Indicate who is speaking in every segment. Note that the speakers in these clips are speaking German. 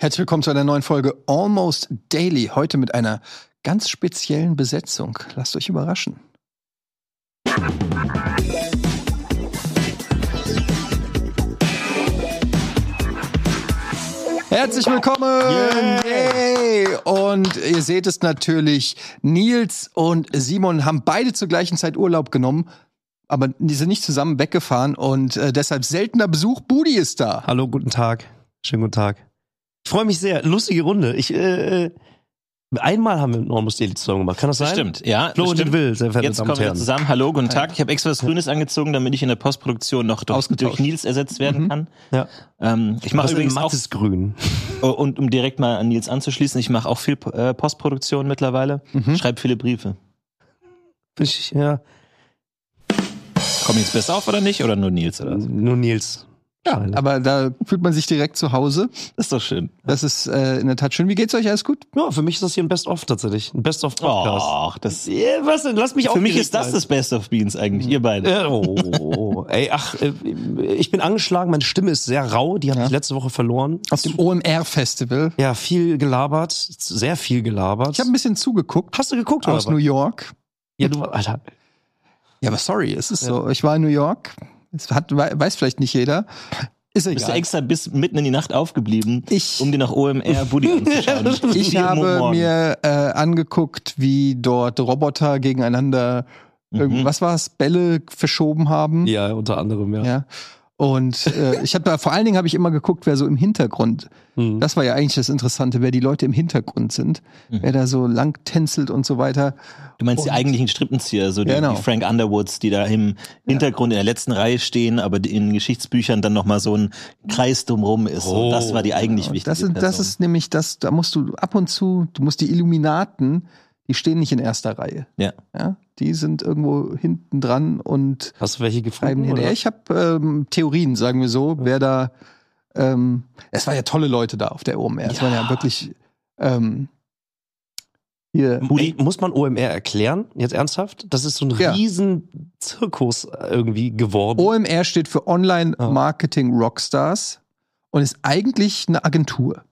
Speaker 1: Herzlich willkommen zu einer neuen Folge Almost Daily. Heute mit einer ganz speziellen Besetzung. Lasst euch überraschen. Herzlich willkommen! Yay. Und ihr seht es natürlich, Nils und Simon haben beide zur gleichen Zeit Urlaub genommen, aber die sind nicht zusammen weggefahren und äh, deshalb seltener Besuch. Budi ist da.
Speaker 2: Hallo, guten Tag. Schönen guten Tag. Ich freue mich sehr. Lustige Runde. Ich, äh, einmal haben wir mit Normus Daily zusammen gemacht. Kann das sein?
Speaker 3: Das stimmt, ja.
Speaker 2: Flo
Speaker 3: das
Speaker 2: und
Speaker 3: stimmt.
Speaker 2: den Will, sehr verehrte
Speaker 3: Jetzt
Speaker 2: Damen
Speaker 3: kommen
Speaker 2: und
Speaker 3: wir
Speaker 2: Herren.
Speaker 3: zusammen. Hallo, guten Tag. Ich habe extra was Grünes angezogen, damit ich in der Postproduktion noch durch,
Speaker 1: Ausgetauscht.
Speaker 3: durch Nils ersetzt werden
Speaker 1: Mhm.
Speaker 3: kann.
Speaker 2: Ja.
Speaker 3: Ähm, ich mache
Speaker 2: Das ist ein
Speaker 3: übrigens auch,
Speaker 2: mattes Grün.
Speaker 3: oh, und um direkt mal an Nils anzuschließen, ich mache auch viel äh, Postproduktion mittlerweile.
Speaker 1: Mhm.
Speaker 3: Schreibe viele Briefe.
Speaker 2: Bin ich, ja.
Speaker 3: Komm jetzt besser auf oder nicht? Oder nur Nils? Oder? so?
Speaker 2: Nur Nils.
Speaker 1: Ja,
Speaker 2: Schade.
Speaker 1: aber da fühlt man sich direkt zu Hause.
Speaker 3: Das ist doch schön.
Speaker 1: Das ist äh, in der Tat schön. Wie geht's euch? Alles gut?
Speaker 2: ja, für mich ist das hier ein Best-of tatsächlich. Ein Best-of-Podcast.
Speaker 3: Och, Oh, das,
Speaker 2: Ja, was denn? Lass mich
Speaker 3: für mich
Speaker 2: aufgeregt
Speaker 3: ist das
Speaker 2: sein.
Speaker 3: das Best of Beans eigentlich, ihr beiden.
Speaker 2: Äh, oh, oh, oh. Ey, ach, äh, ich bin angeschlagen, meine Stimme ist sehr rau, die habe
Speaker 1: Ja.
Speaker 2: ich letzte Woche verloren.
Speaker 1: Auf dem OMR-Festival.
Speaker 2: Ja, viel gelabert, sehr viel gelabert.
Speaker 1: Ich habe ein bisschen zugeguckt
Speaker 2: Hast du geguckt
Speaker 1: aus
Speaker 2: was?
Speaker 1: New York.
Speaker 2: Ja, du, Alter.
Speaker 1: Ja, aber sorry, es ist so. Ich war in New York. Es hat, wei- weiß vielleicht nicht jeder. Ist
Speaker 3: Bist du
Speaker 1: egal.
Speaker 3: extra bis mitten in die Nacht aufgeblieben,
Speaker 1: Ich-
Speaker 3: um dir nach OMR Buddy anzuschauen?
Speaker 1: Ich
Speaker 3: Vier Uhr
Speaker 1: habe
Speaker 3: morgens.
Speaker 1: mir äh, angeguckt, wie dort Roboter gegeneinander, irgend- was war es, Bälle verschoben haben.
Speaker 2: Ja, unter anderem, ja.
Speaker 1: Ja. Und äh, ich habe da vor allen Dingen habe ich immer geguckt, wer so im Hintergrund.
Speaker 2: Mhm.
Speaker 1: Das war ja eigentlich das Interessante, wer die Leute im Hintergrund sind, wer da so lang tänzelt und so weiter.
Speaker 3: Du meinst die eigentlichen Strippenzieher, so die,
Speaker 1: Genau.
Speaker 3: die Frank Underwoods, die da im Hintergrund in der letzten Reihe stehen, aber die in Geschichtsbüchern dann nochmal so ein Kreis drumrum ist. So,
Speaker 2: Oh.
Speaker 3: das war die eigentlich
Speaker 1: Und
Speaker 3: wichtige
Speaker 1: das, sind, das
Speaker 3: Person.
Speaker 1: ist nämlich das, da musst du ab und zu, du musst die Illuminaten, die stehen nicht in erster Reihe.
Speaker 3: Ja.
Speaker 1: Ja, die sind irgendwo hinten dran und
Speaker 2: Hast du welche
Speaker 1: treiben
Speaker 2: gefunden?
Speaker 1: hinterher.
Speaker 2: Oder?
Speaker 1: Ich habe ähm, Theorien, sagen wir so, wer da. Ähm, es war ja tolle Leute da auf der OMR. Es
Speaker 2: Ja.
Speaker 1: waren ja wirklich ähm, hier.
Speaker 2: Ey, muss man OMR erklären, jetzt ernsthaft? Das ist so ein
Speaker 1: Ja.
Speaker 2: riesen Zirkus äh, irgendwie geworden.
Speaker 1: OMR steht für Online
Speaker 2: Ja.
Speaker 1: Marketing Rockstars und ist eigentlich eine Agentur.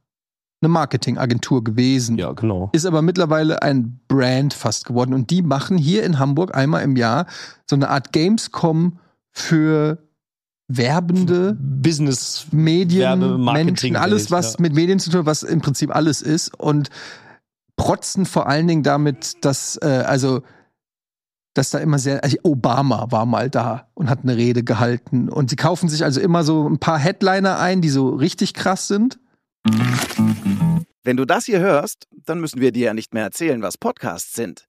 Speaker 1: Eine Marketingagentur gewesen.
Speaker 2: ja, genau.
Speaker 1: Ist aber mittlerweile ein Brand fast geworden. Und die machen hier in Hamburg einmal im Jahr so eine Art Gamescom für werbende
Speaker 2: Business.
Speaker 1: Medien,
Speaker 2: Werbe- Marketing-
Speaker 1: Menschen, alles, was
Speaker 2: Welt, ja.
Speaker 1: mit Medien zu tun hat, was im Prinzip alles ist und protzen vor allen Dingen damit, dass, äh, also, dass da immer sehr, also Obama war mal da und hat eine Rede gehalten und sie kaufen sich also immer so ein paar Headliner ein, die so richtig krass sind.
Speaker 4: Wenn du das hier hörst, dann müssen wir dir ja nicht mehr erzählen, was Podcasts sind.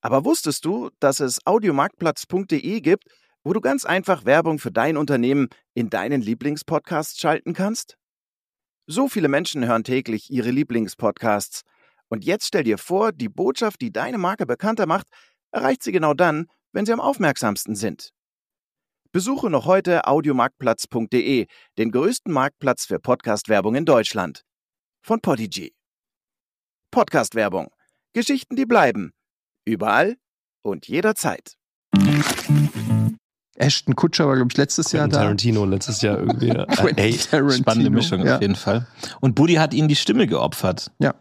Speaker 4: Aber wusstest du, dass es audiomarktplatz.de gibt, wo du ganz einfach Werbung für dein Unternehmen in deinen Lieblingspodcasts schalten kannst? So viele Menschen hören täglich ihre Lieblingspodcasts. Und jetzt stell dir vor, die Botschaft, die deine Marke bekannter macht, erreicht sie genau dann, wenn sie am aufmerksamsten sind. Besuche noch heute audiomarktplatz.de, den größten Marktplatz für Podcast-Werbung in Deutschland von Podigy. Podcast-Werbung. Geschichten, die bleiben. Überall und jederzeit.
Speaker 1: Ashton Kutscher war, glaube ich, letztes Jahr
Speaker 2: Quentin
Speaker 1: da.
Speaker 2: Tarantino letztes Jahr irgendwie. ja.
Speaker 1: Quentin
Speaker 2: Ey,
Speaker 1: Tarantino.
Speaker 3: Spannende Mischung
Speaker 1: Ja.
Speaker 3: auf jeden Fall. Und Buddy hat ihnen die Stimme geopfert.
Speaker 1: Ja.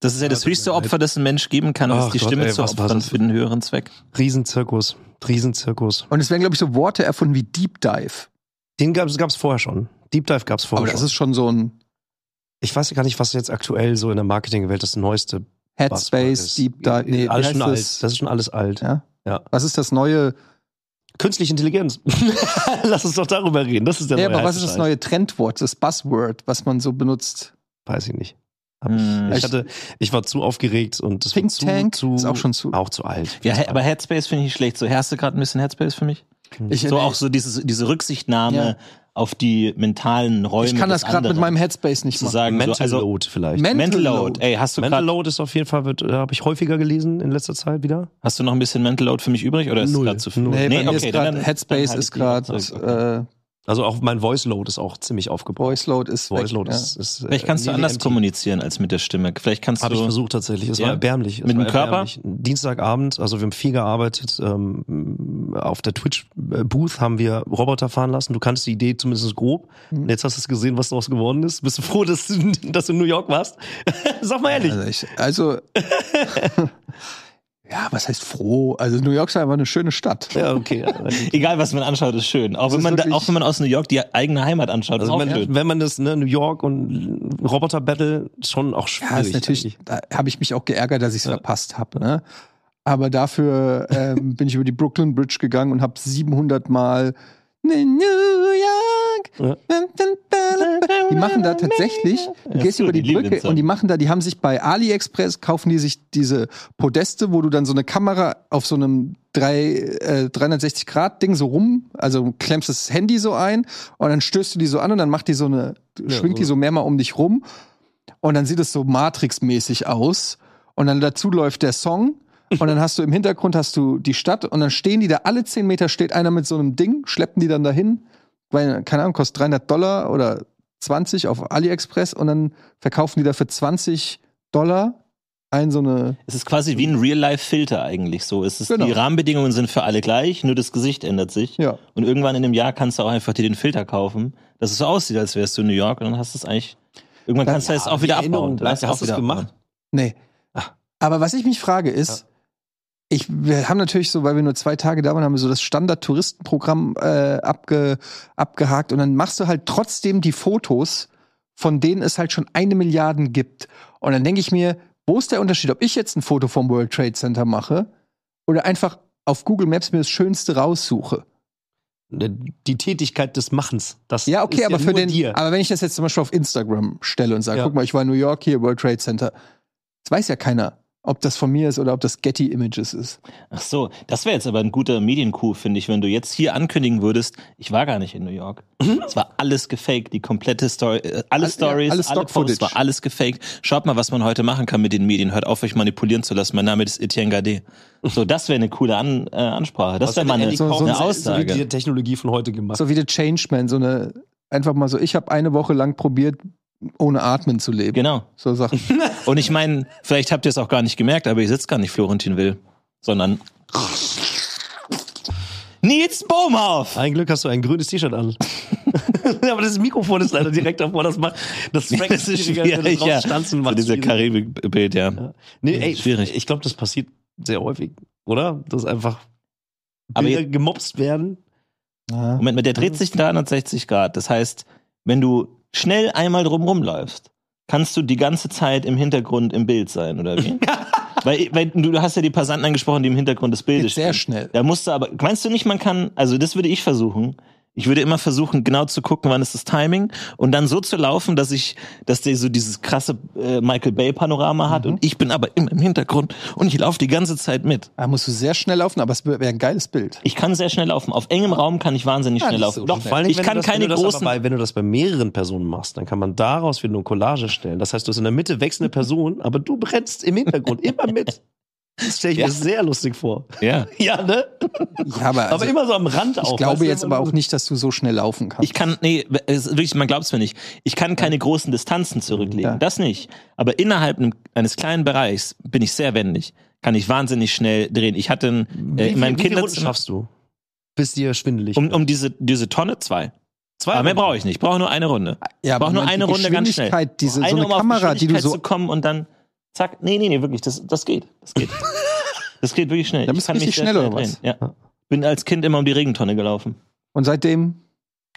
Speaker 3: Das ist ja das
Speaker 2: tut mir
Speaker 3: höchste
Speaker 2: leid.
Speaker 3: Opfer, das ein Mensch geben kann, und
Speaker 2: Ach
Speaker 3: ist die
Speaker 2: Gott,
Speaker 3: Stimme
Speaker 2: ey,
Speaker 3: zu
Speaker 2: was war
Speaker 3: opfern
Speaker 2: das?
Speaker 3: für den höheren Zweck.
Speaker 2: Riesenzirkus. Riesenzirkus.
Speaker 1: Und es werden, glaube ich, so Worte erfunden wie Deep Dive.
Speaker 2: Den gab es vorher schon. Deep Dive gab es vorher
Speaker 1: Aber das
Speaker 2: schon.
Speaker 1: ist schon so ein
Speaker 2: ich weiß gar nicht, was jetzt aktuell so in der Marketingwelt das Neueste Buzzword
Speaker 1: Headspace,
Speaker 2: ist.
Speaker 1: Deep Dive. Nee,
Speaker 2: alles
Speaker 1: wie
Speaker 2: schon
Speaker 1: heißt
Speaker 2: alt.
Speaker 1: das?
Speaker 2: Das ist schon alles alt.
Speaker 1: Ja?
Speaker 2: Ja.
Speaker 1: Was ist das neue?
Speaker 2: Künstliche Intelligenz. Lass uns doch darüber reden. Das ist der
Speaker 1: Ja,
Speaker 2: neue
Speaker 1: aber was
Speaker 2: heiße
Speaker 1: ist das
Speaker 2: Scheiß.
Speaker 1: neue Trendwort, das Buzzword, was man so benutzt?
Speaker 2: Weiß ich nicht. Hab
Speaker 3: Hm.
Speaker 2: ich, ich, hatte, ich war zu aufgeregt und das
Speaker 1: Think
Speaker 2: war zu,
Speaker 1: Tank
Speaker 2: zu,
Speaker 1: ist auch schon zu-
Speaker 2: Auch zu alt.
Speaker 3: Ja, he- aber Headspace finde ich nicht schlecht. So, hast du gerade ein bisschen Headspace für mich?
Speaker 1: Ich,
Speaker 3: So auch so dieses, diese Rücksichtnahme auf die mentalen Räume.
Speaker 1: ich kann das
Speaker 3: des
Speaker 1: gerade mit
Speaker 3: anderen
Speaker 1: meinem Headspace nicht
Speaker 3: zu
Speaker 1: machen.
Speaker 3: sagen.
Speaker 2: Mental
Speaker 3: so, also,
Speaker 2: Load vielleicht.
Speaker 1: Men-
Speaker 3: Mental
Speaker 1: Mental
Speaker 3: Load.
Speaker 1: Load.
Speaker 3: Ey, hast du
Speaker 2: Mental
Speaker 3: gerade
Speaker 2: Load ist auf jeden Fall, wird, äh, habe ich häufiger gelesen in letzter Zeit wieder.
Speaker 3: Hast du noch ein bisschen Mental Load für mich übrig oder ist
Speaker 2: Null.
Speaker 3: es gerade zu viel?
Speaker 2: Null.
Speaker 1: Nee, bei mir
Speaker 3: okay,
Speaker 1: ist
Speaker 3: dann-
Speaker 1: gerade
Speaker 3: dann
Speaker 1: Headspace
Speaker 3: halte
Speaker 1: ist
Speaker 3: ich die auch
Speaker 1: gerade
Speaker 3: zurück. Okay.
Speaker 1: äh,
Speaker 2: Also auch mein Voice Load ist auch ziemlich aufgebaut.
Speaker 1: Voice Load ist
Speaker 2: Voice
Speaker 1: weg,
Speaker 2: Load
Speaker 1: ja.
Speaker 2: ist, äh, ist.
Speaker 3: Vielleicht kannst du anders kommunizieren als mit der Stimme. Vielleicht kannst
Speaker 2: Habe ich
Speaker 3: du.
Speaker 2: versucht tatsächlich. Es
Speaker 3: Ja.
Speaker 2: war erbärmlich. Es
Speaker 3: Mit
Speaker 2: war
Speaker 3: dem Körper?
Speaker 2: erbärmlich. Dienstagabend, also wir haben viel gearbeitet. Ähm, auf der Twitch-Booth haben wir Roboter fahren lassen. Du kanntest die Idee zumindest grob.
Speaker 1: Mhm.
Speaker 2: Und jetzt hast du es gesehen, was daraus geworden ist. Bist du froh, dass du, dass du in New York warst? Sag mal ehrlich.
Speaker 1: Also, ich, also ja, was heißt froh? Also New York ist einfach eine schöne Stadt.
Speaker 2: Ja, okay. Also
Speaker 3: Egal, was man anschaut, ist schön. Auch
Speaker 1: Das
Speaker 3: wenn
Speaker 1: ist
Speaker 3: man, da,
Speaker 1: wirklich-
Speaker 3: auch wenn man aus New York die eigene Heimat anschaut, ist auch schön.
Speaker 2: Also man, wenn man das, ne, New York und Roboter-Battle, schon auch schwierig.
Speaker 1: Ja, ist natürlich,
Speaker 2: eigentlich.
Speaker 1: da habe ich mich auch geärgert, dass ich es
Speaker 2: Ja.
Speaker 1: verpasst habe. Ne? Aber dafür ähm, bin ich über die Brooklyn Bridge gegangen und habe 700 Mal Ne, New York. Die machen da tatsächlich, du
Speaker 3: Ja,
Speaker 1: gehst
Speaker 3: cool,
Speaker 1: über die
Speaker 3: die lieben den
Speaker 1: Brücke
Speaker 3: Song.
Speaker 1: und die machen da, die haben sich bei AliExpress, kaufen die sich diese Podeste, wo du dann so eine Kamera auf so einem drei, äh, 360-Grad-Ding so rum, also klemmst das Handy so ein und dann stößt du die so an und dann macht die so eine, schwingt
Speaker 2: so-
Speaker 1: die so mehrmal um dich rum und dann sieht es so Matrix-mäßig aus und dann dazu läuft der Song und dann hast du im Hintergrund hast du die Stadt und dann stehen die da alle 10 Meter steht einer mit so einem Ding, schleppen die dann dahin, weil keine Ahnung kostet 300 Dollar oder 20 auf AliExpress und dann verkaufen die da für 20 Dollar ein so eine
Speaker 3: Es ist quasi wie ein Real-Life-Filter eigentlich so. Es ist,
Speaker 1: Genau.
Speaker 3: Die Rahmenbedingungen sind für alle gleich, nur das Gesicht ändert sich.
Speaker 1: ja
Speaker 3: Und irgendwann in dem Jahr kannst du auch einfach dir den Filter kaufen, dass es so aussieht, als wärst du in New York und dann hast du es eigentlich. Irgendwann
Speaker 1: Dann-
Speaker 3: kannst du es auch
Speaker 2: die
Speaker 3: wieder
Speaker 2: Erinnerung
Speaker 3: abbauen. Dann
Speaker 2: bleibt,
Speaker 3: du
Speaker 2: hast
Speaker 3: auch
Speaker 2: du es
Speaker 3: wieder
Speaker 2: gemacht?
Speaker 3: abbauen.
Speaker 1: Nee.
Speaker 2: Ah.
Speaker 1: Aber was ich mich frage ist, ich, wir haben natürlich so, weil wir nur zwei Tage da waren, haben wir so das Standard-Touristenprogramm äh, abge, abgehakt und dann machst du halt trotzdem die Fotos, von denen es halt schon eine Milliarden gibt. Und dann denke ich mir, wo ist der Unterschied, ob ich jetzt ein Foto vom World Trade Center mache oder einfach auf Google Maps mir das Schönste raussuche?
Speaker 2: Die Tätigkeit des Machens. Das
Speaker 1: Ja, okay,
Speaker 2: ist
Speaker 1: aber für
Speaker 2: nur
Speaker 1: den.
Speaker 2: Dir.
Speaker 1: Aber wenn ich das jetzt zum Beispiel auf Instagram stelle und sage,
Speaker 2: Ja.
Speaker 1: guck mal, ich war in New York hier, World Trade Center, das weiß ja keiner, ob das von mir ist oder ob das Getty Images ist.
Speaker 3: Ach so, das wäre jetzt aber ein guter Mediencoup, finde ich, wenn du jetzt hier ankündigen würdest, ich war gar nicht in New York. Es war alles gefaked, die komplette Story, äh, alle
Speaker 1: Mhm. All-
Speaker 3: Stories,
Speaker 1: ja, alles
Speaker 3: alle Posts,
Speaker 1: Stock-Footage.
Speaker 3: war alles gefaked. Schaut mal, was man heute machen kann mit den Medien. Hört auf, euch manipulieren zu lassen. Mein Name ist Etienne Gade. So, das wäre eine coole An äh, Ansprache. Das
Speaker 2: Was
Speaker 3: wäre
Speaker 1: Also
Speaker 3: mal
Speaker 2: hätte
Speaker 3: eine,
Speaker 2: Andy Kaufman-
Speaker 1: so
Speaker 3: eine
Speaker 2: So wie
Speaker 3: Aussage.
Speaker 2: Also die Technologie von heute gemacht.
Speaker 1: So wie der Changeman, so eine, einfach mal so, ich habe eine Woche lang probiert, ohne Atmen zu leben.
Speaker 3: Genau.
Speaker 1: So Sachen.
Speaker 3: Und ich meine, vielleicht habt ihr es auch gar nicht gemerkt, aber ich sitze gar nicht Florentin Will, sondern Nils Bohmhoff.
Speaker 2: Ein Glück hast du ein grünes T-Shirt an. Aber das Mikrofon ist leider direkt davor, das macht das, Frank
Speaker 3: Das ist
Speaker 2: die ganze Zeit
Speaker 3: schwierig, ja.
Speaker 2: rausstanzen
Speaker 3: So
Speaker 2: macht.
Speaker 3: dieser
Speaker 2: schwierig.
Speaker 3: Karibik-Bild, ja.
Speaker 2: Ja. Nee, ey,
Speaker 3: Schwierig.
Speaker 2: ich glaube, das passiert sehr häufig, oder? Dass einfach
Speaker 3: Aber
Speaker 2: Bilder gemobst werden.
Speaker 1: Ja.
Speaker 3: Moment mal, der
Speaker 1: Mhm.
Speaker 3: dreht sich 360 Grad. Das heißt, wenn du schnell einmal drum rumläufst, kannst du die ganze Zeit im Hintergrund im Bild sein, oder wie? weil, weil du hast ja die Passanten angesprochen, die im Hintergrund des
Speaker 1: Geht
Speaker 3: Bildes
Speaker 1: sehr
Speaker 3: stehen.
Speaker 1: schnell.
Speaker 3: Da musst du aber, meinst du nicht, man kann, also das würde ich versuchen. Ich würde immer versuchen, genau zu gucken, wann ist das Timing und dann so zu laufen, dass ich, dass der so dieses krasse äh, Michael Bay Panorama hat
Speaker 1: Mhm.
Speaker 3: und ich bin aber immer im Hintergrund und ich laufe die ganze Zeit mit.
Speaker 1: Da musst du sehr schnell laufen, aber es wäre ein geiles Bild.
Speaker 3: Ich kann sehr schnell laufen. Auf engem Raum kann ich wahnsinnig
Speaker 1: Ja,
Speaker 3: schnell
Speaker 1: das ist
Speaker 3: laufen.
Speaker 1: so
Speaker 3: Doch,
Speaker 1: schnell.
Speaker 2: Vor allem,
Speaker 3: ich
Speaker 2: wenn
Speaker 3: kann
Speaker 2: du das,
Speaker 3: keine
Speaker 2: wenn du das aber
Speaker 3: großen
Speaker 2: bei, Wenn du das bei mehreren Personen machst, dann kann man daraus wieder eine Collage stellen. Das heißt, du hast in der Mitte wechselnde Person, aber du brennst im Hintergrund immer mit. Das stelle ich
Speaker 3: Ja.
Speaker 2: mir sehr lustig vor.
Speaker 3: Ja.
Speaker 2: Ja, ne?
Speaker 1: Ja, aber, also,
Speaker 2: aber immer so am Rand
Speaker 1: ich
Speaker 2: auch. weißt du,
Speaker 1: glaube jetzt
Speaker 2: immer
Speaker 1: aber
Speaker 2: so-
Speaker 1: auch nicht, dass du so schnell laufen kannst.
Speaker 3: Ich kann, nee, es ist wirklich, man glaubt es mir nicht. Ich kann keine großen Distanzen zurücklegen.
Speaker 1: Ja.
Speaker 3: Das nicht. Aber innerhalb einem- eines kleinen Bereichs bin ich sehr wendig. Kann ich wahnsinnig schnell drehen. Ich hatte ein, äh, in meinem
Speaker 2: viele Runden
Speaker 3: Kinderzimmer,
Speaker 2: schaffst du? Bis dir schwindelig.
Speaker 3: um, um diese, diese Tonne zwei.
Speaker 2: zwei
Speaker 3: Aber mehr
Speaker 2: Runden.
Speaker 3: brauche ich nicht. Brauche nur eine Runde.
Speaker 1: ja,
Speaker 3: brauche nur
Speaker 1: Moment,
Speaker 3: eine
Speaker 1: die
Speaker 3: Runde ganz schnell.
Speaker 1: Geschwindigkeit, Diese,
Speaker 3: eine,
Speaker 1: so eine
Speaker 3: um auf
Speaker 1: Kamera, die du
Speaker 3: Geschwindigkeit
Speaker 1: so.
Speaker 3: zu kommen und dann zack. Nee, nee, nee, wirklich, das, das geht. Das geht. das geht wirklich schnell.
Speaker 1: Da
Speaker 3: Ich
Speaker 1: bist du
Speaker 3: kann mich
Speaker 1: richtig
Speaker 3: sehr
Speaker 1: schnell, oder
Speaker 3: drehen. Ja. Bin als Kind immer um die Regentonne gelaufen.
Speaker 1: Und seitdem.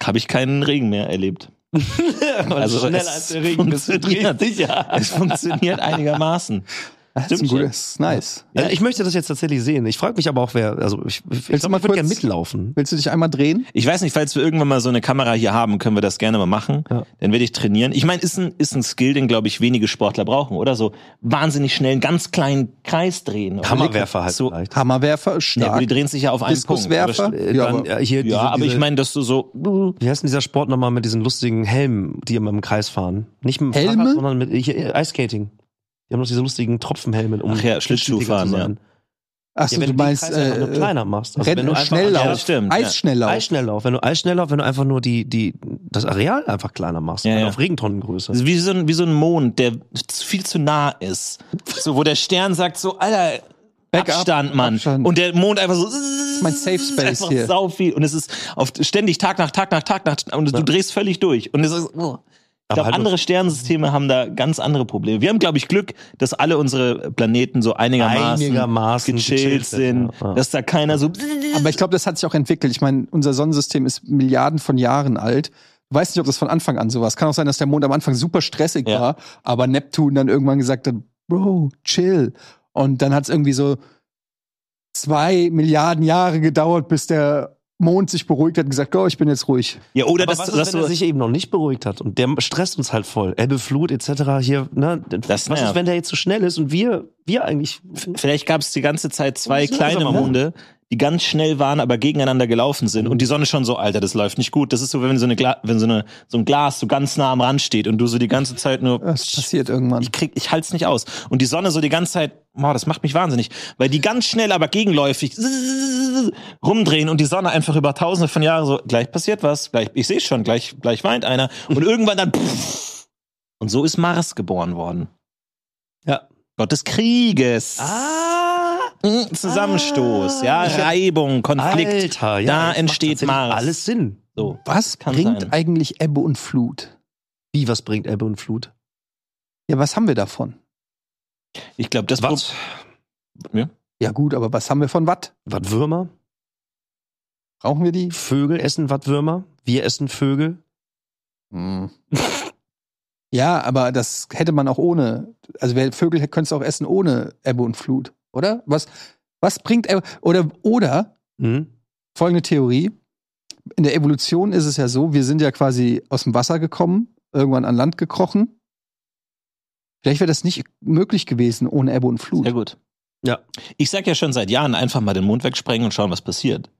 Speaker 3: Habe ich keinen Regen mehr erlebt.
Speaker 2: also
Speaker 3: Also
Speaker 2: schneller
Speaker 3: es
Speaker 2: als der Regen bist du
Speaker 3: funktioniert.
Speaker 2: drehst dich, ja.
Speaker 3: Es funktioniert einigermaßen.
Speaker 1: Das ist, ein
Speaker 3: Stimmt
Speaker 1: guter,
Speaker 3: schon.
Speaker 1: das ist nice.
Speaker 2: Also ich möchte das jetzt tatsächlich sehen. Ich frage mich aber auch, wer. Also ich, ich,
Speaker 1: du
Speaker 2: glaub,
Speaker 1: mal
Speaker 2: ich würde
Speaker 1: kurz-
Speaker 2: gerne mitlaufen.
Speaker 1: Willst du dich einmal drehen?
Speaker 3: Ich weiß nicht, falls wir irgendwann mal so eine Kamera hier haben, können wir das gerne mal machen.
Speaker 2: Ja.
Speaker 3: Dann werde ich trainieren. Ich meine, ist ein, ist ein Skill, den, glaube ich, wenige Sportler brauchen, oder? So wahnsinnig schnell einen ganz kleinen Kreis drehen. Oder?
Speaker 2: Hammerwerfer halt
Speaker 3: So,
Speaker 2: vielleicht.
Speaker 1: Hammerwerfer,
Speaker 3: ja, aber die
Speaker 1: stark.
Speaker 3: drehen sich ja auf einen Punkt. Aber
Speaker 1: Diskuswerfer.
Speaker 3: st-
Speaker 2: Äh,
Speaker 1: Ja,
Speaker 2: dann,
Speaker 1: aber-
Speaker 2: äh, hier
Speaker 3: ja,
Speaker 2: diese,
Speaker 3: aber
Speaker 2: diese,
Speaker 3: ich meine, dass du so.
Speaker 2: Wie heißt denn dieser Sport nochmal mit diesen lustigen Helmen, die immer im Kreis fahren? Nicht mit dem
Speaker 1: Helme?
Speaker 2: Fahrrad, sondern mit hier, äh, Eiskating. Die haben noch diese lustigen Tropfenhelme, um
Speaker 3: Ach ja, Schlittschuh
Speaker 2: schlittschuhiger
Speaker 3: fahren,
Speaker 2: zu
Speaker 3: ja.
Speaker 2: sein.
Speaker 1: Achso,
Speaker 2: Ja, wenn
Speaker 1: du meinst,
Speaker 2: den Kreis einfach nur
Speaker 1: äh,
Speaker 2: kleiner machst. Also
Speaker 1: Renn-
Speaker 2: wenn du einfach
Speaker 1: Schnelllauf,
Speaker 3: Ja, stimmt, ja.
Speaker 1: Eisschnelllauf.
Speaker 2: Eisschnelllauf, wenn du Eisschnelllauf, wenn du einfach nur die, die, das Areal einfach kleiner machst,
Speaker 3: Ja,
Speaker 2: dann
Speaker 3: ja. Also
Speaker 2: auf Regentonnengröße.
Speaker 3: Wie so, ein, wie so ein Mond, der zu- viel zu nah ist. So, wo der Stern sagt so, Alter,
Speaker 1: Back up,
Speaker 3: Abstand, Mann.
Speaker 1: Abstand.
Speaker 3: Und der Mond einfach so, ist
Speaker 1: mein Safe Space
Speaker 3: einfach
Speaker 1: hier.
Speaker 3: sau viel. Und es ist auf, ständig Tag nach Tag nach Tag nach und du
Speaker 2: Ja.
Speaker 3: drehst völlig durch. Und es ist, oh. Ich
Speaker 2: Aber
Speaker 3: glaube,
Speaker 2: halt
Speaker 3: andere Sternensysteme haben da ganz andere Probleme. Wir haben, glaube ich, Glück, dass alle unsere Planeten so einigermaßen,
Speaker 2: Einigermaßen
Speaker 3: gechillt,
Speaker 2: gechillt
Speaker 3: sind,
Speaker 2: sind, ja, ja.
Speaker 3: dass da keiner so.
Speaker 1: Aber ich glaube, das hat sich auch entwickelt. Ich meine, unser Sonnensystem ist Milliarden von Jahren alt. Weiß nicht, ob das von Anfang an so war. Es kann auch sein, dass der Mond am Anfang super stressig
Speaker 3: Ja.
Speaker 1: war, aber Neptun dann irgendwann gesagt hat, Bro, chill. Und dann hat es irgendwie so zwei Milliarden Jahre gedauert, bis der Mond sich beruhigt hat und gesagt, oh, ich bin jetzt ruhig.
Speaker 3: Ja, oder
Speaker 2: Aber
Speaker 3: dass,
Speaker 2: was ist,
Speaker 3: dass
Speaker 2: wenn er
Speaker 3: du,
Speaker 2: sich eben noch nicht beruhigt hat und der stresst uns halt voll. Ebbe, Flut etc. Hier, ne?
Speaker 3: Das
Speaker 2: was
Speaker 3: nervt.
Speaker 2: ist, wenn der jetzt so schnell ist und wir, wir eigentlich
Speaker 3: vielleicht gab es die ganze Zeit zwei
Speaker 2: Das ist
Speaker 3: kleine
Speaker 2: langsam, ne?
Speaker 3: Monde, die ganz schnell waren, aber gegeneinander gelaufen sind und die Sonne schon so, Alter, das läuft nicht gut. Das ist so, wenn so eine, Gla wenn so eine so ein Glas so ganz nah am Rand steht und du so die ganze Zeit nur
Speaker 1: Das passiert irgendwann.
Speaker 3: ich krieg, ich halt's nicht aus. Und die Sonne so die ganze Zeit, boah, das macht mich wahnsinnig, weil die ganz schnell, aber gegenläufig rumdrehen und die Sonne einfach über Tausende von Jahren so, gleich passiert was, gleich, ich sehe schon, gleich, gleich weint einer und irgendwann dann pff. und so ist Mars geboren worden.
Speaker 2: Ja.
Speaker 3: Gott des Krieges.
Speaker 2: Ah,
Speaker 3: Mm, Zusammenstoß,
Speaker 2: Ah.
Speaker 3: ja,
Speaker 2: Ich hab-
Speaker 3: Reibung, Konflikt.
Speaker 2: Alter, ja,
Speaker 3: Da
Speaker 2: das macht
Speaker 3: entsteht
Speaker 2: tatsächlich
Speaker 3: Mars.
Speaker 2: alles Sinn.
Speaker 3: So.
Speaker 1: Was
Speaker 3: Kann
Speaker 1: bringt
Speaker 3: sein.
Speaker 1: eigentlich Ebbe und Flut?
Speaker 2: Wie was bringt Ebbe und Flut?
Speaker 1: Ja, was haben wir davon?
Speaker 3: Ich glaube, das
Speaker 2: Was?
Speaker 1: Ja gut, aber was haben wir von Watt?
Speaker 2: Wattwürmer?
Speaker 1: Brauchen wir die?
Speaker 2: Vögel essen Wattwürmer? Wir essen Vögel?
Speaker 1: Hm. Ja, aber das hätte man auch ohne. Also wer Vögel könnte es auch essen ohne Ebbe und Flut, oder? Was, was bringt Ebbe? Oder, oder
Speaker 2: Hm?
Speaker 1: folgende Theorie. In der Evolution ist es ja so, wir sind ja quasi aus dem Wasser gekommen, irgendwann an Land gekrochen. Vielleicht wäre das nicht möglich gewesen ohne Ebbe und
Speaker 3: Sehr
Speaker 1: Flut.
Speaker 3: gut.
Speaker 2: Ja.
Speaker 3: Ich sag ja schon seit Jahren, einfach mal den Mond wegsprengen und schauen, was passiert.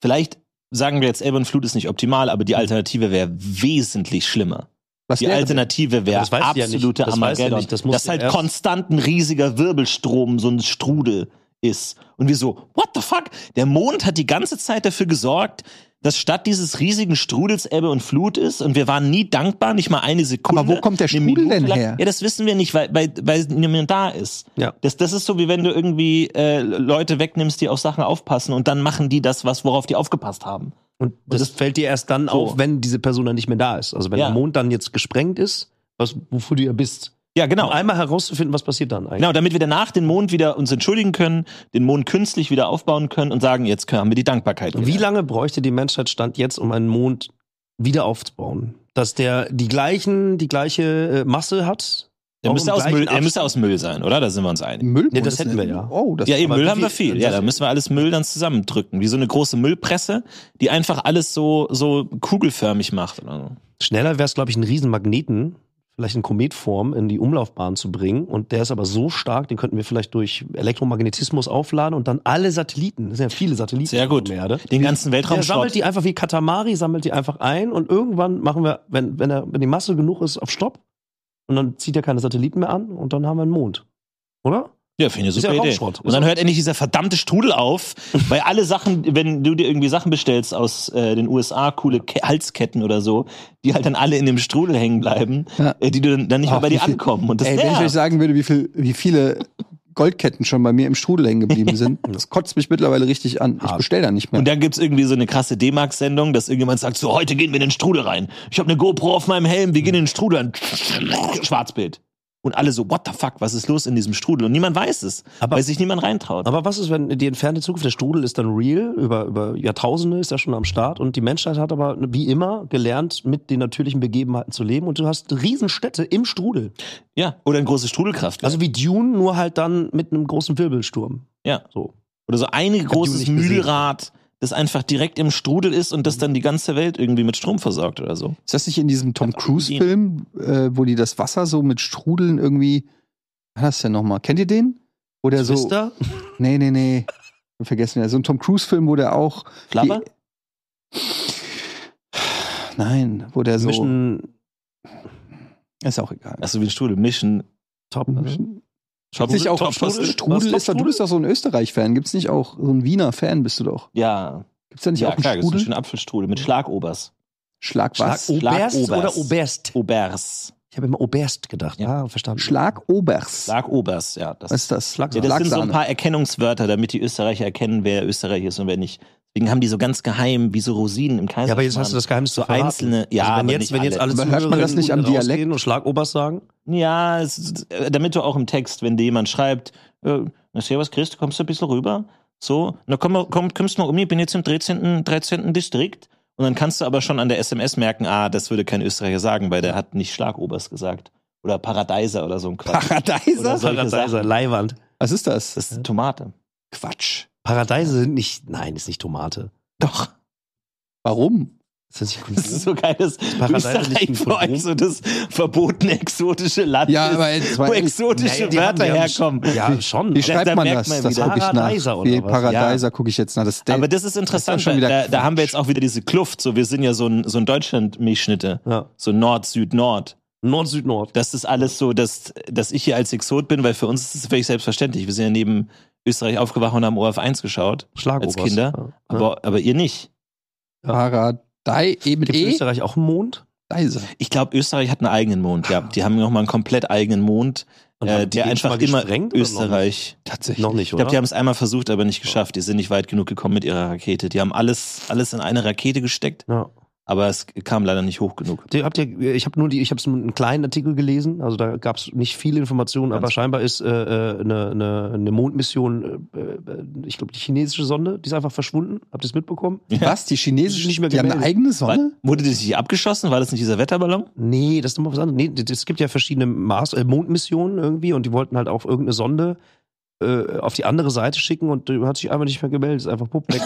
Speaker 3: Vielleicht sagen wir jetzt, Ebbe und Flut ist nicht optimal, aber die Alternative wäre wesentlich schlimmer.
Speaker 1: Was
Speaker 3: Die
Speaker 1: wäre-
Speaker 3: Alternative wäre
Speaker 2: Das weißt du ja nicht.
Speaker 3: absolute
Speaker 2: Das weißt du ja
Speaker 3: Armageddon.
Speaker 2: nicht.
Speaker 3: das
Speaker 2: Das musst
Speaker 3: dass
Speaker 2: du
Speaker 3: halt
Speaker 2: erst-
Speaker 3: konstant ein riesiger Wirbelstrom, so ein Strudel ist. Und wir so, what the fuck? Der Mond hat die ganze Zeit dafür gesorgt, dass statt dieses riesigen Strudels Ebbe und Flut ist und wir waren nie dankbar, nicht mal eine Sekunde.
Speaker 1: Aber wo kommt der
Speaker 3: eine
Speaker 1: Strudel
Speaker 3: Minute
Speaker 1: denn
Speaker 3: lang.
Speaker 1: her?
Speaker 3: Ja, das wissen wir nicht, weil, weil, weil niemand da ist.
Speaker 2: Ja.
Speaker 3: Das, das ist so, wie wenn du irgendwie äh, Leute wegnimmst, die auf Sachen aufpassen und dann machen die das, was worauf die aufgepasst haben.
Speaker 2: Und das,
Speaker 3: das-
Speaker 2: fällt dir erst dann
Speaker 3: So.
Speaker 2: auf, wenn diese Person dann nicht mehr da ist. Also wenn
Speaker 3: Ja.
Speaker 2: der Mond dann jetzt gesprengt ist, was, wofür du ja bist.
Speaker 3: Ja, genau.
Speaker 2: Um einmal herauszufinden, was passiert dann eigentlich.
Speaker 3: Genau, damit wir danach den Mond wieder uns entschuldigen können, den Mond künstlich wieder aufbauen können und sagen, jetzt haben wir die Dankbarkeit.
Speaker 2: Und
Speaker 3: wieder.
Speaker 2: Wie lange bräuchte die Menschheit Stand jetzt, um einen Mond wieder aufzubauen? Dass der die gleichen, die gleiche äh, Masse hat?
Speaker 3: Der
Speaker 2: Auch
Speaker 3: müsste,
Speaker 2: im
Speaker 3: aus
Speaker 2: gleichen
Speaker 3: Müll, er müsste
Speaker 2: Abstand?
Speaker 3: aus Müll sein, oder? Da sind wir uns einig.
Speaker 1: Müll?
Speaker 2: Nee, das hätten wir ja.
Speaker 1: Oh, das
Speaker 3: Ja, eben
Speaker 2: aber
Speaker 3: Müll
Speaker 2: wie
Speaker 3: haben wir
Speaker 2: viel-
Speaker 3: viel. Ja,
Speaker 2: das-
Speaker 3: da müssen wir alles Müll dann zusammendrücken. Wie so eine große Müllpresse, die einfach alles so, so kugelförmig macht. Oder so.
Speaker 2: Schneller wäre es, glaube ich, einen riesen Magneten, vielleicht in Kometform, in die Umlaufbahn zu bringen. Und der ist aber so stark, den könnten wir vielleicht durch Elektromagnetismus aufladen und dann alle Satelliten, das sind ja viele Satelliten
Speaker 3: Sehr gut.
Speaker 2: auf der Erde.
Speaker 3: Den ganzen
Speaker 2: Der sammelt
Speaker 3: Weltraumschrott.
Speaker 2: die einfach wie Katamari, sammelt die einfach ein und irgendwann machen wir, wenn, wenn, er, wenn die Masse genug ist, auf Stopp. Und dann zieht er keine Satelliten mehr an und dann haben wir einen Mond. Oder?
Speaker 3: Ja, finde ich
Speaker 2: Ist
Speaker 3: eine super
Speaker 2: ja
Speaker 3: Idee.
Speaker 2: Raumschrott.
Speaker 3: Und dann hört endlich dieser verdammte Strudel auf, weil alle Sachen, wenn du dir irgendwie Sachen bestellst aus äh, den USA, coole Ke Halsketten oder so, die halt dann alle in dem Strudel hängen bleiben,
Speaker 1: Ja.
Speaker 3: äh, die du dann, dann nicht mehr
Speaker 1: Ach,
Speaker 3: bei
Speaker 1: wie
Speaker 3: dir
Speaker 1: viel-
Speaker 3: ankommen. Und das
Speaker 1: Ey, wenn ich
Speaker 3: nervt.
Speaker 1: euch sagen würde, wie, viel, wie viele Goldketten schon bei mir im Strudel hängen geblieben sind, das kotzt mich mittlerweile richtig an. Ich bestelle da nicht mehr.
Speaker 3: Und dann gibt's irgendwie so eine krasse D-Mark-Sendung, dass irgendjemand sagt, so heute gehen wir in den Strudel rein. Ich habe eine GoPro auf meinem Helm, wir gehen in den Strudel rein.
Speaker 1: Mhm.
Speaker 3: Schwarzbild. Und alle so, what the fuck, was ist los in diesem Strudel? Und niemand weiß es,
Speaker 2: Aber-
Speaker 3: weil sich niemand reintraut.
Speaker 2: Aber was ist, wenn die entfernte Zukunft, der Strudel ist dann real, über, über Jahrtausende ist er schon am Start und die Menschheit hat aber wie immer gelernt, mit den natürlichen Begebenheiten zu leben und du hast Riesenstädte im Strudel.
Speaker 3: ja, oder ein großes Strudelkraftwerk.
Speaker 2: Also wie Dune, nur halt dann mit einem großen Wirbelsturm.
Speaker 3: ja.
Speaker 2: So.
Speaker 3: Oder so ein großes
Speaker 2: nicht gesehen.
Speaker 3: Mühlrad, das einfach direkt im Strudel ist und das dann die ganze Welt irgendwie mit Strom versorgt oder so.
Speaker 1: Ist das nicht in diesem Tom
Speaker 3: Hab auch
Speaker 1: Cruise-Film, äh, wo die das Wasser so mit Strudeln irgendwie. Was ist denn nochmal? Kennt ihr den? Oder so.
Speaker 2: Twister?
Speaker 1: Nee, nee, nee. Wir Vergessen ja. So ein Tom Cruise-Film, wo der auch.
Speaker 3: Flabber?
Speaker 1: Nein, wo der so.
Speaker 2: Mission
Speaker 1: Ist auch egal.
Speaker 3: Achso, wie ein Strudel. Mischen.
Speaker 2: Top.
Speaker 1: Mission.
Speaker 3: Top-
Speaker 1: nicht auch
Speaker 3: Topfstrudel?
Speaker 2: Was,
Speaker 5: Strudel ist doch, du bist doch so ein Österreich-Fan. Gibt's nicht auch so ein Wiener-Fan bist du doch?
Speaker 3: Ja,
Speaker 1: Gibt's da nicht
Speaker 3: ja
Speaker 1: auch einen
Speaker 3: klar, das ist ein
Speaker 1: Strudel?
Speaker 3: schöner Apfelstrudel mit Schlagobers.
Speaker 1: Schlag was?
Speaker 2: Oberst Oh.
Speaker 3: Schlagobers.
Speaker 2: oder Oberst?
Speaker 3: Obers.
Speaker 2: Ich habe immer Oberst gedacht.
Speaker 3: Ja.
Speaker 2: Ah, verstanden.
Speaker 1: Schlagobers.
Speaker 3: Schlagobers, ja. Das,
Speaker 1: Was ist das?
Speaker 3: ja,
Speaker 1: Schlagsahne.
Speaker 3: das sind so ein paar Erkennungswörter, damit die Österreicher erkennen, wer Österreicher ist und wer nicht. Deswegen haben die so ganz geheim, wie so Rosinen im Kaiser.
Speaker 2: Ja, aber jetzt hast du das Geheimnis zu
Speaker 3: So
Speaker 2: verraten.
Speaker 3: einzelne- ja,
Speaker 2: also wenn
Speaker 3: aber
Speaker 2: jetzt,
Speaker 3: nicht
Speaker 2: wenn jetzt
Speaker 3: alle.
Speaker 2: alle
Speaker 1: Aber hört man das nicht am
Speaker 2: rausgehen
Speaker 1: Dialekt?
Speaker 2: und Schlagobers sagen?
Speaker 3: Ja, es, äh, damit du auch im Text, wenn dir jemand schreibt, äh, na servus Christ, kommst du ein bisschen rüber? So, na komm, mal- komm, kommst mal um, ich bin jetzt im 13., 13. Distrikt. Und dann kannst du aber schon an der SMS merken, ah, das würde kein Österreicher sagen, weil der hat nicht Schlagobers gesagt. Oder Paradeiser oder so ein Quatsch. Oder
Speaker 1: Paradeiser?
Speaker 2: Also
Speaker 3: solche
Speaker 2: Paradeiser,
Speaker 3: Sachen.
Speaker 2: Leiwand.
Speaker 1: Was ist das?
Speaker 3: Das ist Tomate.
Speaker 1: Quatsch.
Speaker 2: Paradeise sind nicht, nein, ist nicht Tomate.
Speaker 1: Doch. Warum?
Speaker 2: Ist das nicht
Speaker 3: Das
Speaker 2: Kondom?
Speaker 3: ist so geil, dass
Speaker 2: Paradeiser nicht ne?
Speaker 3: Österreich
Speaker 2: ein
Speaker 3: für
Speaker 2: Kondom?
Speaker 3: euch so das verbotene exotische Land
Speaker 1: Ja,
Speaker 3: ist,
Speaker 1: aber jetzt
Speaker 3: wo
Speaker 1: mal ehrlich,
Speaker 3: exotische
Speaker 2: Naja, die haben-
Speaker 3: Wörter
Speaker 2: die haben-
Speaker 3: herkommen.
Speaker 2: Ja, schon.
Speaker 1: wie
Speaker 2: aber-
Speaker 1: schreibt
Speaker 3: da
Speaker 1: man
Speaker 3: merkt
Speaker 1: das?
Speaker 3: man
Speaker 1: das
Speaker 3: wieder.
Speaker 1: guck ich nach.
Speaker 2: Paradeiser oder
Speaker 1: Wie
Speaker 2: was?
Speaker 1: Paradeiser gucke ich jetzt nach. Das
Speaker 3: Aber das ist interessant.
Speaker 1: schon wieder
Speaker 3: da, da
Speaker 1: Quatsch.
Speaker 3: haben wir jetzt auch wieder diese Kluft. So, wir sind ja so ein, so ein Deutschland-Milchschnitte.
Speaker 2: Ja.
Speaker 3: So Nord, Süd, Nord.
Speaker 2: Nord, Süd, Nord.
Speaker 3: Das ist alles so, dass, dass ich hier als Exot bin, weil für uns ist es völlig selbstverständlich. Wir sind ja neben Österreich aufgewacht und haben ORF 1 geschaut.
Speaker 2: Schlagobers.
Speaker 3: Als Kinder,
Speaker 2: Ja. Ja.
Speaker 3: Aber, aber ihr nicht.
Speaker 1: Paradei eben
Speaker 2: Gibt es in
Speaker 1: e
Speaker 2: Österreich auch einen Mond?
Speaker 1: Leiser.
Speaker 3: Ich glaube, Österreich hat einen eigenen Mond. Ja, die haben nochmal einen komplett eigenen Mond,
Speaker 2: Und haben
Speaker 3: äh,
Speaker 2: die
Speaker 3: der
Speaker 2: den schon
Speaker 3: einfach
Speaker 2: mal
Speaker 3: immer
Speaker 2: gesprengt oder noch
Speaker 3: Österreich.
Speaker 2: nicht?
Speaker 1: Tatsächlich.
Speaker 2: Noch nicht,
Speaker 3: Ich
Speaker 2: oder?
Speaker 3: glaube, die haben es einmal versucht, aber nicht geschafft. Die sind nicht weit genug gekommen mit ihrer Rakete. Die haben alles, alles in eine Rakete gesteckt,
Speaker 2: ja.
Speaker 3: aber es kam leider nicht hoch genug.
Speaker 2: Die, habt ihr, ich habe nur die, ich habe einen kleinen Artikel gelesen, also da gab es nicht viele Informationen, aber
Speaker 3: Ganz-
Speaker 2: scheinbar ist äh, äh, eine, eine, eine Mondmission, äh, äh, ich glaube die chinesische Sonde, die ist einfach verschwunden. Habt ihr es mitbekommen?
Speaker 1: Was? Die chinesischen,
Speaker 2: Nicht mehr
Speaker 1: die haben eine
Speaker 2: gemeldet.
Speaker 1: eigene
Speaker 3: Wa-
Speaker 1: Sonne?
Speaker 3: Wurde das nicht abgeschossen? War das nicht dieser Wetterballon?
Speaker 2: Nee, das ist nochmal was anderes. Nee, d- es gibt ja verschiedene Mars äh, Mondmissionen irgendwie und die wollten halt auch irgendeine Sonde äh, auf die andere Seite schicken und die hat sich einfach nicht mehr gemeldet, ist einfach pupp weg.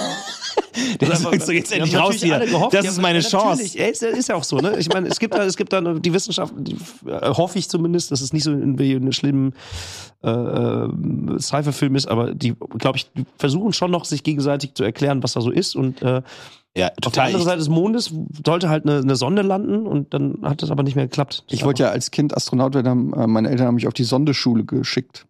Speaker 3: Der
Speaker 2: Das ist
Speaker 3: sagt
Speaker 2: einfach-
Speaker 3: so, jetzt
Speaker 2: Die
Speaker 3: endlich
Speaker 2: haben
Speaker 3: raus
Speaker 2: natürlich alle
Speaker 3: hier.
Speaker 2: gehofft,
Speaker 3: Das
Speaker 2: die
Speaker 3: ist
Speaker 2: haben-
Speaker 3: meine
Speaker 2: ja, natürlich. Ja, ist, ja- ist ja auch so, ne? Ich meine, es gibt da, es gibt da die Wissenschaft, die, äh, hoffe ich zumindest, dass es nicht so in wie in einem schlimmen äh, äh, Sci-Fi-Film ist, aber die, glaube ich, die versuchen schon noch, sich gegenseitig zu erklären, was da so ist. Und äh,
Speaker 3: Ja,
Speaker 2: auf der
Speaker 3: total.
Speaker 2: anderen
Speaker 3: Ich,
Speaker 2: Seite des Mondes sollte halt eine, eine Sonde landen und dann hat das aber nicht mehr geklappt.
Speaker 1: Ich wollte ja als Kind Astronaut werden, haben, äh, meine Eltern haben mich auf die Sondeschule geschickt.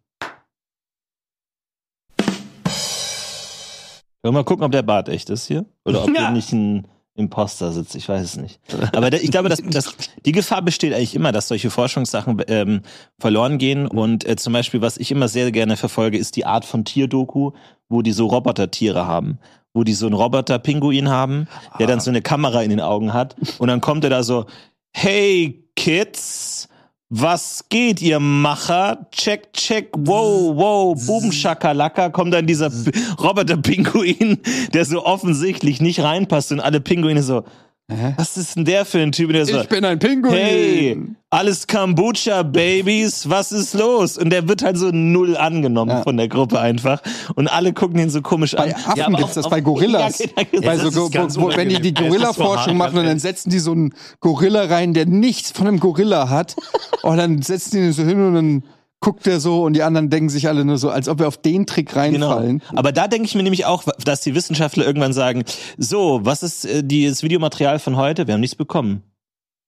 Speaker 3: Wollen wir mal gucken, ob der Bart echt ist hier? Oder ob
Speaker 2: Ja.
Speaker 3: hier nicht ein Imposter sitzt. Ich weiß es nicht. Aber da, ich glaube, dass, dass die Gefahr besteht eigentlich immer, dass solche Forschungssachen ähm, verloren gehen. Und äh, zum Beispiel, was ich immer sehr gerne verfolge, ist die Art von Tierdoku, wo die so Robotertiere haben. Wo die so einen Roboter-Pinguin haben, der dann so eine Kamera in den Augen hat. Und dann kommt er da so, hey Kids, was geht, ihr Macher? Check, check, wow, wow, boom, schakalaka, kommt dann dieser P- Roboter-Pinguin, der so offensichtlich nicht reinpasst und alle Pinguine so,
Speaker 1: Hä?
Speaker 3: was ist denn der für ein Typ? Und der so,
Speaker 1: Ich bin ein Pinguin.
Speaker 3: hey, alles Kombucha-Babys, was ist los? Und der wird halt so null angenommen
Speaker 1: Ja.
Speaker 3: von der Gruppe einfach. Und alle gucken ihn so komisch an.
Speaker 1: Bei Affen
Speaker 3: aber
Speaker 1: gibt's
Speaker 3: auf-
Speaker 1: das,
Speaker 3: auf-
Speaker 1: bei Gorillas.
Speaker 3: Ja, genau, genau.
Speaker 1: Weil so,
Speaker 2: das
Speaker 1: Go-
Speaker 2: ist ganz
Speaker 1: Go- wenn die die
Speaker 2: unangenehm. Das ist so hart,
Speaker 1: Gorilla-Forschung machen und dann
Speaker 2: ganz
Speaker 1: setzen die so einen Gorilla rein, der nichts von einem Gorilla hat. und dann setzen die ihn so hin und dann guckt er so und die anderen denken sich alle nur so, als ob wir auf den Trick
Speaker 2: Genau.
Speaker 1: reinfallen.
Speaker 3: Genau. Aber da denke ich mir nämlich auch, dass die Wissenschaftler irgendwann sagen: So, was ist äh, die- das Videomaterial von heute? Wir haben nichts bekommen.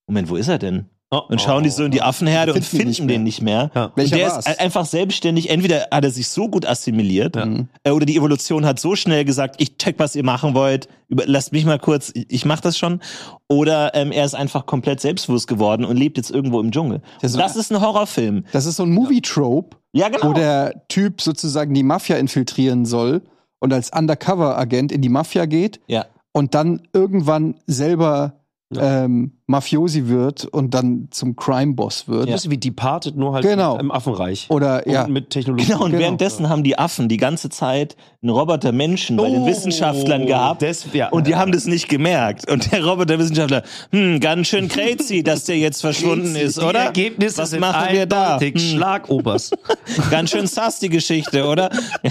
Speaker 3: Moment, wo ist er denn? Und schauen die so in oh, die Affenherde und
Speaker 1: Finden ihn
Speaker 3: finden
Speaker 1: nicht mehr.
Speaker 3: den nicht mehr.
Speaker 2: Ja.
Speaker 3: Und
Speaker 1: Welcher
Speaker 3: der
Speaker 1: war's?
Speaker 3: ist ein- einfach selbstständig. Entweder hat er sich so gut assimiliert
Speaker 1: Mhm.
Speaker 3: äh, oder die Evolution hat so schnell gesagt: Ich check, was ihr machen wollt. Über, lasst mich mal kurz. Ich, ich mach das schon. Oder ähm, er ist einfach komplett selbstbewusst geworden und lebt jetzt irgendwo im Dschungel.
Speaker 1: Das ist-
Speaker 3: Und das ist ein Horrorfilm.
Speaker 1: Das ist so ein Movie-Trope,
Speaker 3: Ja,
Speaker 1: wo
Speaker 3: genau.
Speaker 1: der Typ sozusagen die Mafia infiltrieren soll und als Undercover-Agent in die Mafia geht
Speaker 3: Ja.
Speaker 1: und dann irgendwann selber ähm, Mafiosi wird und dann zum Crime-Boss wird.
Speaker 2: Ein bisschen wie Departed, nur halt
Speaker 1: Genau.
Speaker 2: im Affenreich.
Speaker 1: Oder ja.
Speaker 2: Und mit Technologie.
Speaker 3: Genau, und
Speaker 1: Genau.
Speaker 3: währenddessen haben die Affen die ganze Zeit einen Roboter-Menschen bei den
Speaker 2: Oh,
Speaker 3: Wissenschaftlern gehabt.
Speaker 2: das- ja.
Speaker 3: Und die haben das nicht gemerkt. Und der Roboter-Wissenschaftler, hm, ganz schön crazy, dass der jetzt verschwunden ist,
Speaker 2: Die
Speaker 3: oder?
Speaker 2: Ergebnisse
Speaker 3: Was
Speaker 2: sind
Speaker 3: machen wir da?
Speaker 2: eindeutig.
Speaker 3: Hm,
Speaker 2: Schlagobers.
Speaker 3: ganz schön sass die Geschichte, oder?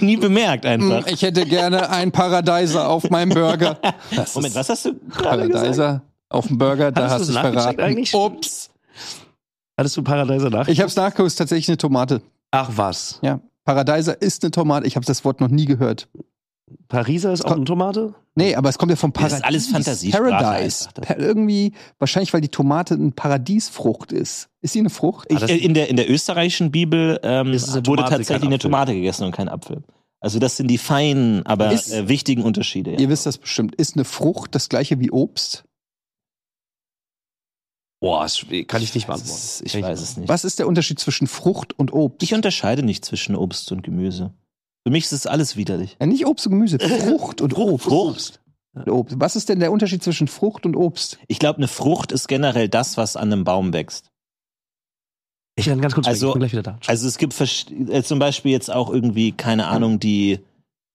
Speaker 3: Nie bemerkt
Speaker 1: Hm,
Speaker 3: einfach.
Speaker 1: Ich hätte gerne einen Paradeiser auf meinem Burger.
Speaker 3: Moment, was hast du gerade gesagt?
Speaker 1: Paradeiser auf dem Burger, da
Speaker 2: Hattest
Speaker 1: hast du
Speaker 2: du's
Speaker 1: es
Speaker 2: nachgecheckt
Speaker 1: verraten.
Speaker 2: eigentlich?
Speaker 1: Ups.
Speaker 2: Hattest du Paradeiser nach?
Speaker 1: Ich hab's nachgeguckt, ist tatsächlich eine Tomate.
Speaker 2: Ach was.
Speaker 1: Ja. Paradeiser ist eine Tomate. Ich habe das Wort noch nie gehört.
Speaker 2: Pariser ist auch eine Tomate?
Speaker 1: Nee, aber es kommt ja vom
Speaker 3: Das
Speaker 1: Paradies.
Speaker 3: ist alles Fantasiesprache
Speaker 1: Paradise.
Speaker 3: einfach, das-
Speaker 1: Pa- irgendwie, wahrscheinlich, weil die Tomate eine Paradiesfrucht ist. Ist sie eine Frucht?
Speaker 3: Ich,
Speaker 2: Ah, das-
Speaker 3: äh, in, der, in der österreichischen Bibel ähm,
Speaker 2: Es ist eine
Speaker 3: wurde
Speaker 2: Tomate,
Speaker 3: tatsächlich
Speaker 2: kein
Speaker 3: eine
Speaker 2: Apfel.
Speaker 3: Tomate gegessen und kein Apfel. Also das sind die feinen, aber
Speaker 1: Ist-
Speaker 3: äh, wichtigen Unterschiede. Ja.
Speaker 1: Ihr wisst das bestimmt. Ist eine Frucht das gleiche wie Obst?
Speaker 2: Boah, das kann ich nicht
Speaker 3: Ich weiß
Speaker 2: beantworten.
Speaker 3: es-
Speaker 2: Kann
Speaker 3: Ich weiß es nicht.
Speaker 1: Was ist der Unterschied zwischen Frucht und Obst?
Speaker 3: Ich unterscheide nicht zwischen Obst und Gemüse. Für mich ist es alles widerlich.
Speaker 1: ja, nicht Obst und Gemüse, Frucht und Obst.
Speaker 3: Frucht.
Speaker 1: und Obst. Was ist denn der Unterschied zwischen Frucht und Obst?
Speaker 3: Ich glaube, eine Frucht ist generell das, was an einem Baum wächst.
Speaker 2: Ich kann ganz kurz
Speaker 3: Also-
Speaker 2: weg, ich bin gleich wieder da.
Speaker 3: Also es gibt vers- äh, zum Beispiel jetzt auch irgendwie, keine Ahnung, die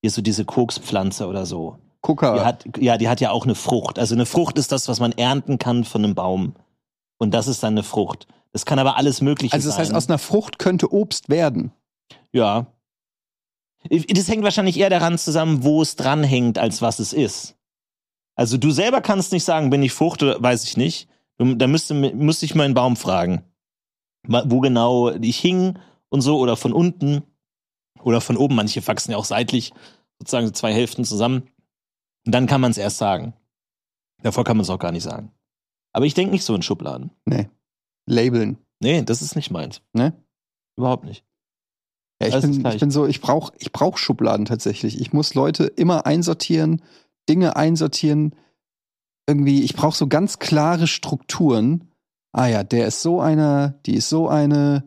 Speaker 3: hier so diese Kokspflanze oder so. Die
Speaker 1: Gucker.
Speaker 3: hat, ja, die hat ja auch eine Frucht. Also eine Frucht ist das, was man ernten kann von einem Baum. Und das ist dann eine Frucht. Das kann aber alles Mögliche
Speaker 1: Also das
Speaker 3: sein.
Speaker 1: heißt, aus einer Frucht könnte Obst werden.
Speaker 3: ja. Das hängt wahrscheinlich eher daran zusammen, wo es dranhängt, als was es ist. Also du selber kannst nicht sagen, bin ich Frucht oder weiß ich nicht. Du- Da müsste, müsste ich meinen Baum fragen, Ma- wo genau ich hing und so oder von unten oder von oben. Manche wachsen ja auch seitlich, sozusagen so zwei Hälften zusammen. Und dann kann man es erst sagen. Davor kann man es auch gar nicht sagen. Aber ich denke nicht so in Schubladen.
Speaker 1: Labeln.
Speaker 3: Nee, das ist nicht meins.
Speaker 1: Ne?
Speaker 3: Überhaupt nicht.
Speaker 1: Ja, ich,
Speaker 3: Alles
Speaker 1: bin,
Speaker 3: gleich.
Speaker 1: ich bin so, ich brauche ich brauch Schubladen tatsächlich. Ich muss Leute immer einsortieren, Dinge einsortieren. Irgendwie, ich brauche so ganz klare Strukturen. Ah ja, der ist so einer, die ist so eine.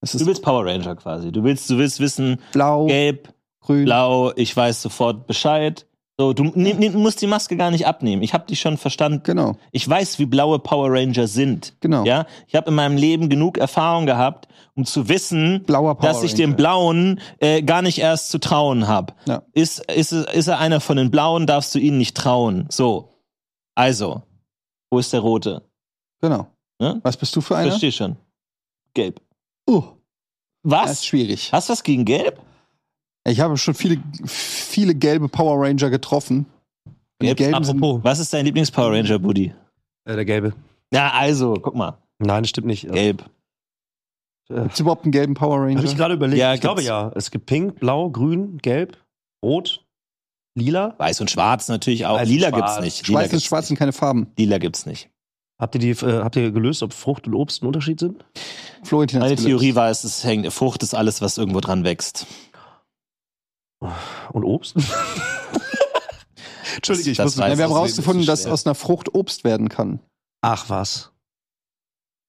Speaker 1: Es
Speaker 3: Du
Speaker 1: ist
Speaker 3: willst Power Ranger quasi. Du willst, du willst wissen,
Speaker 1: blau,
Speaker 3: gelb,
Speaker 1: Oh, grün.
Speaker 3: blau, ich weiß sofort Bescheid. So, du nimm, nimm, musst die Maske gar nicht abnehmen. Ich habe dich schon verstanden.
Speaker 1: Genau,
Speaker 3: Ich weiß, wie blaue Power Ranger sind.
Speaker 1: genau.
Speaker 3: Ja, ich habe in meinem Leben genug Erfahrung gehabt, um zu wissen,
Speaker 1: Blauer Power
Speaker 3: dass ich dem
Speaker 1: Ranger.
Speaker 3: Blauen äh, gar nicht erst zu trauen habe.
Speaker 1: Ja.
Speaker 3: Ist, ist, ist er einer von den Blauen, darfst du ihn nicht trauen. So, also, wo ist der Rote?
Speaker 1: Genau.
Speaker 3: Ne?
Speaker 1: Was bist du für einer?
Speaker 3: Verstehe schon. Gelb.
Speaker 1: Oh, das ist
Speaker 3: Was?
Speaker 1: schwierig.
Speaker 3: Hast du was gegen Gelb?
Speaker 1: Ich habe schon viele, viele gelbe Power Ranger getroffen. Und die
Speaker 3: Gelb,
Speaker 1: gelben sind,
Speaker 2: Apropos,
Speaker 3: Was ist dein Lieblings-Power Ranger-Buddy?
Speaker 2: äh, der gelbe.
Speaker 3: Ja, also, guck mal.
Speaker 2: Nein, das stimmt nicht. Äh,
Speaker 3: Gelb.
Speaker 1: gibt's überhaupt einen gelben Power
Speaker 2: Habe ich
Speaker 1: Ranger?
Speaker 2: gerade überlegt.
Speaker 3: Ja,
Speaker 2: ich glaube
Speaker 3: gibt's.
Speaker 2: ja. Es gibt pink, blau, grün, gelb, rot, lila.
Speaker 3: Weiß und Schwarz natürlich auch.
Speaker 2: Weiß und
Speaker 3: Lila
Speaker 2: Schwarz.
Speaker 3: gibt's nicht. Lila
Speaker 1: Schwarz ist
Speaker 3: gibt's,
Speaker 1: schwarz und keine Farben.
Speaker 3: nicht. Lila gibt's nicht.
Speaker 2: Habt ihr, die, äh, habt ihr gelöst, ob Frucht und Obst ein Unterschied sind?
Speaker 1: Florentin hat's
Speaker 3: Meine
Speaker 1: gelöst.
Speaker 3: Theorie war, es ist hängt. Frucht ist alles, was irgendwo dran wächst.
Speaker 2: Und Obst? Entschuldige, ich
Speaker 3: Das-
Speaker 2: muss
Speaker 3: das
Speaker 1: Ja,
Speaker 3: weiß
Speaker 1: wir haben
Speaker 3: Ausreden
Speaker 1: herausgefunden,
Speaker 3: ist so
Speaker 1: dass
Speaker 3: schwer.
Speaker 1: aus einer Frucht Obst werden kann.
Speaker 2: Ach was.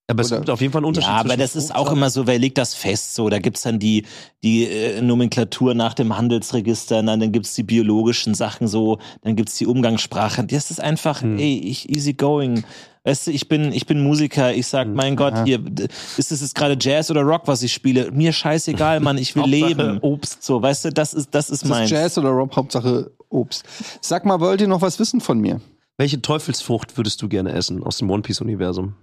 Speaker 2: Aber es
Speaker 1: Oder-
Speaker 2: gibt auf jeden Fall einen
Speaker 3: Ja,
Speaker 2: Unterschied.
Speaker 3: aber
Speaker 2: zwischen
Speaker 3: das ist
Speaker 2: Frucht-
Speaker 3: auch immer so, wer legt das fest? So, da gibt's dann die, die äh, Nomenklatur nach dem Handelsregister, na, dann gibt's die biologischen Sachen so, dann gibt's die Umgangssprache. Das ist einfach,
Speaker 2: Hm.
Speaker 3: ey, ich, easy going. Weißt du, ich bin, ich bin Musiker, ich
Speaker 2: Hm.
Speaker 3: sag, mein Gott, hier, d- ist es jetzt gerade Jazz oder Rock, was ich spiele? Mir scheißegal, Mann, ich will
Speaker 2: Hauptsache
Speaker 3: leben.
Speaker 2: Obst.
Speaker 3: So, weißt du, das ist, das ist
Speaker 1: Ist
Speaker 3: mein.
Speaker 1: das Jazz oder Rob? Hauptsache Obst. Sag mal, wollt ihr noch was wissen von mir?
Speaker 2: Welche Teufelsfrucht würdest du gerne essen aus dem One Piece Universum?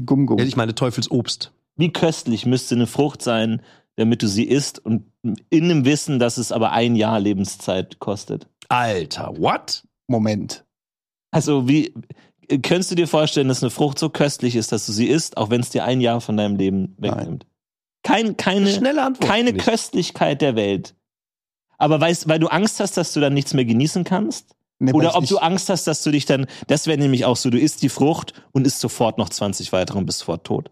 Speaker 1: Die Gumgum.
Speaker 2: Ja, ich meine Teufelsobst.
Speaker 3: Wie köstlich müsste eine Frucht sein, damit du sie isst und in dem Wissen, dass es aber ein Jahr Lebenszeit kostet?
Speaker 2: Alter, what?
Speaker 1: Moment.
Speaker 3: Also, wie könntest du dir vorstellen, dass eine Frucht so köstlich ist, dass du sie isst, auch wenn es dir ein Jahr von deinem Leben wegnimmt? Kein, keine
Speaker 2: Schnelle Antwort.
Speaker 3: keine
Speaker 2: Nicht.
Speaker 3: Köstlichkeit der Welt. Aber weißt, weil du Angst hast, dass du dann nichts mehr genießen kannst?
Speaker 1: Nee, weiß
Speaker 3: Oder ob
Speaker 1: ich
Speaker 3: du
Speaker 1: nicht.
Speaker 3: Angst hast, dass du dich dann, das wäre nämlich auch so, du isst die Frucht und isst sofort noch 20 weitere und bist sofort tot.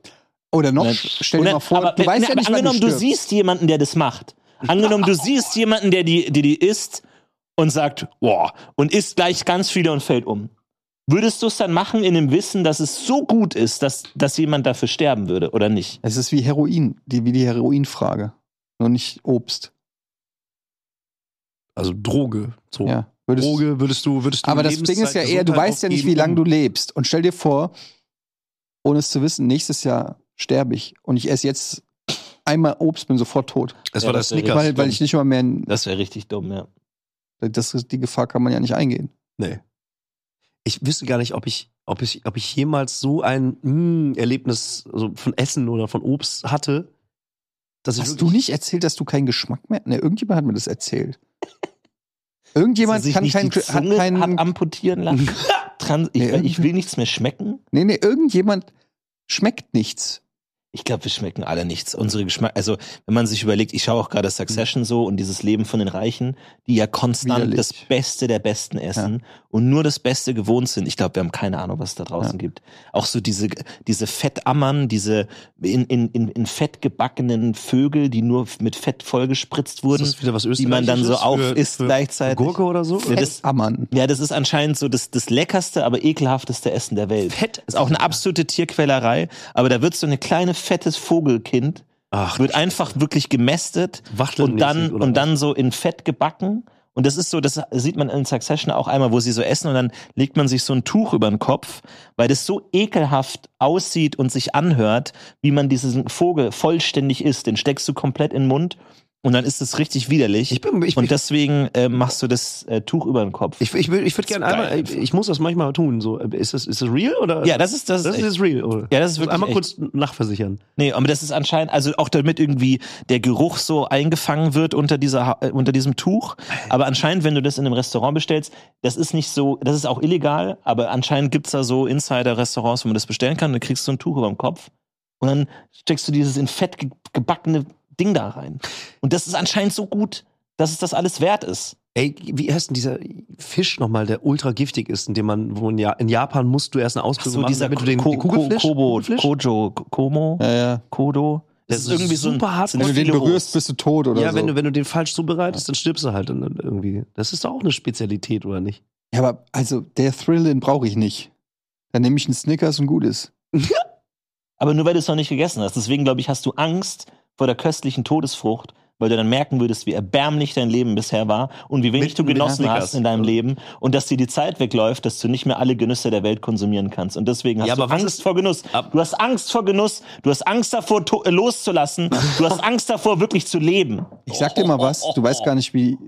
Speaker 1: Oder noch,
Speaker 3: Nein.
Speaker 1: stell dir
Speaker 3: Oder-
Speaker 1: mal vor,
Speaker 3: aber,
Speaker 1: du weißt
Speaker 3: ne,
Speaker 1: ja nicht,
Speaker 3: aber
Speaker 1: wann du
Speaker 3: angenommen, du,
Speaker 1: stirbst.
Speaker 3: siehst jemanden, der das macht. Angenommen, du siehst jemanden, der die, die, die isst und sagt, boah, und isst gleich ganz viele und fällt um. Würdest du es dann machen in dem Wissen, dass es so gut ist, dass, dass jemand dafür sterben würde oder nicht?
Speaker 1: Es ist wie Heroin, die, wie die Heroinfrage. Nur nicht Obst.
Speaker 2: Also Droge.
Speaker 3: Oh.
Speaker 2: So.
Speaker 1: Ja. Würdest,
Speaker 2: Droge würdest du, würdest du
Speaker 1: aber das Ding ist ja
Speaker 2: Lebenszeit,
Speaker 1: eher, du
Speaker 2: Gesundheit
Speaker 1: weißt ja nicht, wie
Speaker 2: aufgeben,
Speaker 1: lange du
Speaker 2: um-
Speaker 1: lebst. Und stell dir vor, ohne es zu wissen, nächstes Jahr sterbe ich und ich esse jetzt einmal Obst, bin sofort tot.
Speaker 2: Es
Speaker 3: Ja,
Speaker 2: war der
Speaker 3: das wäre
Speaker 2: Snickers.
Speaker 1: weil, weil ich nicht mal mehr.
Speaker 3: Das wäre richtig dumm, ja.
Speaker 1: Das, die Gefahr kann man ja nicht eingehen.
Speaker 2: Nee. Ich wüsste gar nicht, ob ich, ob ich, ob ich jemals so ein mm, Erlebnis so von Essen oder von Obst hatte, dass ich
Speaker 1: Hast du
Speaker 2: wirklich-
Speaker 1: nicht erzählt, dass du keinen Geschmack mehr? Ne, irgendjemand hat mir das erzählt. Irgendjemand
Speaker 3: Dass er sich
Speaker 1: kann
Speaker 3: nicht
Speaker 1: keinen.
Speaker 3: die
Speaker 1: Hat
Speaker 3: Zunge
Speaker 1: keinen
Speaker 3: hat amputieren lassen. Trans ich,
Speaker 1: Nee,
Speaker 3: ich will nichts mehr schmecken.
Speaker 1: nee, nee, irgendjemand schmeckt nichts.
Speaker 3: Ich glaube, wir schmecken alle nichts. Unsere Geschmack, also wenn man sich überlegt, ich schaue auch gerade
Speaker 2: Mhm.
Speaker 3: Succession so und dieses Leben von den Reichen, die ja konstant
Speaker 6: Widerlich.
Speaker 3: das Beste der Besten essen und nur das Beste gewohnt sind. Ich glaube, wir haben keine Ahnung, was es da draußen gibt. Auch so diese diese Fettammern, diese in, in, in, in Fett gebackenen Vögel, die nur mit Fett vollgespritzt wurden.
Speaker 2: das wieder was
Speaker 3: die man dann so
Speaker 2: Österreichisches
Speaker 3: auf
Speaker 2: für-
Speaker 3: isst
Speaker 2: für
Speaker 3: gleichzeitig.
Speaker 2: Gurke oder so?
Speaker 3: Ja, das,
Speaker 6: Ammann.
Speaker 3: ja, das ist anscheinend so das, das leckerste, aber ekelhafteste Essen der Welt.
Speaker 2: Fett?
Speaker 3: Ist auch eine absolute Tierquälerei, aber da wird so eine kleine, fettes Vogelkind,
Speaker 2: Ach,
Speaker 3: wird einfach wirklich gemästet und
Speaker 2: Wachtelmäßig,
Speaker 3: dann,
Speaker 2: oder
Speaker 3: und
Speaker 2: was?
Speaker 3: dann so in Fett gebacken. Und das ist so, das sieht man in Succession auch einmal, wo sie so essen und dann legt man sich so ein Tuch über den Kopf, weil das so ekelhaft aussieht und sich anhört, wie man diesen Vogel vollständig isst. Den steckst du komplett in den Mund und dann ist es richtig widerlich.
Speaker 2: Ich bin- ich-
Speaker 3: und
Speaker 2: ich-
Speaker 3: deswegen äh, machst du das äh, Tuch über den Kopf.
Speaker 2: Ich, ich, würd- ich würde gerne
Speaker 3: Geil
Speaker 2: einmal,
Speaker 3: einfach.
Speaker 2: ich muss das manchmal tun. So, ist das, ist das real oder?
Speaker 3: ja, das ist das.
Speaker 2: das
Speaker 3: ist
Speaker 2: ist
Speaker 3: echt.
Speaker 2: jetzt real. Oder?
Speaker 3: Ja, das ist
Speaker 2: Also
Speaker 3: wirklich
Speaker 2: einmal
Speaker 3: echt.
Speaker 2: kurz nachversichern.
Speaker 3: Nee, aber das ist anscheinend, also auch damit irgendwie der Geruch so eingefangen wird unter dieser, Ha- äh, unter diesem Tuch. Aber anscheinend, wenn du das in einem Restaurant bestellst, das ist nicht so, das ist auch illegal, aber anscheinend gibt's da so Insider-Restaurants, wo man das bestellen kann, und dann kriegst du ein Tuch über dem Kopf und dann steckst du dieses in Fett ge gebackene Ding da rein. Und das ist anscheinend so gut, dass es das alles wert ist.
Speaker 2: Ey, wie heißt denn dieser Fisch nochmal, der ultra giftig ist, in dem man, wo in, ja in Japan musst du erst eine
Speaker 3: Ach
Speaker 2: Ausbildung
Speaker 3: so,
Speaker 2: machen,
Speaker 3: dieser
Speaker 2: damit du den,
Speaker 3: Ko-
Speaker 2: den Kugelfleisch,
Speaker 3: Ko- Kobo,
Speaker 2: Kugelfleisch?
Speaker 3: Kojo, Ko- Komo,
Speaker 1: Ja, ja.
Speaker 3: Kodo.
Speaker 2: Das ist super hart.
Speaker 3: sind
Speaker 2: Wenn
Speaker 1: Wenn du den
Speaker 3: viele
Speaker 1: berührst,
Speaker 3: Rohs.
Speaker 1: bist du tot oder
Speaker 2: ja,
Speaker 1: so.
Speaker 2: wenn, du, wenn du den falsch zubereitest, dann stirbst du halt dann irgendwie. Das ist doch auch eine Spezialität, oder nicht?
Speaker 1: ja, aber also der Thrill, den brauche ich nicht. Dann nehme ich einen Snickers und gut ist.
Speaker 3: Aber nur weil du es noch nicht gegessen hast. Deswegen, glaube ich, hast du Angst vor der köstlichen Todesfrucht, weil du dann merken würdest, wie erbärmlich dein Leben bisher war und wie wenig
Speaker 2: Mit-
Speaker 3: du
Speaker 2: mit
Speaker 3: genossen
Speaker 2: Snickers.
Speaker 3: hast in deinem Leben und dass dir die Zeit wegläuft, dass du nicht mehr alle Genüsse der Welt konsumieren kannst. Und deswegen hast
Speaker 2: Ja,
Speaker 3: du
Speaker 2: aber was
Speaker 3: Angst
Speaker 2: ist-
Speaker 3: vor Genuss.
Speaker 2: Ab-
Speaker 3: Du hast Angst vor Genuss. Du hast Angst davor, to- äh, loszulassen. Du hast Angst davor, wirklich zu leben.
Speaker 1: Ich sag dir mal was, du weißt gar nicht, wie,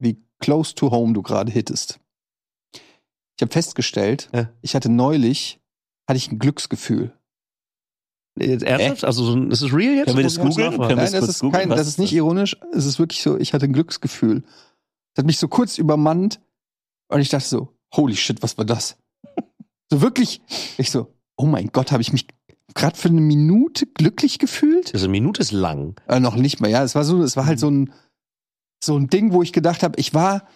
Speaker 1: wie close to home du gerade hittest. Ich habe festgestellt,
Speaker 2: Ja.
Speaker 1: ich hatte neulich, hatte ich ein Glücksgefühl.
Speaker 2: Nee, Jetzt ernsthaft? Also, so ein- ist es real jetzt?
Speaker 3: Können wir
Speaker 2: Muss
Speaker 3: das
Speaker 2: ich kurz
Speaker 3: googeln?
Speaker 2: nachfragen?
Speaker 3: Können wir-
Speaker 1: Nein,
Speaker 3: es
Speaker 1: das
Speaker 3: kurz
Speaker 1: ist,
Speaker 3: googeln,
Speaker 1: kein,
Speaker 3: was
Speaker 1: das
Speaker 3: ist
Speaker 1: ist nicht
Speaker 3: das?
Speaker 1: ironisch, es ist wirklich so, ich hatte ein Glücksgefühl. Das hat mich so kurz übermannt und ich dachte so, holy shit, was war das? So wirklich, ich so, oh mein Gott, habe ich mich gerade für eine Minute glücklich gefühlt?
Speaker 2: Also, eine Minute ist lang.
Speaker 1: Äh, noch nicht mal, ja. Es war so, es war halt so ein, so ein Ding, wo ich gedacht habe, ich war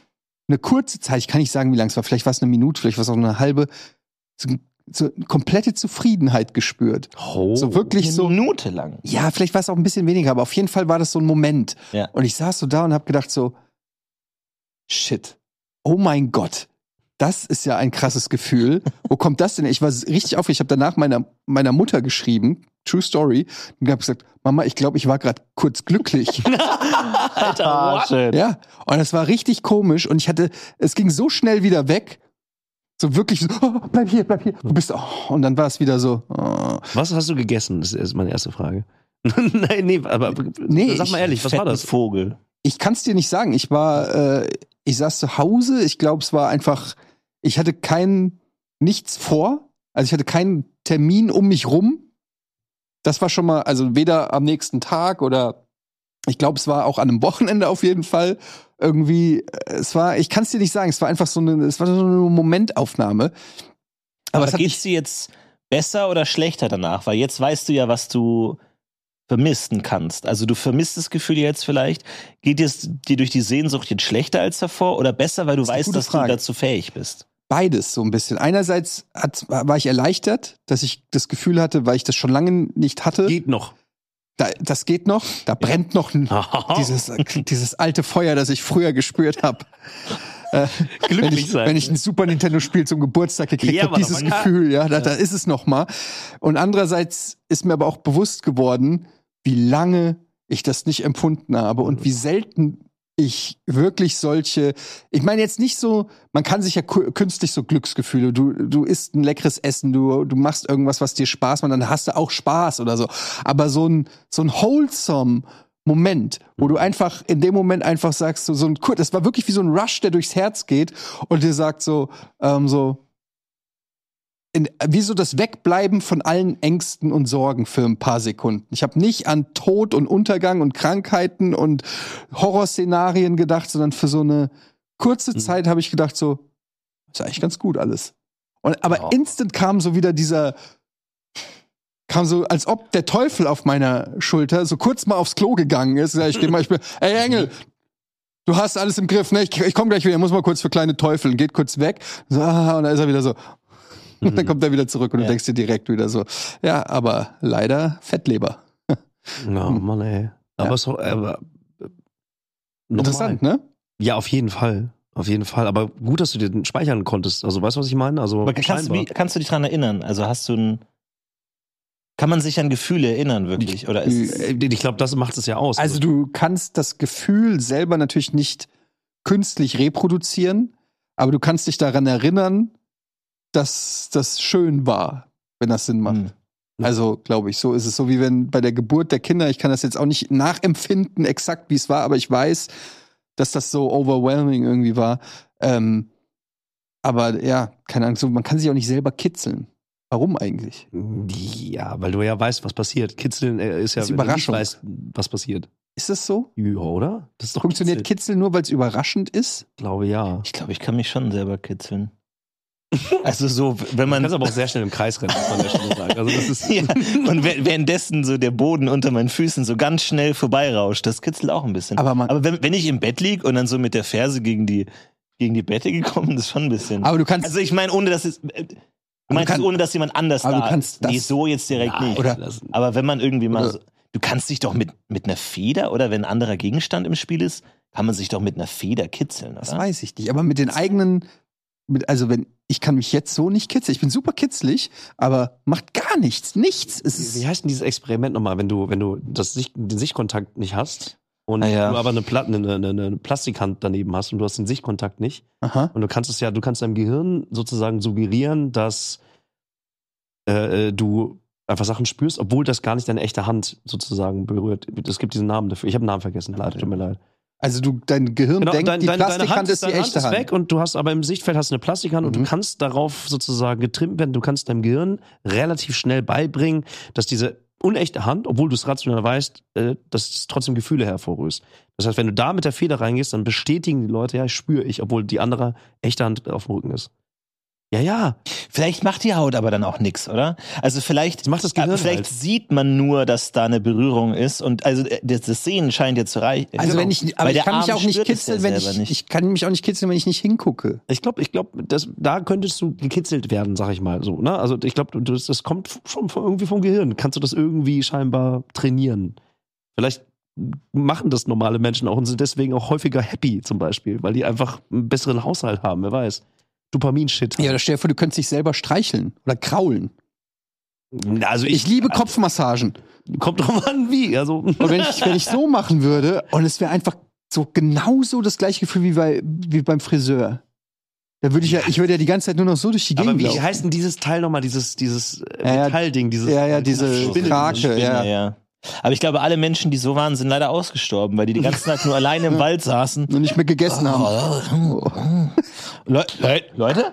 Speaker 1: eine kurze Zeit, ich kann nicht sagen, wie lang es war, vielleicht war es eine Minute, vielleicht war es auch eine halbe, so, so eine komplette Zufriedenheit gespürt.
Speaker 2: Oh.
Speaker 1: So wirklich
Speaker 3: Eine
Speaker 1: so.
Speaker 3: Minute lang.
Speaker 1: Ja, vielleicht war es auch ein bisschen weniger, aber auf jeden Fall war das so ein Moment.
Speaker 3: Ja.
Speaker 1: Und ich saß so da und habe gedacht so, shit, oh mein Gott, das ist ja ein krasses Gefühl. Wo kommt das denn? her? Ich war richtig aufgeregt. Ich habe danach meiner, meiner Mutter geschrieben, True Story, und habe gesagt, Mama, ich glaube, ich war gerade kurz glücklich.
Speaker 3: Alter, what?
Speaker 1: ja, und das war richtig komisch und ich hatte, es ging so schnell wieder weg. So wirklich, so, oh, bleib hier, bleib hier. Du bist, oh, und dann war es wieder so. Oh.
Speaker 2: Was hast du gegessen? Das ist meine erste Frage. Nein, nee, aber
Speaker 1: Nee,
Speaker 2: sag mal
Speaker 1: ich-
Speaker 2: ehrlich, was war das?
Speaker 3: Vogel.
Speaker 1: Ich kann es dir nicht sagen. Ich war, äh, ich saß zu Hause. Ich glaube, es war einfach, ich hatte kein, nichts vor. Also ich hatte keinen Termin um mich rum. Das war schon mal, also weder am nächsten Tag oder ich glaube, es war auch an einem Wochenende auf jeden Fall. Irgendwie, äh, es war, ich kann es dir nicht sagen, es war einfach so eine, es war so eine Momentaufnahme. Aber,
Speaker 3: Aber,
Speaker 1: es hat mich,
Speaker 3: geht's dir jetzt besser oder schlechter danach? Weil jetzt weißt du ja, was du vermissen kannst. Also du vermisst das Gefühl jetzt vielleicht. Geht es dir durch die Sehnsucht jetzt schlechter als davor oder besser, weil du
Speaker 1: ist eine
Speaker 3: weißt,
Speaker 1: gute
Speaker 3: dass
Speaker 1: Frage.
Speaker 3: du dazu fähig bist?
Speaker 1: beides so ein bisschen. Einerseits hat, war ich erleichtert, dass ich das Gefühl hatte, weil ich das schon lange nicht hatte.
Speaker 2: Geht noch.
Speaker 1: da, das geht noch, da brennt noch ein,
Speaker 2: Ah.
Speaker 1: dieses, dieses alte Feuer, das ich früher gespürt habe. Wenn
Speaker 2: glücklich
Speaker 1: ich, wenn ich ein Super Nintendo-Spiel zum Geburtstag gekriegt
Speaker 2: Ja,
Speaker 1: hab,
Speaker 2: aber
Speaker 1: habe, dieses
Speaker 2: man kann-
Speaker 1: Gefühl, ja, da, da ist es noch mal. Und andererseits ist mir aber auch bewusst geworden, wie lange ich das nicht empfunden habe und wie selten ich wirklich solche, ich meine jetzt nicht so, man kann sich ja ku- künstlich so Glücksgefühle, du, du isst ein leckeres Essen, du, du machst irgendwas, was dir Spaß macht, dann hast du auch Spaß oder so. Aber so ein, so ein wholesome Moment, wo du einfach in dem Moment einfach sagst, so, so ein kurz, das war wirklich wie so ein Rush, der durchs Herz geht und dir sagt so, ähm, so, in, wie so das Wegbleiben von allen Ängsten und Sorgen für ein paar Sekunden. Ich habe nicht an Tod und Untergang und Krankheiten und Horrorszenarien gedacht, sondern für so eine kurze Zeit habe ich gedacht so, ist eigentlich ganz gut alles. Und, aber
Speaker 2: Ja.
Speaker 1: instant kam so wieder dieser kam so, als ob der Teufel auf meiner Schulter so kurz mal aufs Klo gegangen ist. Ich geh mal, ich bin, ey Engel, du hast alles im Griff, ne? Ich, ich komme gleich wieder, ich muss mal kurz für kleine Teufel und geht kurz weg. So, ah, und dann ist er wieder so. Und dann kommt er wieder zurück und
Speaker 3: Ja.
Speaker 1: du denkst dir direkt wieder so, ja, aber leider Fettleber.
Speaker 2: Na, Oh, Mann, ey. Aber
Speaker 1: Ja.
Speaker 2: es ist doch- aber, äh, nochmal.
Speaker 1: Interessant, ne?
Speaker 2: Ja, auf jeden Fall. Auf jeden Fall. Aber gut, dass du dir den speichern konntest. Also, weißt du, was ich meine? Also,
Speaker 3: Aber kannst du,
Speaker 2: scheinbar.
Speaker 3: wie- kannst du dich dran erinnern? Also hast du ein. Kann man sich an Gefühle erinnern, wirklich? Oder ist es,
Speaker 2: Äh, ich glaube, das macht es ja aus.
Speaker 6: Also du kannst das Gefühl selber natürlich nicht
Speaker 1: Künstlich reproduzieren, aber du kannst dich daran erinnern, dass das schön war, wenn das Sinn macht.
Speaker 3: Hm.
Speaker 1: Also, glaube ich, so ist es so, wie wenn bei der Geburt der Kinder, ich kann das jetzt auch nicht nachempfinden, exakt wie es war, aber ich weiß, dass das so overwhelming irgendwie war. Ähm, aber ja, keine Ahnung, so, man kann sich auch nicht selber kitzeln. Warum eigentlich?
Speaker 2: ja, weil du ja weißt, was passiert. Kitzeln äh, ist ja,
Speaker 1: Ist
Speaker 2: wenn du nicht
Speaker 1: Überraschung.
Speaker 2: weißt, was passiert.
Speaker 1: Ist das so?
Speaker 2: Ja, oder? Das ist doch
Speaker 1: Funktioniert
Speaker 2: Kitzeln.
Speaker 1: Kitzeln nur, weil es überraschend ist?
Speaker 2: Ich glaube, ja.
Speaker 3: Ich glaube, ich kann mich schon selber kitzeln. Also so, wenn
Speaker 2: Man
Speaker 3: man.
Speaker 2: kann aber auch sehr schnell im Kreis rennen, muss man ja schon sagen. Also, das ist.
Speaker 3: ja, und wä- währenddessen so der Boden unter meinen Füßen so ganz schnell vorbeirauscht, das kitzelt auch ein bisschen.
Speaker 1: Aber man-
Speaker 3: aber wenn, wenn ich im Bett lieg und dann so mit der Ferse gegen die, gegen die Bette gekommen, das ist schon ein bisschen.
Speaker 1: Aber du kannst.
Speaker 3: also ich meine, ohne dass es. äh, Du meinst,
Speaker 1: kannst-
Speaker 3: ohne dass jemand anders
Speaker 1: aber du
Speaker 3: da
Speaker 1: kannst
Speaker 3: ist.
Speaker 1: das-
Speaker 3: Nee, so jetzt direkt nicht.
Speaker 1: oder-
Speaker 2: das,
Speaker 3: aber wenn man irgendwie mal.
Speaker 1: oder-
Speaker 3: So, du kannst dich doch mit, mit einer Feder oder wenn ein anderer Gegenstand im Spiel ist, kann man sich doch mit einer Feder kitzeln,
Speaker 1: Das
Speaker 3: oder?
Speaker 1: weiß ich nicht. Aber mit den eigenen, mit, also wenn ich kann mich jetzt so nicht kitzeln. Ich bin super kitzlig, aber macht gar nichts. Nichts. Es ist,
Speaker 2: wie heißt denn dieses Experiment nochmal, wenn du, wenn du das Sicht, den Sichtkontakt nicht hast und
Speaker 3: Ah, ja.
Speaker 2: du aber eine, Plat eine, eine, eine Plastikhand daneben hast und du hast den Sichtkontakt nicht
Speaker 1: aha.
Speaker 2: und du kannst es ja, du kannst deinem Gehirn sozusagen suggerieren, dass äh, äh, du einfach Sachen spürst, obwohl das gar nicht deine echte Hand sozusagen berührt. Es gibt diesen Namen dafür. Ich habe den Namen vergessen. Leider, tut mir leid.
Speaker 1: Also du, dein Gehirn denkt, die Plastikhand ist die
Speaker 2: Genau, deine
Speaker 1: echte
Speaker 2: Hand
Speaker 1: Hand.
Speaker 2: ist weg und du hast aber im Sichtfeld hast du eine Plastikhand und du
Speaker 1: Mhm.
Speaker 2: kannst darauf sozusagen getrimmt werden. Du kannst deinem Gehirn relativ schnell beibringen, dass diese unechte Hand, obwohl du es rational weißt, äh, dass es trotzdem Gefühle hervorrüst. Das heißt, wenn du da mit der Feder reingehst, dann bestätigen die Leute, ja, spüre ich, obwohl die andere echte Hand auf dem Rücken ist. Ja, ja,
Speaker 3: Vielleicht macht die Haut aber dann auch nichts, oder? Also vielleicht
Speaker 2: das macht das Gehirn
Speaker 3: Aber vielleicht
Speaker 2: halt.
Speaker 3: sieht man nur, dass da eine Berührung ist und also äh, das, das Sehen scheint ja zu reichen.
Speaker 1: Also wenn ich, aber
Speaker 3: Weil
Speaker 1: ich
Speaker 3: der
Speaker 1: kann mich
Speaker 3: Arm
Speaker 1: auch nicht
Speaker 3: spürt es ja
Speaker 1: kitzeln, wenn
Speaker 3: selber
Speaker 1: ich,
Speaker 3: nicht.
Speaker 1: ich kann mich auch nicht kitzeln, wenn ich nicht hingucke.
Speaker 2: Ich glaube, ich glaube, das- da könntest du gekitzelt werden, sag ich mal so. Ne? Also ich glaube, das, das kommt f- schon von, irgendwie vom Gehirn. Kannst du das irgendwie scheinbar trainieren? Vielleicht machen das normale Menschen auch und sind deswegen auch häufiger happy zum Beispiel, weil die einfach einen besseren Haushalt haben, wer weiß. Dopamin-Shit.
Speaker 1: Ja, oder stell dir vor, du könntest dich selber streicheln oder kraulen.
Speaker 2: Also
Speaker 1: Ich liebe Kopfmassagen.
Speaker 2: Kommt drauf an, wie. Also,
Speaker 1: Und wenn ich, wenn ich so machen würde, und es wäre einfach so genauso das gleiche Gefühl wie, bei, wie beim Friseur. Da würde ich ja, ich würde ja die ganze Zeit nur noch so durch die
Speaker 2: aber
Speaker 1: Gegend
Speaker 2: wie
Speaker 1: laufen.
Speaker 2: heißt denn dieses Teil nochmal, dieses, dieses
Speaker 1: Ja, ja.
Speaker 2: äh, Metallding, dieses
Speaker 1: Ja, ja, diese
Speaker 2: Spinne,
Speaker 1: Krake, ja.
Speaker 3: ja. ja. Aber ich glaube, alle Menschen, die so waren, sind leider ausgestorben, weil die die ganze Zeit nur alleine im Wald saßen.
Speaker 1: Und nicht mehr gegessen haben.
Speaker 3: Le Le Leute?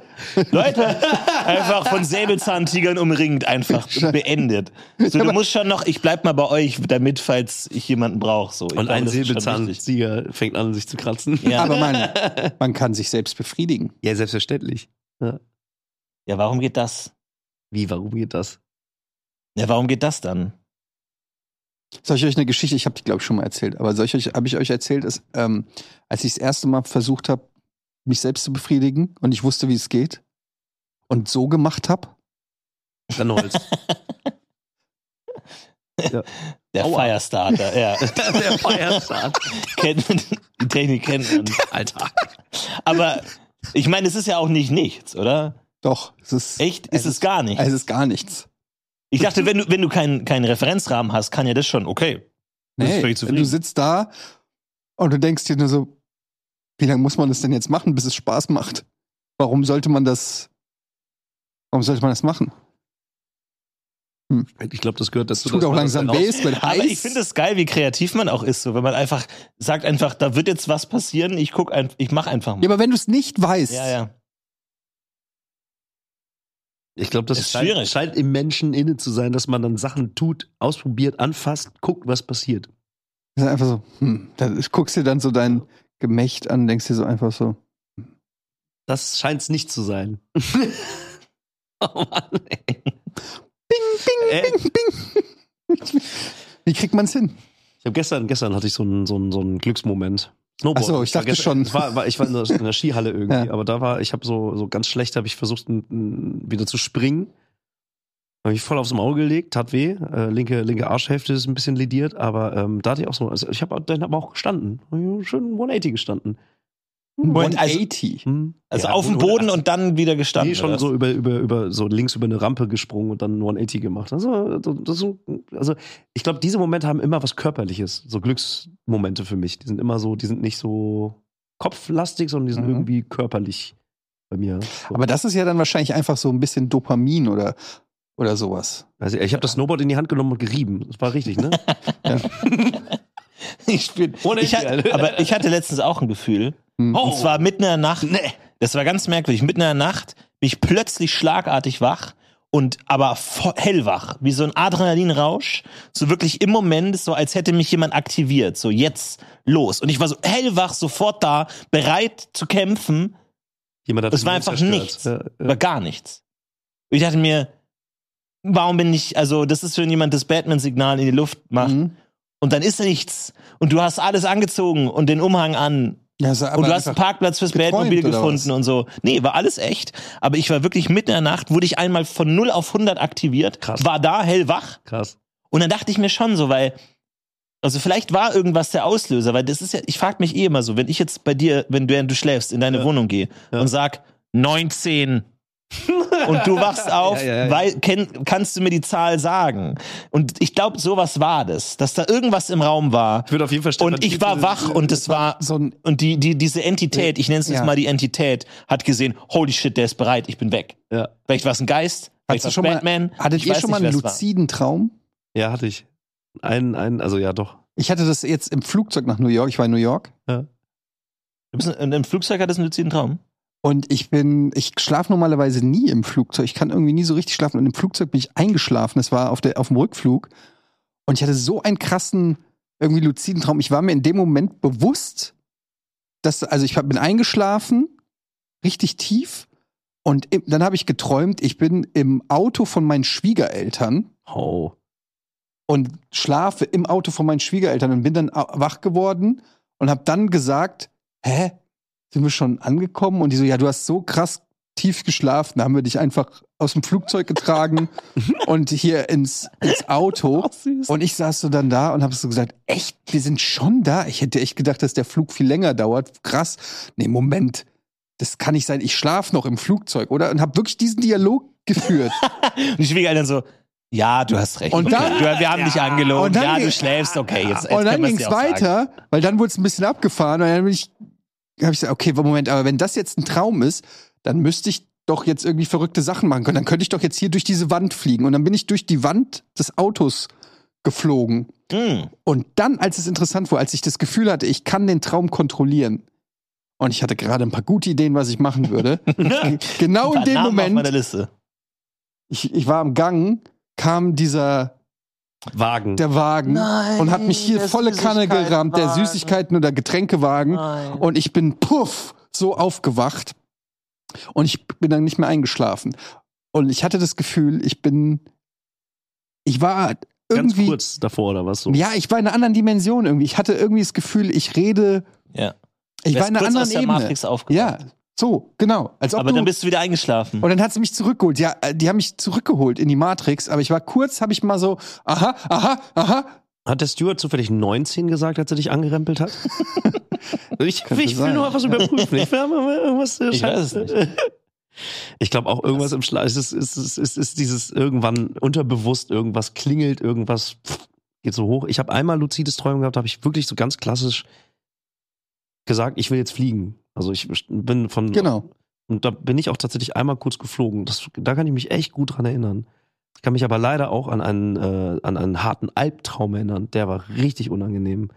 Speaker 3: Leute! Einfach von Säbelzahntigern umringt, einfach beendet. So, du musst schon noch, ich bleib mal bei euch, damit, falls ich jemanden brauche. So, Ich
Speaker 2: Und
Speaker 3: glaube,
Speaker 2: ein
Speaker 3: das ist schon wichtig.
Speaker 2: Säbelzahntiger fängt an, sich zu kratzen.
Speaker 3: Ja.
Speaker 1: Aber man, Oh. man kann sich selbst befriedigen.
Speaker 2: ja selbstverständlich.
Speaker 3: ja, warum geht das?
Speaker 2: Wie, warum geht das?
Speaker 3: Ja, warum geht das dann?
Speaker 1: Soll ich euch eine Geschichte, ich habe die, glaube ich, schon mal erzählt, aber soll ich euch, habe ich euch erzählt, ist, ähm, als ich das erste Mal versucht habe, mich selbst zu befriedigen und ich wusste, wie es geht und so gemacht habe?
Speaker 2: Dann Holz.
Speaker 3: Der
Speaker 2: Aua.
Speaker 3: Firestarter, ja.
Speaker 2: der Feierstart.
Speaker 3: kennt man, die Technik kennt man.
Speaker 2: Alter.
Speaker 3: Aber ich meine, es ist ja auch nicht nichts, oder?
Speaker 1: Doch, es ist,
Speaker 3: Echt? Ist es gar nicht.
Speaker 2: also
Speaker 1: es ist gar nichts.
Speaker 3: Ich dachte, wenn du, wenn du keinen keinen Referenzrahmen hast, kann ja das schon, okay. Bist du
Speaker 1: Nee,
Speaker 3: völlig zufrieden?
Speaker 1: du sitzt da und du denkst dir nur so, wie lange muss man das denn jetzt machen, bis es Spaß macht? Warum sollte man das, warum sollte man das machen?
Speaker 2: Ich glaube, das gehört dazu.
Speaker 1: Tut
Speaker 2: dass
Speaker 1: auch
Speaker 2: man
Speaker 1: langsam
Speaker 2: das
Speaker 1: weh,
Speaker 2: heraus-
Speaker 1: es wird heiß.
Speaker 3: genau. Aber ich finde es geil, wie kreativ man auch ist, so wenn man einfach sagt einfach, da wird jetzt was passieren, ich guck ein, ich mach einfach
Speaker 1: ja,
Speaker 3: mal.
Speaker 1: aber wenn du es nicht weißt,
Speaker 3: Ja, ja.
Speaker 2: Ich glaube, das
Speaker 3: Ist
Speaker 2: scheint,
Speaker 3: schwierig.
Speaker 2: scheint im Menschen inne zu sein, dass man dann Sachen tut, ausprobiert, anfasst, guckt, was passiert.
Speaker 1: ist einfach so, hm, da guckst dir dann so dein Gemächt an, denkst dir so einfach so,
Speaker 2: Das scheint es nicht zu sein. oh Mann, ey. Äh,
Speaker 1: Wie kriegt man es hin?
Speaker 2: Ich habe gestern, gestern hatte ich so einen, so einen, so einen Glücksmoment. Snowboard.
Speaker 1: Ach so, ich dachte
Speaker 2: war gestern-
Speaker 1: schon.
Speaker 2: Ich war, war, ich war in, der, in der Skihalle irgendwie,
Speaker 1: Ja.
Speaker 2: aber da war, ich habe so, so ganz schlecht, habe ich versucht, n- n- wieder zu springen. Habe ich voll aufs Maul gelegt, tat weh. Äh, linke, linke Arschhälfte ist ein bisschen lediert, aber ähm, da hatte ich auch so, also ich habe dann aber auch gestanden. Schön 180 gestanden.
Speaker 3: Moment, also-
Speaker 1: 180.
Speaker 2: Hm.
Speaker 3: Also
Speaker 2: Ja,
Speaker 3: auf dem Boden
Speaker 2: 180.
Speaker 3: und dann wieder gestanden.
Speaker 2: Nee, eh schon
Speaker 3: oder?
Speaker 2: so über, über, über, so links über eine Rampe gesprungen und dann 180 gemacht. Also, das, so- also ich glaube, diese Momente haben immer was Körperliches, so Glücksmomente für mich. Die sind immer so, die sind nicht so kopflastig, sondern die sind
Speaker 1: Mhm.
Speaker 2: irgendwie körperlich bei mir. So.
Speaker 1: Aber das ist ja dann wahrscheinlich einfach so ein bisschen Dopamin oder, oder sowas.
Speaker 2: also, ich habe das Snowboard in die Hand genommen und gerieben. Das war richtig, ne?
Speaker 3: Ich, bin,
Speaker 2: Ohne
Speaker 3: ich hatte,
Speaker 2: Ende.
Speaker 3: aber ich hatte letztens auch ein Gefühl.
Speaker 1: Hm.
Speaker 3: Und zwar mitten in der Nacht. Das war ganz merkwürdig. Mitten in der Nacht bin ich plötzlich schlagartig wach und aber vo- hellwach, wie so ein Adrenalinrausch, so wirklich im Moment, so als hätte mich jemand aktiviert, so jetzt los. Und ich war so hellwach, sofort da, bereit zu kämpfen,
Speaker 2: Jemand hat
Speaker 3: Es war
Speaker 2: Leben
Speaker 3: einfach
Speaker 2: zerstört.
Speaker 3: nichts.
Speaker 2: Ja,
Speaker 3: aber
Speaker 2: ja.
Speaker 3: gar nichts. Und ich dachte mir, warum bin ich, also das ist, wenn jemand das Batman-Signal in die Luft macht
Speaker 1: Mhm.
Speaker 3: und dann ist nichts und du hast alles angezogen und den Umhang an
Speaker 1: Ja, ist aber
Speaker 3: und du hast einen
Speaker 1: einfach-
Speaker 3: Parkplatz fürs
Speaker 1: geträumt
Speaker 3: Bandmobil
Speaker 1: oder
Speaker 3: gefunden und so. Nee, war alles echt. Aber ich war wirklich mitten in der Nacht, wurde ich einmal von 0 auf 100 aktiviert,
Speaker 2: Krass.
Speaker 3: war da hellwach.
Speaker 2: Krass.
Speaker 3: Und dann dachte ich mir schon so, weil, also vielleicht war irgendwas der Auslöser, weil das ist ja, ich frag mich eh immer so, wenn ich jetzt bei dir, wenn du, während du schläfst, in deine
Speaker 2: Ja.
Speaker 3: Wohnung gehe
Speaker 2: Ja.
Speaker 3: und sag 19 und du wachst auf,
Speaker 2: Ja, ja, ja.
Speaker 3: Weil, kenn, kannst du mir die Zahl sagen? Und ich glaube, sowas war das, dass da irgendwas im Raum war.
Speaker 2: Ich würde auf jeden Fall
Speaker 3: Und ich war wach und es war
Speaker 1: so ein
Speaker 3: und die, die, diese Entität, ich nenne es jetzt
Speaker 1: Ja.
Speaker 3: mal die Entität, hat gesehen, holy shit, der ist bereit, ich bin weg.
Speaker 2: Ja.
Speaker 3: Vielleicht war es ein Geist,
Speaker 1: Hast
Speaker 3: vielleicht war
Speaker 1: du
Speaker 3: es
Speaker 1: schon mal-
Speaker 3: Batman.
Speaker 1: Hattet
Speaker 3: ich
Speaker 1: ihr
Speaker 3: weiß
Speaker 1: schon
Speaker 3: nicht,
Speaker 1: mal einen
Speaker 3: wer es war.
Speaker 1: luziden Traum?
Speaker 2: Ja, hatte ich. Einen, einen, also ja, doch.
Speaker 1: Ich hatte das jetzt im Flugzeug nach New York. Ich war in New York.
Speaker 3: Du bist ein, Im Flugzeug hat das einen luziden Traum.
Speaker 1: Und ich bin, ich schlafe normalerweise nie im Flugzeug. Ich kann irgendwie nie so richtig schlafen. Und im Flugzeug bin ich eingeschlafen. Es war auf, der, auf dem Rückflug. Und ich hatte so einen krassen, irgendwie luziden Traum. Ich war mir in dem Moment bewusst, dass, also ich hab- bin eingeschlafen, richtig tief. Und im, dann habe ich geträumt, ich bin im Auto von meinen Schwiegereltern
Speaker 2: Oh.
Speaker 1: und schlafe im Auto von meinen Schwiegereltern und bin dann au- wach geworden und habe dann gesagt, hä, sind wir schon angekommen? Und die so, ja, du hast so krass tief geschlafen, da haben wir dich einfach aus dem Flugzeug getragen und hier ins, ins Auto. Und ich saß so dann da und habe so gesagt, echt, wir sind schon da. Ich hätte echt gedacht, dass der Flug viel länger dauert. Krass. Nee, Moment. Das kann nicht sein. Ich schlafe noch im Flugzeug, oder? Und habe wirklich diesen Dialog geführt.
Speaker 3: Und die Schwiegereltern halt so, ja, du hast recht.
Speaker 1: Und
Speaker 3: okay.
Speaker 1: dann-
Speaker 3: du, wir haben dich angelogen,
Speaker 1: Und dann
Speaker 3: ja,
Speaker 1: ging-
Speaker 3: du schläfst, okay, jetzt, jetzt
Speaker 1: und dann
Speaker 3: können wir's
Speaker 1: ging es
Speaker 3: dir auch sagen.
Speaker 1: weiter, weil dann wurde es ein bisschen abgefahren und dann bin ich, habe ich gesagt, okay, Moment, aber wenn das jetzt ein Traum ist, dann müsste ich doch jetzt irgendwie verrückte Sachen machen können. Dann könnte ich doch jetzt hier durch diese Wand fliegen. Und dann bin ich durch die Wand des Autos geflogen.
Speaker 3: Hm.
Speaker 1: Und dann, als es interessant wurde, als ich das Gefühl hatte, ich kann den Traum kontrollieren. Und ich hatte gerade ein paar gute Ideen, was ich machen würde. genau in dem
Speaker 3: Namen auf meiner
Speaker 1: Moment,
Speaker 3: Liste.
Speaker 1: ich, ich war am Gang, kam dieser
Speaker 2: Wagen.
Speaker 1: der Wagen
Speaker 3: Nein,
Speaker 1: und hat mich hier
Speaker 3: der
Speaker 1: volle Kanne gerammt, der
Speaker 3: Süßigkeitenwagen.
Speaker 1: Süßigkeiten oder Getränkewagen.
Speaker 3: Nein.
Speaker 1: Und ich bin puff so aufgewacht und ich bin dann nicht mehr eingeschlafen. Und ich hatte das Gefühl, ich bin, ich war
Speaker 2: Ganz
Speaker 1: irgendwie,
Speaker 2: kurz davor oder was so.
Speaker 1: ja, ich war in einer anderen Dimension irgendwie. Ich hatte irgendwie das Gefühl, ich rede,
Speaker 3: Ja.
Speaker 1: ich war
Speaker 3: Wärst
Speaker 1: in einer
Speaker 3: kurz
Speaker 1: anderen
Speaker 3: aus der
Speaker 1: Ebene.
Speaker 3: Matrix aufgewacht.
Speaker 1: ja, so genau. Als ob
Speaker 3: Aber
Speaker 1: du,
Speaker 3: dann bist du wieder eingeschlafen.
Speaker 1: und dann hat sie mich zurückgeholt. Ja, äh, die haben mich zurückgeholt in die Matrix. Aber ich war kurz, habe ich mal so, aha, aha, aha,
Speaker 2: Hat der Steward zufällig 19 gesagt, als er dich angerempelt hat? ich
Speaker 1: Könnte
Speaker 2: ich will
Speaker 1: sein.
Speaker 2: nur was überprüfen. Ich will mal irgendwas. äh,
Speaker 3: Ich
Speaker 2: Scheiß-
Speaker 3: weiß es nicht.
Speaker 2: Ich glaube auch irgendwas im Schlaf. Es ist, es, ist, es ist dieses irgendwann unterbewusst, irgendwas klingelt, irgendwas pff, geht so hoch. Ich habe einmal luzides Träumen gehabt, habe ich wirklich so ganz klassisch gesagt, ich will jetzt fliegen. Also ich bin von
Speaker 1: genau.
Speaker 2: Und da bin ich auch tatsächlich einmal kurz geflogen. Das, da kann ich mich echt gut dran erinnern. Ich kann mich aber leider auch an einen, äh, an einen harten Albtraum erinnern. Der war richtig unangenehm.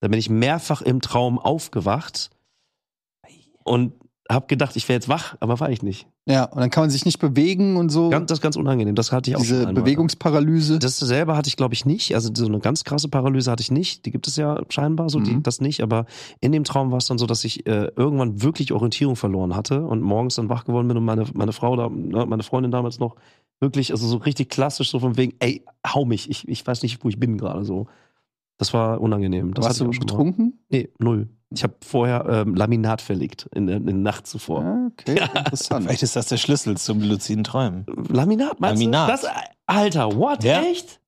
Speaker 2: Da bin ich mehrfach im Traum aufgewacht und habe gedacht, ich wäre jetzt wach, aber war ich nicht.
Speaker 1: Ja, und dann kann man sich nicht bewegen und so.
Speaker 2: Ganz, das ist ganz unangenehm. Das hatte ich auch
Speaker 1: Diese
Speaker 2: schon einmal.
Speaker 1: Bewegungsparalyse.
Speaker 2: Das selber hatte ich, glaube ich, nicht. Also so eine ganz krasse Paralyse hatte ich nicht. Die gibt es ja scheinbar, so die,
Speaker 1: Mhm.
Speaker 2: das nicht. Aber in dem Traum war es dann so, dass ich äh, irgendwann wirklich Orientierung verloren hatte und morgens dann wach geworden bin und meine, meine Frau da, ne, meine Freundin damals noch, wirklich, also so richtig klassisch, so von wegen, ey, hau mich, ich, ich weiß nicht, wo ich bin gerade so. Das war unangenehm. Das
Speaker 1: Warst
Speaker 2: hatte
Speaker 1: du
Speaker 2: ich auch schon mal.
Speaker 1: betrunken?
Speaker 2: Nee, null. Ich habe vorher ähm, Laminat verlegt in der, in der Nacht zuvor.
Speaker 1: Ja, okay, interessant.
Speaker 3: Vielleicht ist das der Schlüssel zum luziden Träumen.
Speaker 2: Laminat, meinst
Speaker 3: Laminat.
Speaker 2: du? Das, Alter, what?
Speaker 3: Ja.
Speaker 2: Echt?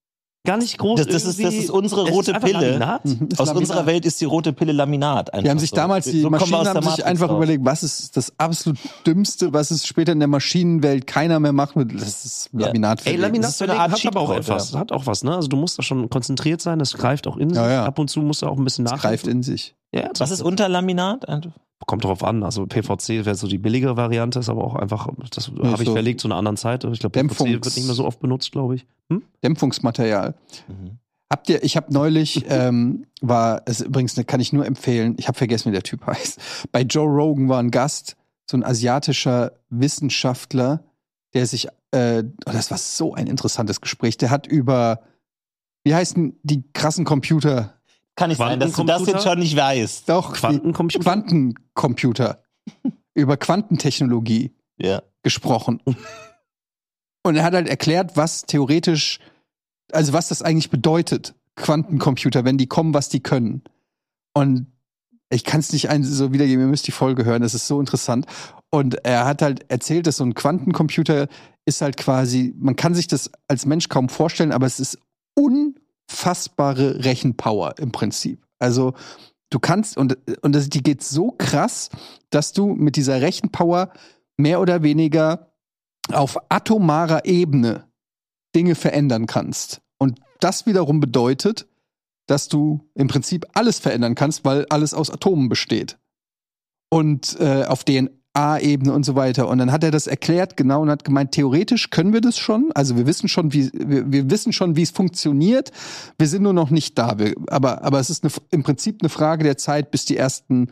Speaker 2: Gar nicht groß.
Speaker 3: Das- das ist-
Speaker 2: irgendwie-
Speaker 3: das ist unsere
Speaker 2: Es
Speaker 3: rote
Speaker 2: einfach
Speaker 3: Pille.
Speaker 2: Laminat?
Speaker 1: Mhm, ist
Speaker 3: Aus
Speaker 1: Laminat.
Speaker 3: unserer Welt ist die rote Pille Laminat.
Speaker 1: Die haben sich damals, die Maschinen haben sich einfach überlegt, was ist das absolut Dümmste, was es später in der Maschinenwelt keiner mehr macht. Das ist
Speaker 3: Ja.
Speaker 1: Laminat.
Speaker 2: Ey,
Speaker 3: Das
Speaker 2: Laminat
Speaker 3: ist so
Speaker 2: so
Speaker 3: eine Art
Speaker 2: hat aber auch
Speaker 3: Cheatcode,
Speaker 2: etwas.
Speaker 3: ja.
Speaker 2: Hat auch was, ne? Also du musst da schon konzentriert sein, das greift auch in sich.
Speaker 1: Ja, ja.
Speaker 2: Ab und zu musst du auch ein bisschen
Speaker 1: das
Speaker 2: nach.
Speaker 1: greift in sich.
Speaker 2: Ja, das
Speaker 3: Was ist Unterlaminat?
Speaker 2: kommt drauf an. Also PVC wäre so die billigere Variante, ist aber auch einfach, das habe ich
Speaker 1: so-
Speaker 2: verlegt zu einer anderen Zeit. Ich glaube, PVC wird
Speaker 1: Dämpfungs-
Speaker 2: nicht mehr so oft benutzt, glaube ich. Hm?
Speaker 1: Dämpfungsmaterial. Habt ihr, ich habe neulich, ähm, war, es ist übrigens, ne, kann ich nur empfehlen, ich habe vergessen, wie der Typ heißt. Bei Joe Rogan war ein Gast, so ein asiatischer Wissenschaftler, der sich, äh, oh, das war so ein interessantes Gespräch, der hat über, wie heißen die krassen Computer?
Speaker 3: Kann nicht sein, dass du das
Speaker 2: Quantencomputer?
Speaker 3: jetzt schon nicht weißt.
Speaker 1: Doch, die
Speaker 2: Quantencomputer?
Speaker 1: Quantencomputer. über Quantentechnologie
Speaker 3: Ja.
Speaker 1: gesprochen. Und er hat halt erklärt, was theoretisch, also was das eigentlich bedeutet, Quantencomputer, wenn die kommen, was die können. Und ich kann es nicht ein so wiedergeben, ihr müsst die Folge hören, das ist so interessant. Und er hat halt erzählt, dass so ein Quantencomputer ist halt quasi, man kann sich das als Mensch kaum vorstellen, aber es ist unfassbare Rechenpower im Prinzip. Also du kannst, und, und das, die geht so krass, dass du mit dieser Rechenpower mehr oder weniger auf atomarer Ebene Dinge verändern kannst. Und das wiederum bedeutet, dass du im Prinzip alles verändern kannst, weil alles aus Atomen besteht. Und äh, auf DNA-Ebene und so weiter. Und dann hat er das erklärt, genau, und hat gemeint, theoretisch können wir das schon. Also wir wissen schon, wie wir, wir wissen schon, wie es funktioniert. Wir sind nur noch nicht da. Wir, aber, aber es ist eine, im Prinzip eine Frage der Zeit, bis die ersten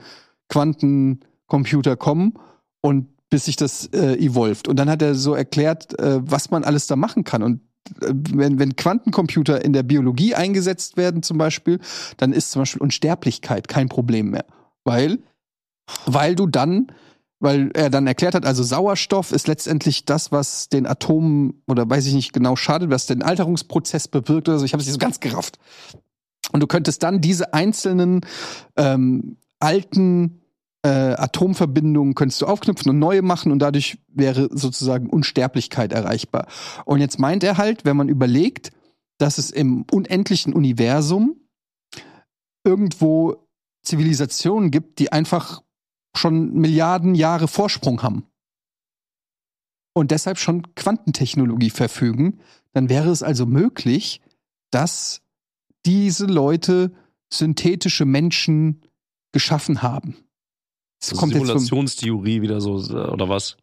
Speaker 1: Quantencomputer kommen und bis sich das äh, evolved. Und dann hat er so erklärt, äh, was man alles da machen kann. Und äh, wenn, wenn Quantencomputer in der Biologie eingesetzt werden, zum Beispiel, dann ist zum Beispiel Unsterblichkeit kein Problem mehr. Weil, weil du dann, weil er dann erklärt hat, also Sauerstoff ist letztendlich das, was den Atomen oder weiß ich nicht genau schadet, was den Alterungsprozess bewirkt oder so. Ich habe es nicht so ganz gerafft. Und du könntest dann diese einzelnen ähm, alten äh, Atomverbindungen könntest du aufknüpfen und neue machen und dadurch wäre sozusagen Unsterblichkeit erreichbar. Und jetzt meint er halt, wenn man überlegt, dass es im unendlichen Universum irgendwo Zivilisationen gibt, die einfach schon Milliarden Jahre Vorsprung haben und deshalb schon Quantentechnologie verfügen, dann wäre es also möglich, dass diese Leute synthetische Menschen geschaffen haben. Das kommt jetzt vom,
Speaker 2: Simulationstheorie wieder so, oder was?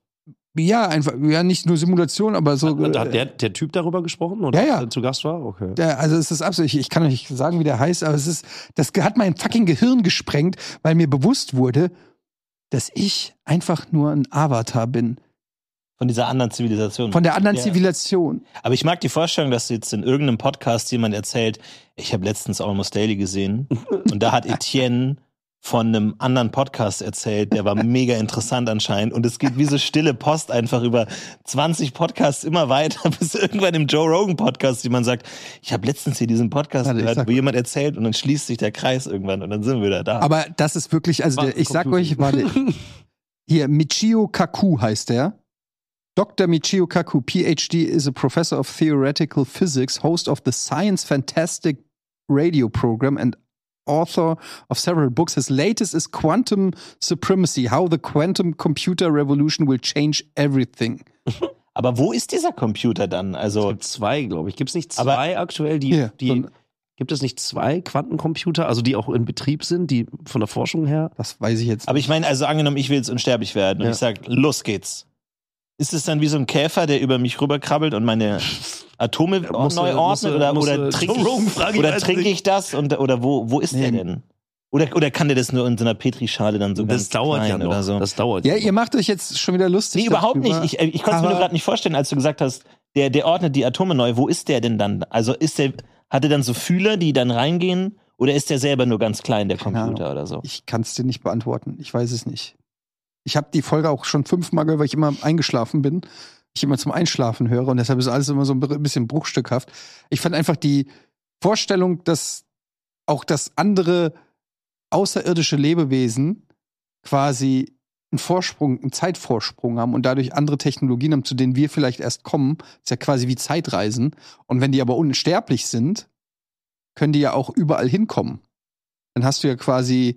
Speaker 1: ja, einfach, ja, nicht nur Simulation, aber so.
Speaker 2: Hat, hat der, der Typ darüber gesprochen oder
Speaker 1: Äh, Ja, ja.
Speaker 2: der zu Gast war? Okay.
Speaker 1: Der, also es ist absolut, ich, ich kann euch nicht sagen, wie der heißt, aber es ist, das ge- hat mein fucking Gehirn gesprengt, weil mir bewusst wurde, dass ich einfach nur ein Avatar bin.
Speaker 3: Von dieser anderen Zivilisation.
Speaker 1: Von der anderen
Speaker 3: Ja.
Speaker 1: Zivilisation.
Speaker 3: Aber ich mag die Vorstellung, dass jetzt in irgendeinem Podcast jemand erzählt, ich habe letztens Almost Daily gesehen und da hat Etienne von einem anderen Podcast erzählt, der war mega interessant anscheinend und es geht wie so stille Post einfach über 20 Podcasts immer weiter, bis irgendwann im Joe Rogan Podcast jemand sagt, ich habe letztens hier diesen Podcast
Speaker 1: Warte, ich
Speaker 3: gehört,
Speaker 1: sag-
Speaker 3: wo jemand erzählt und dann schließt sich der Kreis irgendwann und dann sind wir wieder da.
Speaker 1: Aber das ist wirklich, also der, ich sag euch, warte, hier, Michio Kaku heißt er. Dr. Michio Kaku, PhD, is a professor of theoretical physics, host of the Science Fantastic radio program and author of several books. His latest is Quantum Supremacy: How the Quantum Computer Revolution Will Change Everything.
Speaker 3: Aber wo ist dieser Computer dann?
Speaker 2: Es
Speaker 3: Also
Speaker 2: gibt zwei, glaube ich. Gibt es nicht
Speaker 3: Aber-
Speaker 2: zwei aktuell, die,
Speaker 1: Hier,
Speaker 2: die
Speaker 1: so ein-
Speaker 2: gibt es nicht zwei Quantencomputer, also die auch in Betrieb sind, die von der Forschung her?
Speaker 1: Das weiß ich jetzt.
Speaker 3: Aber ich meine, also angenommen, ich will jetzt unsterblich werden und
Speaker 2: Ja.
Speaker 3: ich sage, los geht's. Ist es dann wie so ein Käfer, der über mich rüberkrabbelt und meine Atome
Speaker 2: muss,
Speaker 3: neu
Speaker 2: äh, muss,
Speaker 3: ordnet
Speaker 2: äh,
Speaker 3: oder,
Speaker 2: muss,
Speaker 3: oder
Speaker 2: äh,
Speaker 3: trinke
Speaker 2: Joe Rogan fragen,
Speaker 3: ich,
Speaker 2: ich
Speaker 3: oder
Speaker 2: weiß
Speaker 3: trinke
Speaker 2: nicht.
Speaker 3: ich das und, oder wo, wo ist der
Speaker 1: Nee.
Speaker 3: denn? Oder, oder kann der das nur in so einer Petrischale dann so ganz klein oder so?
Speaker 2: Das dauert.
Speaker 1: ja, ihr macht euch jetzt schon wieder lustig.
Speaker 3: Nee, überhaupt nicht.
Speaker 1: darüber.
Speaker 3: Ich, äh, ich konnte es mir
Speaker 1: Aber-
Speaker 3: nur gerade nicht vorstellen, als du gesagt hast, der, der ordnet die Atome neu. Wo ist der denn dann? Also ist der, hat er dann so Fühler, die dann reingehen? Oder ist der selber nur ganz klein, der
Speaker 1: Keine
Speaker 3: Computer oder so?
Speaker 1: Ich kann es dir nicht beantworten. Ich weiß es nicht. Ich habe die Folge auch schon fünfmal gehört, weil ich immer eingeschlafen bin. ich immer zum Einschlafen höre und deshalb ist alles immer so ein bisschen bruchstückhaft. Ich fand einfach die Vorstellung, dass auch das andere außerirdische Lebewesen quasi einen Vorsprung, einen Zeitvorsprung haben und dadurch andere Technologien haben, zu denen wir vielleicht erst kommen. Ist ja quasi wie Zeitreisen. Und wenn die aber unsterblich sind, können die ja auch überall hinkommen. Dann hast du ja quasi,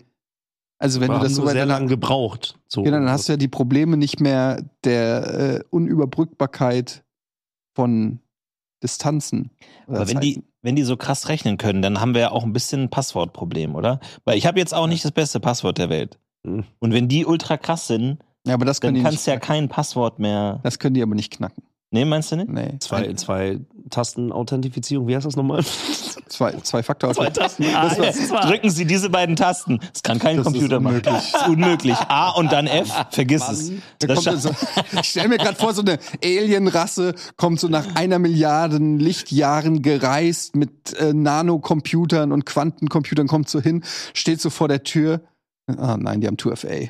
Speaker 1: also wenn du
Speaker 2: Wir
Speaker 1: das
Speaker 2: haben
Speaker 1: so
Speaker 2: nur
Speaker 1: weit
Speaker 2: sehr
Speaker 1: danach-
Speaker 2: lange gebraucht. So.
Speaker 1: Genau, dann hast du ja die Probleme nicht mehr der äh, Unüberbrückbarkeit von Distanzen. oder
Speaker 3: Aber wenn die,
Speaker 1: Zeiten.
Speaker 3: wenn die so krass rechnen können, dann haben wir ja auch ein bisschen ein Passwortproblem, oder? Weil ich habe jetzt auch nicht das beste Passwort der Welt.
Speaker 2: Mhm.
Speaker 3: Und wenn die ultra krass sind,
Speaker 1: ja, aber das Hm. können
Speaker 3: dann
Speaker 1: die nicht
Speaker 3: kannst du ja
Speaker 1: knacken.
Speaker 3: kein Passwort mehr.
Speaker 1: das können die aber nicht knacken.
Speaker 3: Nee, meinst du nicht?
Speaker 1: Nee.
Speaker 2: zwei, zwei Tasten Authentifizierung. Wie heißt das nochmal?
Speaker 1: zwei, zwei Faktor
Speaker 3: Zwei Tasten. Ah, ja. Drücken Sie diese beiden Tasten. Das kann kein
Speaker 1: Das ist
Speaker 3: Computer machen.
Speaker 1: unmöglich.
Speaker 3: Das ist unmöglich. A und dann F. Vergiss es.
Speaker 1: Da kommt dann so, ich stelle mir gerade vor, so eine Alienrasse kommt so nach einer Milliarden Lichtjahren gereist mit äh, Nanocomputern und Quantencomputern, kommt so hin, steht so vor der Tür. Ah nein, die haben 2FA.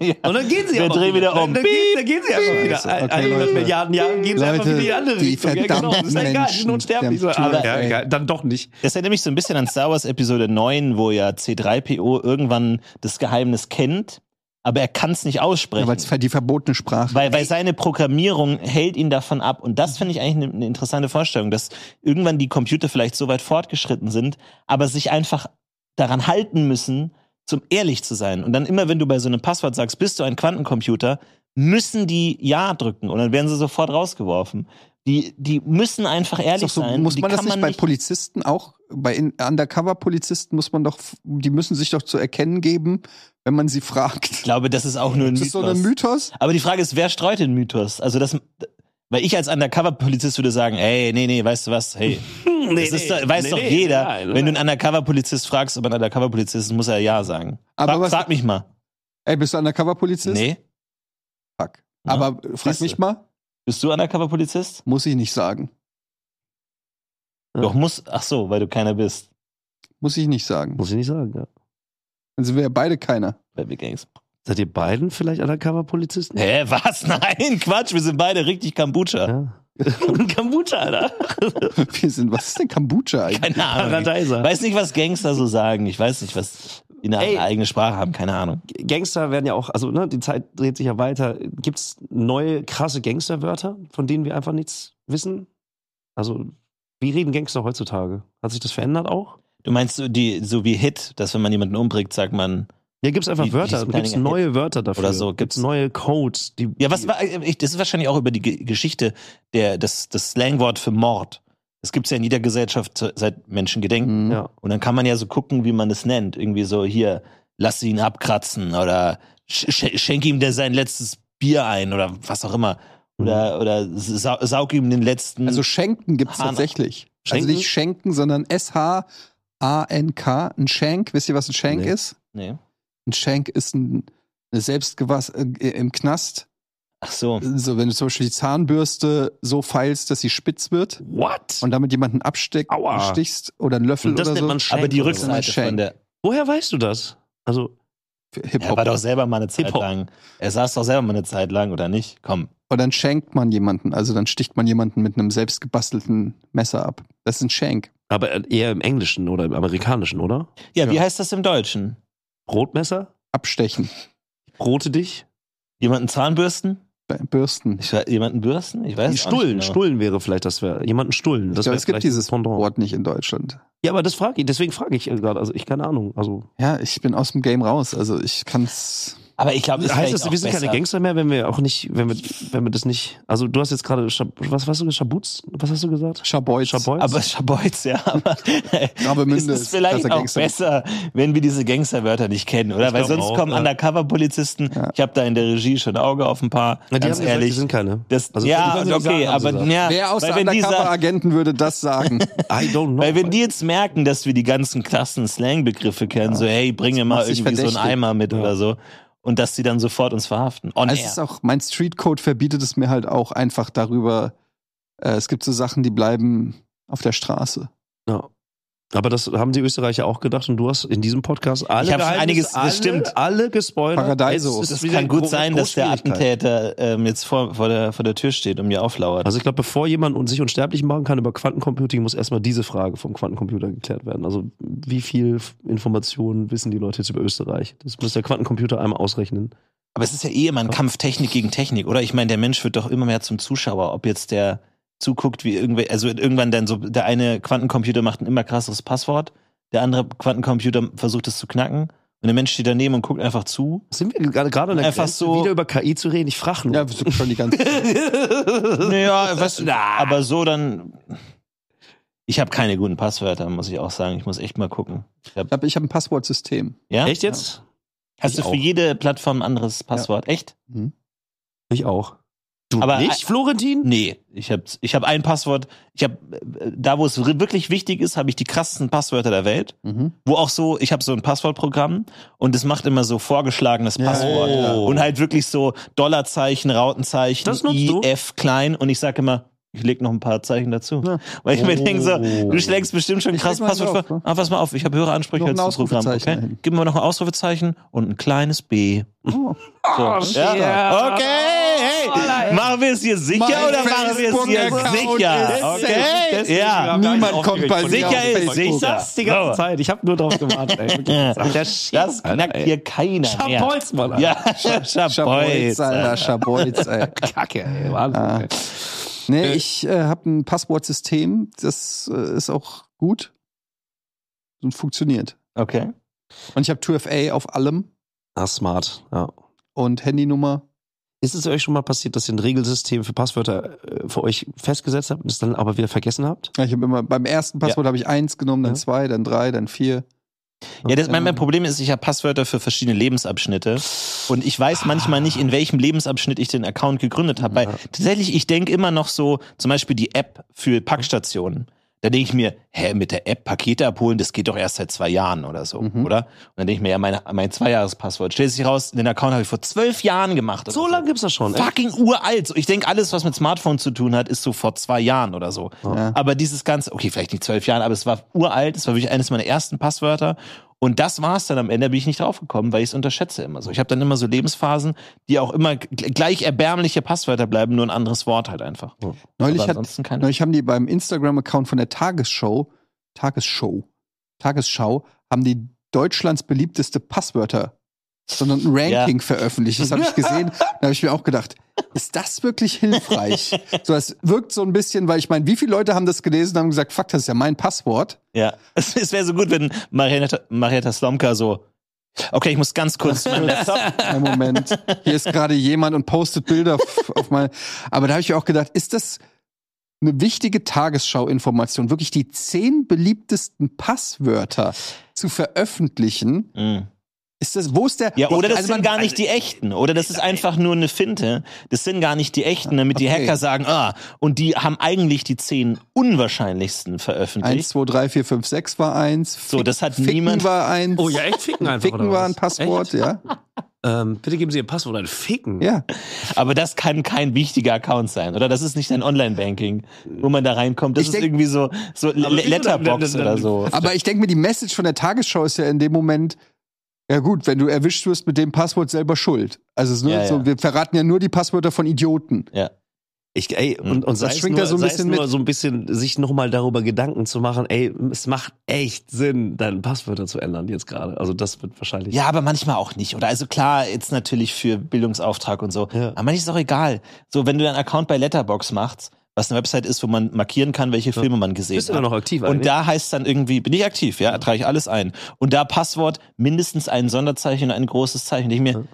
Speaker 3: ja.
Speaker 2: Und dann gehen sie
Speaker 3: Wir
Speaker 2: aber
Speaker 3: drehen wieder
Speaker 2: Dann-
Speaker 3: um.
Speaker 2: Dann, gehen- dann gehen sie einfach wieder.
Speaker 1: Scheiße.
Speaker 2: Ein-
Speaker 1: Okay,
Speaker 2: 100
Speaker 1: Leute.
Speaker 2: Milliarden Jahre gehen sie einfach
Speaker 1: Leute,
Speaker 2: wieder in die andere
Speaker 1: die
Speaker 2: Richtung. Ja, genau.
Speaker 1: verdammten
Speaker 2: Ist ja egal, die
Speaker 1: Menschen,
Speaker 2: sind unsterblich.
Speaker 1: die haben
Speaker 2: Aber-
Speaker 1: Tür-
Speaker 2: ja,
Speaker 1: ey.
Speaker 2: egal, dann doch nicht.
Speaker 3: Das erinnert mich so ein bisschen an Star Wars Episode 9, wo ja C3PO irgendwann das Geheimnis kennt, aber er kann es nicht
Speaker 1: Ja,
Speaker 3: aussprechen.
Speaker 1: weil es die verbotene Sprache
Speaker 3: weil, weil seine Programmierung hält ihn davon ab. Und
Speaker 1: Mhm.
Speaker 3: das finde ich eigentlich eine ne interessante Vorstellung, dass irgendwann die Computer vielleicht so weit fortgeschritten sind, aber sich einfach daran halten müssen, zum ehrlich zu sein. Und dann immer, wenn du bei so einem Passwort sagst, bist du ein Quantencomputer, müssen die Ja drücken und dann werden sie sofort rausgeworfen. Die, die müssen einfach
Speaker 1: Ist doch
Speaker 3: ehrlich
Speaker 1: so,
Speaker 3: sein.
Speaker 1: muss
Speaker 3: Die
Speaker 1: man das
Speaker 3: kann
Speaker 1: nicht bei Polizisten auch, bei in- Undercover-Polizisten muss man doch, die müssen sich doch zu erkennen geben, wenn man sie
Speaker 3: Ich
Speaker 1: fragt.
Speaker 3: glaube, das ist auch nur ein
Speaker 1: Das
Speaker 3: Mythos.
Speaker 1: ist so ein Mythos.
Speaker 3: Aber die Frage ist, wer streut den Mythos? Also das, weil ich als Undercover-Polizist würde sagen, ey, nee, nee, weißt du was, hey,
Speaker 2: Hm, Nee,
Speaker 3: das ist,
Speaker 2: nee,
Speaker 3: doch- weiß
Speaker 2: nee,
Speaker 3: doch
Speaker 2: nee,
Speaker 3: jeder,
Speaker 2: nein,
Speaker 3: wenn du
Speaker 2: nein.
Speaker 3: einen Undercover-Polizist fragst, ob ein Undercover-Polizist ist, muss er ja sagen.
Speaker 1: Aber
Speaker 3: frag,
Speaker 1: was-
Speaker 3: frag mich mal.
Speaker 1: Ey, bist du Undercover-Polizist?
Speaker 3: Nee,
Speaker 1: Fuck.
Speaker 3: Ja.
Speaker 1: Aber äh, frag
Speaker 3: Siehste.
Speaker 1: mich mal,
Speaker 3: bist du Undercover-Polizist?
Speaker 1: muss ich nicht sagen.
Speaker 2: Ja.
Speaker 3: Doch muss, ach so, weil du keiner bist.
Speaker 1: Muss ich nicht sagen.
Speaker 2: Muss ich nicht sagen, ja.
Speaker 1: Dann sind wir ja beide keiner.
Speaker 3: Bei Big Gangs.
Speaker 2: Seid ihr beiden vielleicht Undercover-Polizisten?
Speaker 3: Hä, was? Nein, Quatsch, wir sind beide richtig Kombucha.
Speaker 2: Ja. Kambucha, Alter.
Speaker 1: Wir sind, was ist denn Kombucha eigentlich?
Speaker 3: Keine Ahnung.
Speaker 2: Paradeiser.
Speaker 3: Weiß nicht, was Gangster so sagen. Ich weiß nicht, was die eine
Speaker 2: Ey.
Speaker 3: eigene Sprache haben. Keine Ahnung.
Speaker 2: Gangster werden ja auch, also ne, die Zeit dreht sich ja weiter. Gibt es neue krasse Gangsterwörter, von denen wir einfach nichts wissen? Also, wie reden Gangster heutzutage? Hat sich das verändert auch?
Speaker 3: Du meinst so, die, so wie Hit, dass wenn man jemanden umbringt, sagt man,
Speaker 2: Ja, gibt es einfach
Speaker 3: Wie- wie
Speaker 2: Wörter,
Speaker 3: hieß
Speaker 2: gibt es
Speaker 3: Planning
Speaker 2: neue Wörter dafür.
Speaker 3: Oder so,
Speaker 2: gibt
Speaker 3: gibt's-
Speaker 2: es neue Codes. Die,
Speaker 3: Ja, was
Speaker 2: die-
Speaker 3: war, ich- das ist wahrscheinlich auch über die Ge- Geschichte der, das, das Slangwort für Mord. Das gibt's ja in jeder Gesellschaft, so- seit Menschen gedenken.
Speaker 1: Mhm.
Speaker 2: Ja. Hm.
Speaker 3: Und dann kann man ja so gucken, wie man das nennt. Irgendwie so, hier, lass ihn abkratzen oder sch sch- schenk ihm der sein letztes Bier ein oder was auch immer.
Speaker 2: Mhm.
Speaker 3: Oder, oder sa saug ihm den letzten.
Speaker 1: Also Schenken gibt's
Speaker 3: Hahn-
Speaker 1: tatsächlich.
Speaker 2: Schenken?
Speaker 1: Also nicht Schenken, sondern S-H-A-N-K. Ein Schenk. Wisst ihr, was ein Schenk
Speaker 2: Nee.
Speaker 1: ist?
Speaker 3: nee.
Speaker 1: Ein Schenk ist ein selbstgewass äh, im Knast.
Speaker 3: Ach so.
Speaker 1: So, wenn du zum Beispiel die Zahnbürste so feilst, dass sie spitz wird
Speaker 2: What?
Speaker 1: und damit jemanden absteckst,
Speaker 2: Aua.
Speaker 1: stichst oder einen Löffel
Speaker 2: Und das
Speaker 1: oder
Speaker 2: nennt
Speaker 1: so.
Speaker 2: man Schenk.
Speaker 3: Aber die
Speaker 2: oder
Speaker 1: Rückseite
Speaker 3: Rückseite von
Speaker 1: Schenk.
Speaker 3: der.
Speaker 2: was? Woher weißt du das? Also,
Speaker 3: Er
Speaker 1: Hip-Hop.
Speaker 3: war doch selber mal eine Zeit
Speaker 2: Hip-Hop.
Speaker 3: lang. Er saß doch selber mal eine Zeit lang, oder nicht? Komm.
Speaker 1: und dann schenkt man jemanden. Also dann sticht man jemanden mit einem selbstgebastelten Messer ab. Das ist ein Schenk.
Speaker 2: aber eher im Englischen oder im Amerikanischen, oder?
Speaker 3: Ja, wie
Speaker 1: Ja.
Speaker 3: heißt das im Deutschen?
Speaker 2: Brotmesser?
Speaker 1: Abstechen.
Speaker 2: Brote dich?
Speaker 3: Jemanden Zahnbürsten?
Speaker 1: Bürsten.
Speaker 3: Ich, we- jemanden bürsten? Ich weiß es auch
Speaker 2: Stullen.
Speaker 3: nicht genau.
Speaker 2: Stullen wäre vielleicht das. Wär, jemanden stullen. Das
Speaker 1: Ich glaub,
Speaker 2: wär
Speaker 1: es gibt
Speaker 2: vielleicht das
Speaker 1: dieses
Speaker 2: Pendant.
Speaker 1: Wort nicht in Deutschland.
Speaker 2: Ja, aber das frage ich, deswegen frage ich äh, gerade. Also ich keine Ahnung. Also
Speaker 1: Ja, ich bin aus dem Game raus. Also ich kann's.
Speaker 3: Aber ich glaube,
Speaker 2: heißt das, wir sind
Speaker 3: besser.
Speaker 2: keine Gangster mehr, wenn wir auch nicht, wenn wir, wenn wir das nicht. Also du hast jetzt gerade Schab- was, was hast du gesagt? Schabuz? Was hast du gesagt?
Speaker 1: Schaboy.
Speaker 2: Schaboy?
Speaker 3: Aber Schabolz, ja, aber ist
Speaker 1: Travemünde
Speaker 3: es
Speaker 1: ist
Speaker 3: vielleicht
Speaker 1: krasser
Speaker 3: auch
Speaker 1: Gangster.
Speaker 3: besser, wenn wir diese Gangsterwörter nicht kennen, oder?
Speaker 2: Ich
Speaker 3: Weil
Speaker 2: glaub
Speaker 3: sonst
Speaker 2: auch,
Speaker 3: kommen
Speaker 2: ja.
Speaker 3: Undercover-Polizisten,
Speaker 1: Ja.
Speaker 3: ich habe da in der Regie schon Auge auf ein paar,
Speaker 2: Na, die
Speaker 3: ganz
Speaker 2: haben gesagt, die
Speaker 3: ehrlich.
Speaker 2: sind keine.
Speaker 3: das,
Speaker 2: Also, die
Speaker 3: ja,
Speaker 2: können sie
Speaker 3: und
Speaker 2: nicht
Speaker 3: okay,
Speaker 2: sagen, haben sie
Speaker 3: aber
Speaker 2: gesagt.
Speaker 3: ja,
Speaker 1: Wer außer
Speaker 3: weil wenn die sa-
Speaker 1: Undercover-Agenten würde das sagen?
Speaker 2: I don't know.
Speaker 3: weil wenn die jetzt merken, dass wir die ganzen krassen Slang-Begriffe kennen, so hey, bring mir mal
Speaker 1: macht sich
Speaker 3: irgendwie so einen
Speaker 1: verdächtig.
Speaker 3: Eimer mit
Speaker 2: Ja.
Speaker 3: oder so, und dass sie dann sofort uns verhaften. On
Speaker 1: Also es
Speaker 3: air.
Speaker 1: ist auch, mein Streetcode verbietet es mir halt auch einfach darüber. Äh, es gibt so Sachen, die bleiben auf der Straße.
Speaker 2: ja. Aber das haben die Österreicher auch gedacht und du hast in diesem Podcast alle
Speaker 3: Ich hab schon
Speaker 2: Geheimnisse,
Speaker 3: einiges- das
Speaker 2: alle,
Speaker 3: stimmt.
Speaker 2: alle gespoilert.
Speaker 1: Paradiso.
Speaker 2: Es ist
Speaker 3: Das
Speaker 2: wieder
Speaker 3: kann gut
Speaker 2: Gro-
Speaker 3: sein, dass der
Speaker 2: Großschwierigkeit.
Speaker 3: Attentäter ähm, jetzt vor, vor, der, vor der Tür steht und mir auflauert.
Speaker 2: Also ich glaube, bevor jemand un- sich unsterblich machen kann über Quantencomputing, muss erstmal diese Frage vom Quantencomputer geklärt werden. Also wie viel F- Informationen wissen die Leute jetzt über Österreich? Das muss der Quantencomputer einmal ausrechnen.
Speaker 3: Aber es ist ja eh immer ein Kampf Technik gegen Technik, oder? Ich meine, der Mensch wird doch immer mehr zum Zuschauer, ob jetzt der zuguckt, wie irgendwer, also irgendwann dann so, der eine Quantencomputer macht ein immer krasseres Passwort, der andere Quantencomputer versucht es zu knacken und der Mensch steht daneben und guckt einfach zu.
Speaker 2: Sind wir gerade gerade an der
Speaker 3: Einfach
Speaker 2: Grenze,
Speaker 3: so-
Speaker 2: wieder über KI zu reden? Ich frage nur.
Speaker 1: Ja, so schon die ganze Zeit.
Speaker 3: Naja, was, aber so dann. Ich habe keine guten Passwörter, muss ich auch sagen. Ich muss echt mal gucken.
Speaker 1: Ich habe ich hab ein Passwortsystem.
Speaker 3: Ja?
Speaker 2: Echt jetzt?
Speaker 3: Hast du
Speaker 2: Ich
Speaker 3: für
Speaker 2: auch.
Speaker 3: jede Plattform ein anderes Passwort? Echt?
Speaker 1: Mhm.
Speaker 2: Ich auch. Du
Speaker 3: Aber-
Speaker 2: nicht, Florentin?
Speaker 3: Nee, ich habe ich hab ein Passwort. Ich habe da, wo es ri- wirklich wichtig ist, habe ich die krassesten Passwörter der Welt.
Speaker 1: Mhm.
Speaker 3: Wo auch so, ich habe so ein Passwortprogramm und es macht immer so vorgeschlagenes
Speaker 1: Ja,
Speaker 3: Passwort
Speaker 1: ja, ja.
Speaker 3: und halt wirklich so Dollarzeichen, Rautenzeichen,
Speaker 2: Das nutzt
Speaker 3: I,
Speaker 2: du?
Speaker 3: F klein und ich sage immer, ich leg noch ein paar Zeichen dazu, weil ich mir
Speaker 2: Oh.
Speaker 3: denke so, du schlägst bestimmt schon
Speaker 1: Ich
Speaker 3: krass
Speaker 1: leg mal
Speaker 3: Passwort
Speaker 1: drauf,
Speaker 3: vor.
Speaker 1: ne?
Speaker 3: Ah, pass mal auf, ich habe höhere Ansprüche
Speaker 1: Noch
Speaker 3: als
Speaker 1: ein
Speaker 3: das Programm.
Speaker 1: Ausrufezeichen
Speaker 3: Okay?
Speaker 1: dahin.
Speaker 3: Gib mir noch ein Ausrufezeichen und ein kleines B.
Speaker 1: Oh.
Speaker 3: So. ja?
Speaker 2: ja.
Speaker 3: Okay, hey, machen wir es hier sicher
Speaker 1: Mein
Speaker 3: oder machen wir es hier
Speaker 1: Facebook-Account ist
Speaker 3: sicher?
Speaker 1: safe.
Speaker 3: Okay, ja.
Speaker 1: Niemand kommt bei mir
Speaker 3: Sicher
Speaker 1: auf
Speaker 3: ist
Speaker 1: Facebook.
Speaker 3: sicher.
Speaker 2: Das die ganze
Speaker 3: So.
Speaker 2: Zeit. Ich habe nur drauf gewartet. Ey. Wirklich,
Speaker 3: Ja.
Speaker 2: ach, der
Speaker 3: Das
Speaker 2: Scheiß,
Speaker 3: knackt
Speaker 2: ey.
Speaker 3: hier keiner mehr.
Speaker 2: Schabholz, Mann. Alter.
Speaker 3: Ja, Schabolz.
Speaker 1: Schabolz, Alter, Schabolz, ey.
Speaker 2: Kacke, ey. Wahnsinn,
Speaker 1: Ah.
Speaker 2: ey.
Speaker 1: Nee, ich äh, habe ein Passwortsystem, das äh, ist auch gut und funktioniert.
Speaker 3: Okay.
Speaker 1: Und ich habe 2FA auf allem
Speaker 2: Ah, smart. Ja.
Speaker 1: und Handynummer.
Speaker 2: Ist es euch schon mal passiert, dass ihr ein Regelsystem für Passwörter äh, für euch festgesetzt habt und es dann aber wieder vergessen habt?
Speaker 1: Ja, Mhm. Ich habe immer beim ersten Passwort habe ich eins genommen, dann
Speaker 2: Ja.
Speaker 1: zwei, dann drei, dann vier.
Speaker 3: Ja, das, mein, mein Problem ist, ich habe Passwörter für verschiedene Lebensabschnitte und ich weiß manchmal nicht, in welchem Lebensabschnitt ich den Account gegründet habe. Weil tatsächlich, ich denke immer noch so, zum Beispiel die App für Packstationen. Da denke ich mir, hä, mit der App Pakete abholen, das geht doch erst seit zwei Jahren oder so,
Speaker 1: Mhm.
Speaker 3: oder? Und dann denke ich mir, ja, mein, mein Zweijahrespasswort. Stellt sich raus, den Account habe ich vor zwölf Jahren gemacht. oder
Speaker 2: So lange gibt's das schon. ey.
Speaker 3: Fucking uralt. So, Ich denke, alles, was mit Smartphone zu tun hat, ist so vor zwei Jahren oder so.
Speaker 1: Ja.
Speaker 3: Aber dieses ganze, okay, vielleicht nicht zwölf Jahren, aber es war uralt, es war wirklich eines meiner ersten Passwörter. Und das war es dann am Ende, da bin ich nicht draufgekommen, weil ich es unterschätze immer so. Ich habe dann immer so Lebensphasen, die auch immer g- gleich erbärmliche Passwörter bleiben, nur ein anderes Wort halt einfach.
Speaker 1: Neulich,
Speaker 3: aber
Speaker 1: hat,
Speaker 3: ansonsten keine.
Speaker 1: neulich haben die beim Instagram-Account von der Tagesschau, Tagesschau, Tagesschau, haben die Deutschlands beliebteste Passwörter, sondern ein Ranking veröffentlicht. Das habe ich gesehen. da habe ich mir auch gedacht, ist das wirklich hilfreich? so, das wirkt so ein bisschen, weil ich meine, wie viele Leute haben das gelesen und haben gesagt, fuck, das ist ja mein Passwort.
Speaker 3: Ja. Es, es wäre so gut, wenn Marietta, Marietta Slomka so, okay, ich muss ganz kurz zu meinem Laptop.
Speaker 1: Einen Moment. Hier ist gerade jemand und postet Bilder auf, auf mal. Aber da habe ich mir auch gedacht, ist das eine wichtige Tagesschau-Information, wirklich die zehn beliebtesten Passwörter zu veröffentlichen?
Speaker 3: Mhm.
Speaker 1: Ist das, wo ist der?
Speaker 3: Ja, oder das
Speaker 1: also
Speaker 3: sind
Speaker 1: man-
Speaker 3: gar nicht die echten. Oder das ist einfach nur eine Finte. Das sind gar nicht die echten, damit die
Speaker 1: Okay.
Speaker 3: Hacker sagen, ah, und die haben eigentlich die zehn unwahrscheinlichsten
Speaker 1: Eins,
Speaker 3: veröffentlicht.
Speaker 1: zwei, drei, vier, fünf, sechs war eins.
Speaker 3: So, das hat
Speaker 1: Ficken
Speaker 3: niemand.
Speaker 1: war eins.
Speaker 2: Oh ja, echt ficken einfach.
Speaker 1: Ficken
Speaker 2: oder
Speaker 1: war
Speaker 2: was?
Speaker 1: ein Passwort,
Speaker 2: Echt?
Speaker 1: ja.
Speaker 2: Ähm, bitte geben Sie Ihr Passwort ein Ficken.
Speaker 1: Ja.
Speaker 3: Aber das kann kein wichtiger Account sein, oder? Das ist nicht ein Online-Banking, wo man da reinkommt. Das
Speaker 1: Ich
Speaker 3: ist
Speaker 1: denk-
Speaker 3: irgendwie so, so Le-
Speaker 2: wieso
Speaker 3: Letterbox
Speaker 2: dann- dann-
Speaker 3: oder so.
Speaker 1: Aber ich denke mir, die Message von der Tagesschau ist ja in dem Moment, ja gut, wenn du erwischt wirst mit dem Passwort selber schuld. Also es ist nur
Speaker 3: Ja,
Speaker 1: so,
Speaker 3: ja.
Speaker 1: wir verraten ja nur die Passwörter von Idioten.
Speaker 2: Ich, ey, und, und Hm. sei es
Speaker 1: schwingt
Speaker 2: nur,
Speaker 1: da so ein
Speaker 2: sei es
Speaker 1: bisschen
Speaker 2: nur
Speaker 1: mit.
Speaker 2: so ein bisschen, sich nochmal darüber Gedanken zu machen, ey, es macht echt Sinn, deine Passwörter zu ändern jetzt gerade. Also das wird wahrscheinlich.
Speaker 3: Ja, aber manchmal auch nicht, oder? Also klar, jetzt natürlich für Bildungsauftrag und so.
Speaker 2: Ja.
Speaker 3: Aber manchmal ist auch egal. So, wenn du deinen Account bei Letterbox machst, was eine Website ist, wo man markieren kann, welche Filme man gesehen
Speaker 2: Bist du
Speaker 3: hat.
Speaker 2: da noch aktiv
Speaker 3: Und
Speaker 2: eigentlich?
Speaker 3: da heißt dann irgendwie, bin ich aktiv, ja, trage ich alles ein. Und da Passwort mindestens ein Sonderzeichen und ein großes Zeichen. Ich mir,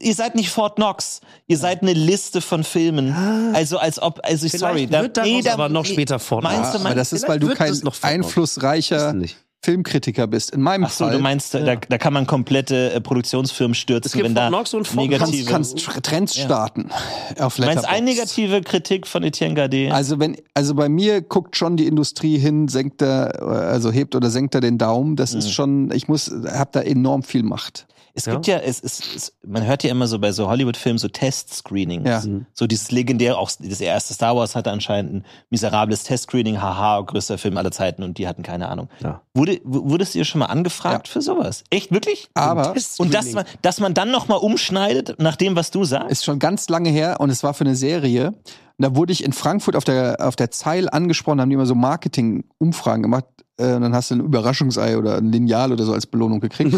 Speaker 3: ihr seid nicht Fort Knox, ihr seid eine Liste von Filmen. Also als ob, also ich
Speaker 2: Ah. Vielleicht
Speaker 3: sorry,
Speaker 2: wird daraus aber noch später Fort Knox.
Speaker 3: Meinst du,
Speaker 1: Ja, Ah, aber
Speaker 3: meinst,
Speaker 1: das ist,
Speaker 2: vielleicht
Speaker 1: weil du
Speaker 2: wird
Speaker 1: kein
Speaker 2: das noch verkauft.
Speaker 1: einflussreicher
Speaker 2: Wissen nicht.
Speaker 1: Filmkritiker bist. In meinem
Speaker 3: ach so,
Speaker 1: Fall
Speaker 3: du meinst, äh, da, da kann man komplette äh, Produktionsfirmen stürzen,
Speaker 2: Es gibt
Speaker 3: wenn
Speaker 2: Fort
Speaker 3: da
Speaker 2: Knox und Fort Knox.
Speaker 3: negative.
Speaker 1: kannst, kannst Tr- Trends starten auf
Speaker 3: meinst
Speaker 1: Letterboxd.
Speaker 3: du eine negative Kritik von Etienne Gardet?
Speaker 1: Also wenn, also bei mir guckt schon die Industrie hin, senkt
Speaker 3: Mhm.
Speaker 1: er, äh, also hebt oder senkt er den Daumen. Das ist schon, ich muss, hab da enorm viel Macht.
Speaker 3: Es gibt ja, es, es, es, man hört ja immer so bei so Hollywood-Filmen so Test-Screenings.
Speaker 1: Ja.
Speaker 3: So dieses legendäre, auch das erste Star Wars hatte anscheinend ein miserables Test-Screening, haha, größter Film aller Zeiten und die hatten keine Ahnung.
Speaker 2: Ja.
Speaker 3: Wurde, w- wurdest ihr schon mal angefragt für sowas? Echt, wirklich?
Speaker 1: Aber
Speaker 3: Und dass man, dass man dann nochmal umschneidet nach dem, was du sagst?
Speaker 1: ist schon ganz lange her und es war für eine Serie. Und da wurde ich in Frankfurt auf der, auf der Zeil angesprochen, da haben die immer so Marketing-Umfragen gemacht. Äh, und dann hast du ein Überraschungsei oder ein Lineal oder so als Belohnung gekriegt.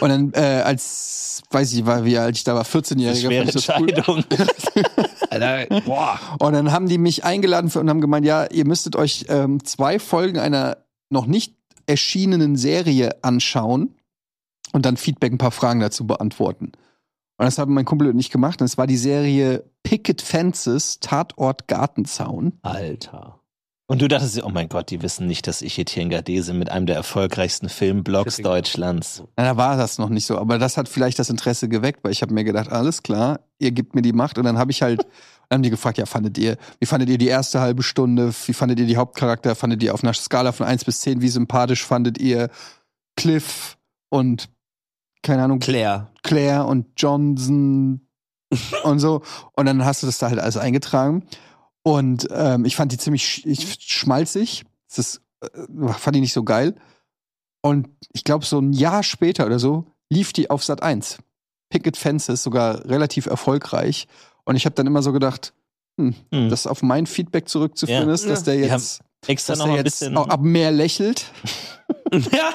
Speaker 1: und dann äh, als, weiß ich, war, wie alt ich da war, 14-Jähriger.
Speaker 3: Schwere
Speaker 1: fand ich das cool.
Speaker 3: Entscheidung.
Speaker 2: Alter, boah.
Speaker 1: Und dann haben die mich eingeladen für, und haben gemeint, ja, ihr müsstet euch ähm, zwei Folgen einer noch nicht erschienenen Serie anschauen und dann Feedback ein paar Fragen dazu beantworten. Und das haben mein Kumpel und ich gemacht. Und es war die Serie Picket Fences, Tatort Gartenzaun.
Speaker 2: Alter.
Speaker 3: Und du dachtest, dir, oh mein Gott, die wissen nicht, dass ich Etienne Gardese mit einem der erfolgreichsten Filmblogs
Speaker 2: Deswegen.
Speaker 3: Deutschlands.
Speaker 1: Na, da war das noch nicht so, aber das hat vielleicht das Interesse geweckt, weil ich habe mir gedacht, alles klar, ihr gebt mir die Macht und dann habe ich halt, dann haben die gefragt, ja, fandet ihr, wie fandet ihr die erste halbe Stunde, wie fandet ihr die Hauptcharakter, fandet ihr auf einer Skala von 1 bis 10, wie sympathisch fandet ihr Cliff und keine Ahnung,
Speaker 2: Claire.
Speaker 1: Claire und Johnson und so. Und dann hast du das da halt alles eingetragen. Und ähm, ich fand die ziemlich sch ich, schmalzig. Das ist, äh, fand die nicht so geil. Und ich glaube, so ein Jahr später oder so lief die auf Sat 1. Picket Fences sogar relativ erfolgreich. Und ich habe dann immer so gedacht,
Speaker 3: Hm.
Speaker 1: dass auf mein Feedback zurückzuführen
Speaker 3: Ja.
Speaker 1: ist, dass der
Speaker 3: Ja. Die
Speaker 1: jetzt,
Speaker 3: extra
Speaker 1: dass
Speaker 3: noch
Speaker 1: der
Speaker 3: mal ein
Speaker 1: jetzt
Speaker 3: bisschen,
Speaker 1: auch ab mehr lächelt.
Speaker 2: ja.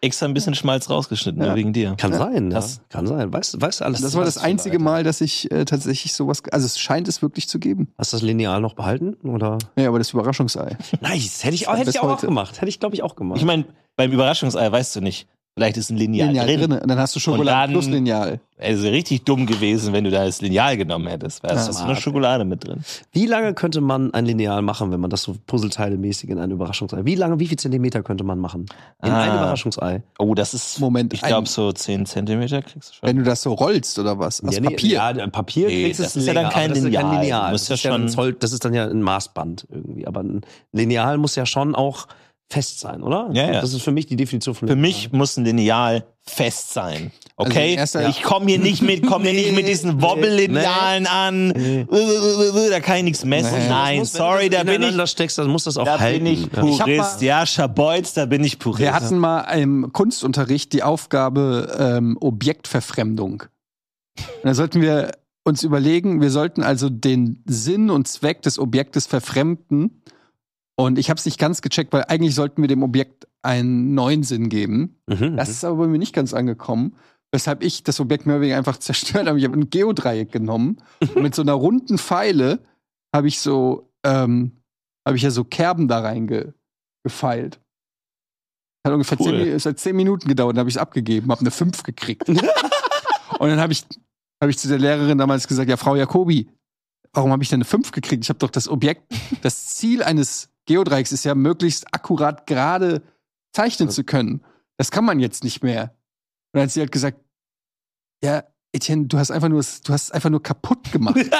Speaker 3: extra ein bisschen Schmalz rausgeschnitten, nur
Speaker 1: Ja.
Speaker 3: wegen dir.
Speaker 2: Kann sein, ja.
Speaker 3: Das-
Speaker 2: Kann sein. Weißt, weißt du alles?
Speaker 1: Das war das
Speaker 2: weißt du,
Speaker 1: einzige
Speaker 2: Alter.
Speaker 1: Mal, dass ich äh, tatsächlich sowas, also es scheint es wirklich zu geben.
Speaker 2: Hast du das Lineal noch behalten? Oder?
Speaker 1: Ja, aber das Überraschungsei.
Speaker 2: Nice. Hätte ich auch, hätte
Speaker 1: Bis
Speaker 2: ich auch
Speaker 1: heute.
Speaker 2: gemacht. Hätte ich, glaube ich, auch gemacht.
Speaker 3: Ich meine, beim Überraschungsei weißt du nicht, vielleicht ist ein Lineal,
Speaker 1: Lineal
Speaker 3: drin.
Speaker 1: drin. Und dann hast du
Speaker 3: Und dann-
Speaker 1: Schokolade plus Lineal.
Speaker 3: Also richtig dumm gewesen, wenn du da das Lineal genommen hättest. Weil
Speaker 1: Ja,
Speaker 3: da hast du
Speaker 2: smart,
Speaker 3: eine Schokolade mit drin.
Speaker 2: Wie lange könnte man ein Lineal machen, wenn man das so puzzleteilemäßig in ein Überraschungsei? Wie lange, wie viel Zentimeter könnte man machen? In ein
Speaker 3: Ah.
Speaker 2: Überraschungsei.
Speaker 3: Oh, das ist,
Speaker 1: Moment,
Speaker 3: ich
Speaker 1: ein-
Speaker 3: glaube so 10 Zentimeter kriegst du schon.
Speaker 1: Wenn du das so rollst oder was, aus
Speaker 2: Ja, nee,
Speaker 1: Papier.
Speaker 2: Ja, ein Papier
Speaker 3: Nee,
Speaker 2: kriegst
Speaker 3: das
Speaker 2: du
Speaker 3: ist ja dann
Speaker 2: länger,
Speaker 3: kein
Speaker 2: aber das ist ja
Speaker 3: Lineal.
Speaker 2: Lineal.
Speaker 3: Du musst
Speaker 2: das, ist
Speaker 3: ja
Speaker 2: ein
Speaker 3: schon-
Speaker 2: Zoll, das ist dann ja ein Maßband irgendwie. Aber ein Lineal muss ja schon auch fest sein, oder?
Speaker 3: Ja, ja.
Speaker 2: Das ist für mich die Definition von
Speaker 3: Für
Speaker 2: Lineal.
Speaker 3: mich muss ein Lineal fest sein. Okay?
Speaker 1: Also in erster-
Speaker 3: ich komme hier nicht mit, komm hier nicht mit diesen Wobble-Linealen an. Da kann ich nichts messen.
Speaker 1: Nee.
Speaker 3: Nein,
Speaker 2: Muss, wenn
Speaker 3: sorry,
Speaker 2: du
Speaker 3: da
Speaker 2: das
Speaker 3: bin ich.
Speaker 2: ineinander steckst, dann muss das auch
Speaker 3: Da
Speaker 2: halten.
Speaker 3: bin ich
Speaker 2: Ja.
Speaker 1: hab
Speaker 3: Purist.
Speaker 1: mal-
Speaker 3: Ja, Schabolz, da bin ich
Speaker 1: Wir
Speaker 3: Purist.
Speaker 1: hatten mal im Kunstunterricht die Aufgabe ähm, Objektverfremdung. Und da sollten wir uns überlegen, wir sollten also den Sinn und Zweck des Objektes verfremden. Und ich habe es nicht ganz gecheckt, weil eigentlich sollten wir dem Objekt einen neuen Sinn geben.
Speaker 2: Mhm.
Speaker 1: Das ist aber bei mir nicht ganz angekommen, weshalb ich das Objekt mehr oder weniger einfach zerstört habe. Ich habe ein Geodreieck genommen und mit so einer runden Pfeile habe ich so, ähm, habe ich ja so Kerben da reingefeilt. Hat ungefähr
Speaker 3: Cool.
Speaker 1: zehn, Mi- es hat zehn Minuten gedauert, dann habe ich es abgegeben, habe eine 5 gekriegt. und dann habe ich, hab ich zu der Lehrerin damals gesagt, ja, Frau Jacobi, warum habe ich denn eine 5 gekriegt? Ich habe doch das Objekt, das Ziel eines Geodreiecks ist ja, möglichst akkurat gerade zeichnen zu können. Das kann man jetzt nicht mehr. Und dann hat sie halt gesagt, ja, Etienne, du hast einfach nur, du hast es einfach nur kaputt gemacht. Und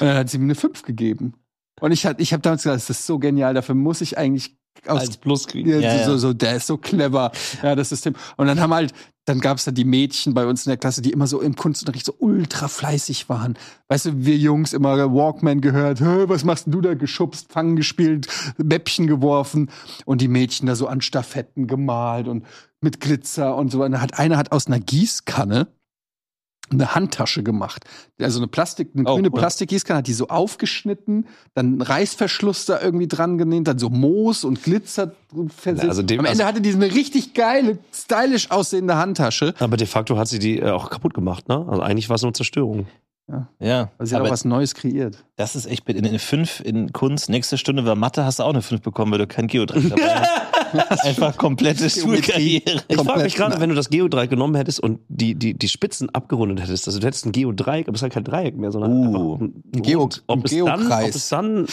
Speaker 1: dann hat sie mir eine 5 gegeben. Und ich, hat- ich habe damals gesagt, das ist so genial, dafür muss ich eigentlich aus
Speaker 2: als Plus kriegen.
Speaker 1: ja,
Speaker 3: Ja,
Speaker 1: so,
Speaker 3: ja.
Speaker 1: so, der ist so clever, ja, das System. Und dann haben halt, dann gab es da die Mädchen bei uns in der Klasse, die immer so im Kunstunterricht so ultra fleißig waren. Weißt du, wir Jungs immer Walkman gehört, "Hä, was machst denn du da geschubst, Fangen gespielt, Mäppchen geworfen und die Mädchen da so an Staffetten gemalt und mit Glitzer und so. Und da hat, einer hat aus einer Gießkanne eine Handtasche gemacht. Also eine Plastik, eine
Speaker 3: Oh,
Speaker 1: grüne
Speaker 3: cool.
Speaker 1: Plastikgießkanne hat die so aufgeschnitten, dann einen Reißverschluss da irgendwie dran genäht, dann so Moos und Glitzer dr- versetzt.
Speaker 2: also dem-
Speaker 1: Am Ende
Speaker 2: also-
Speaker 1: hatte die so eine richtig geile, stylisch aussehende Handtasche.
Speaker 2: Aber de facto hat sie die äh, auch kaputt gemacht, ne? Also eigentlich war es nur Zerstörung.
Speaker 3: Ja,
Speaker 1: Also sie hat
Speaker 3: aber
Speaker 1: auch was Neues kreiert.
Speaker 3: das ist echt in 5 in Kunst. Nächste Stunde war Mathe, hast du auch eine 5 bekommen, weil du kein Geodreieck dabei hast. Einfach komplette Schulkarriere.
Speaker 2: Ich frage mich
Speaker 1: Komplett
Speaker 2: gerade, wenn du das Geodreieck genommen hättest und die, die, die Spitzen abgerundet hättest, also du hättest ein Geodreieck, aber es ist halt kein Dreieck mehr, sondern
Speaker 3: Uh,
Speaker 2: einfach ein,
Speaker 1: ein Geo-
Speaker 2: Rund. ob
Speaker 1: ein
Speaker 2: es Dann,
Speaker 1: Geokreis.
Speaker 2: ob es dann,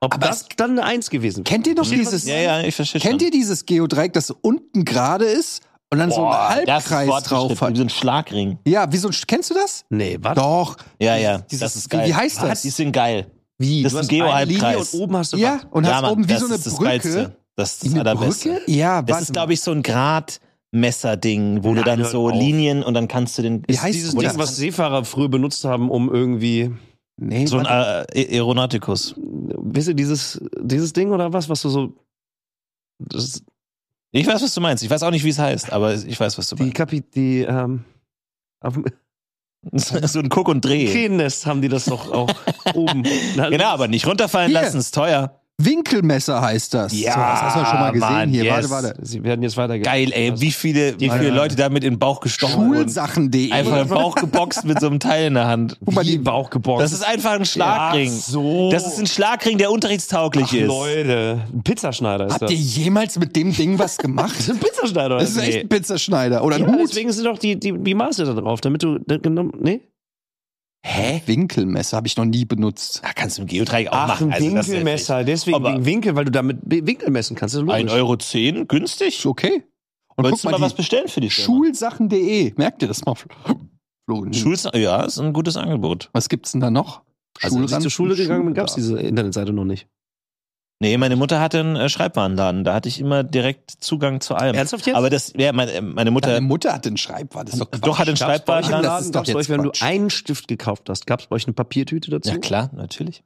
Speaker 2: ob
Speaker 1: Aber
Speaker 2: das dann eine Eins gewesen wäre. Hm?
Speaker 1: Kennt ihr noch dieses,
Speaker 3: Ja, ja, ich verstehe
Speaker 1: kennt ihr dieses Geodreieck, das so unten gerade ist und dann so
Speaker 3: Boah,
Speaker 1: einen
Speaker 3: das ist
Speaker 1: Halbkreis drauf
Speaker 3: fortgeschritten, Wie
Speaker 1: hat?
Speaker 3: so ein Schlagring.
Speaker 1: Ja, wie so ein, kennst du das?
Speaker 2: Nee, warte.
Speaker 1: Doch.
Speaker 3: Ja, ja,
Speaker 1: Dieses-
Speaker 3: das ist
Speaker 1: wie-
Speaker 3: geil.
Speaker 1: wie heißt das?
Speaker 3: Was? Die sind geil.
Speaker 2: Wie?
Speaker 3: das
Speaker 2: Du
Speaker 3: ist
Speaker 2: hast
Speaker 3: ein
Speaker 2: eine Linie
Speaker 3: Geohalbkreis.
Speaker 2: und oben hast du
Speaker 1: Ja, und hast
Speaker 3: Mann,
Speaker 1: oben wie
Speaker 3: das
Speaker 1: so eine
Speaker 3: ist das
Speaker 1: Brücke.
Speaker 3: Geilste. Das ist das
Speaker 1: Eine
Speaker 3: Allerbeste.
Speaker 1: Ja,
Speaker 3: Das ist, glaube ich, so ein Grad Messerding, wo du
Speaker 2: Nein,
Speaker 3: dann
Speaker 2: hört
Speaker 3: so
Speaker 2: auf.
Speaker 3: Linien und dann kannst du den.
Speaker 7: Wie
Speaker 2: Ist
Speaker 7: heißt
Speaker 2: dieses
Speaker 7: denn
Speaker 2: Ding,
Speaker 7: das?
Speaker 2: was Seefahrer früher benutzt haben, um irgendwie
Speaker 7: Nee,
Speaker 3: So ein
Speaker 7: warte.
Speaker 3: äh, Ä- Aeronauticus.
Speaker 2: wisst ihr, dieses, dieses Ding oder was, was du so. Das,
Speaker 3: Ich weiß, was du meinst. Ich weiß auch nicht, wie es heißt, aber ich weiß, was du
Speaker 2: die
Speaker 3: meinst.
Speaker 2: Kapi, die ähm, auf dem
Speaker 3: so ein Guck und Dreh.
Speaker 2: Krähennest haben die das doch auch oben. Na,
Speaker 3: Genau, aber nicht runterfallen
Speaker 1: Hier.
Speaker 3: lassen, ist teuer.
Speaker 1: Winkelmesser heißt das.
Speaker 3: Ja,
Speaker 1: so, das hast du ja schon mal gesehen
Speaker 3: Mann,
Speaker 1: hier.
Speaker 3: yes.
Speaker 1: Warte, warte.
Speaker 2: Sie werden jetzt weitergehen.
Speaker 3: Geil, ey, wie viele, wie
Speaker 2: Die-
Speaker 3: viele Leute damit in den Bauch gestochen wurden.
Speaker 1: Schulsachen.de.
Speaker 3: Einfach im Bauch geboxt mit so einem Teil in der Hand.
Speaker 1: Guck mal, die-
Speaker 2: die Bauch gebockt.
Speaker 3: Das ist einfach ein Schlagring.
Speaker 2: Ach so.
Speaker 3: Das ist ein Schlagring, der unterrichtstauglich
Speaker 2: Ach,
Speaker 3: ist.
Speaker 2: Leute, ein Pizzaschneider ist
Speaker 1: Habt
Speaker 2: das.
Speaker 1: ihr jemals mit dem Ding was gemacht?
Speaker 2: Das ist ein Pizzaschneider.
Speaker 1: Das ist
Speaker 2: oder?
Speaker 1: echt ein Pizzaschneider. Oder ein
Speaker 2: Ja,
Speaker 1: Hut.
Speaker 2: deswegen sind doch die, die, die Maße da drauf, damit du da genommen. Nee?
Speaker 1: Hä? Winkelmesser habe ich noch nie benutzt.
Speaker 3: Da kannst du im Geodreieck auch machen. Also, das ist
Speaker 2: deswegen
Speaker 3: Aber-
Speaker 2: wegen Winkel, weil du damit Wi- Winkel messen kannst. Das ist
Speaker 3: natürlich-
Speaker 2: logisch.
Speaker 3: 1,10 Euro zehn, günstig.
Speaker 1: Ist okay. Und
Speaker 3: Wolltest du mal
Speaker 1: guck mal,
Speaker 3: was bestellen für dich?
Speaker 1: Schulsachen.de. Merkt ihr das mal? Flo,
Speaker 3: Schulz, ja, ist ein gutes Angebot.
Speaker 1: was gibt's denn da noch?
Speaker 2: Also, als ich
Speaker 1: Schulran-
Speaker 2: zur Schule gegangen bin, gab es
Speaker 1: Schulrat.
Speaker 2: diese Internetseite noch nicht.
Speaker 3: Nee, meine Mutter hatte einen äh, Schreibwarenladen. Da hatte ich immer direkt Zugang zu allem.
Speaker 2: Ernsthaft jetzt?
Speaker 3: Aber das, ja, meine, meine Mutter,
Speaker 2: Äh,
Speaker 1: Deine Mutter hat den Schreibwaren. Das ist doch Quatsch.
Speaker 3: doch hat einen
Speaker 2: Gab's bei euch
Speaker 1: Das
Speaker 2: im
Speaker 3: Schreibwarenladen.
Speaker 1: ist
Speaker 2: Laden,
Speaker 1: doch
Speaker 2: gab's bei
Speaker 1: jetzt
Speaker 2: euch, wenn du
Speaker 1: Quatsch.
Speaker 2: einen Stift gekauft hast, gab es bei euch eine Papiertüte dazu?
Speaker 3: Ja, klar, natürlich.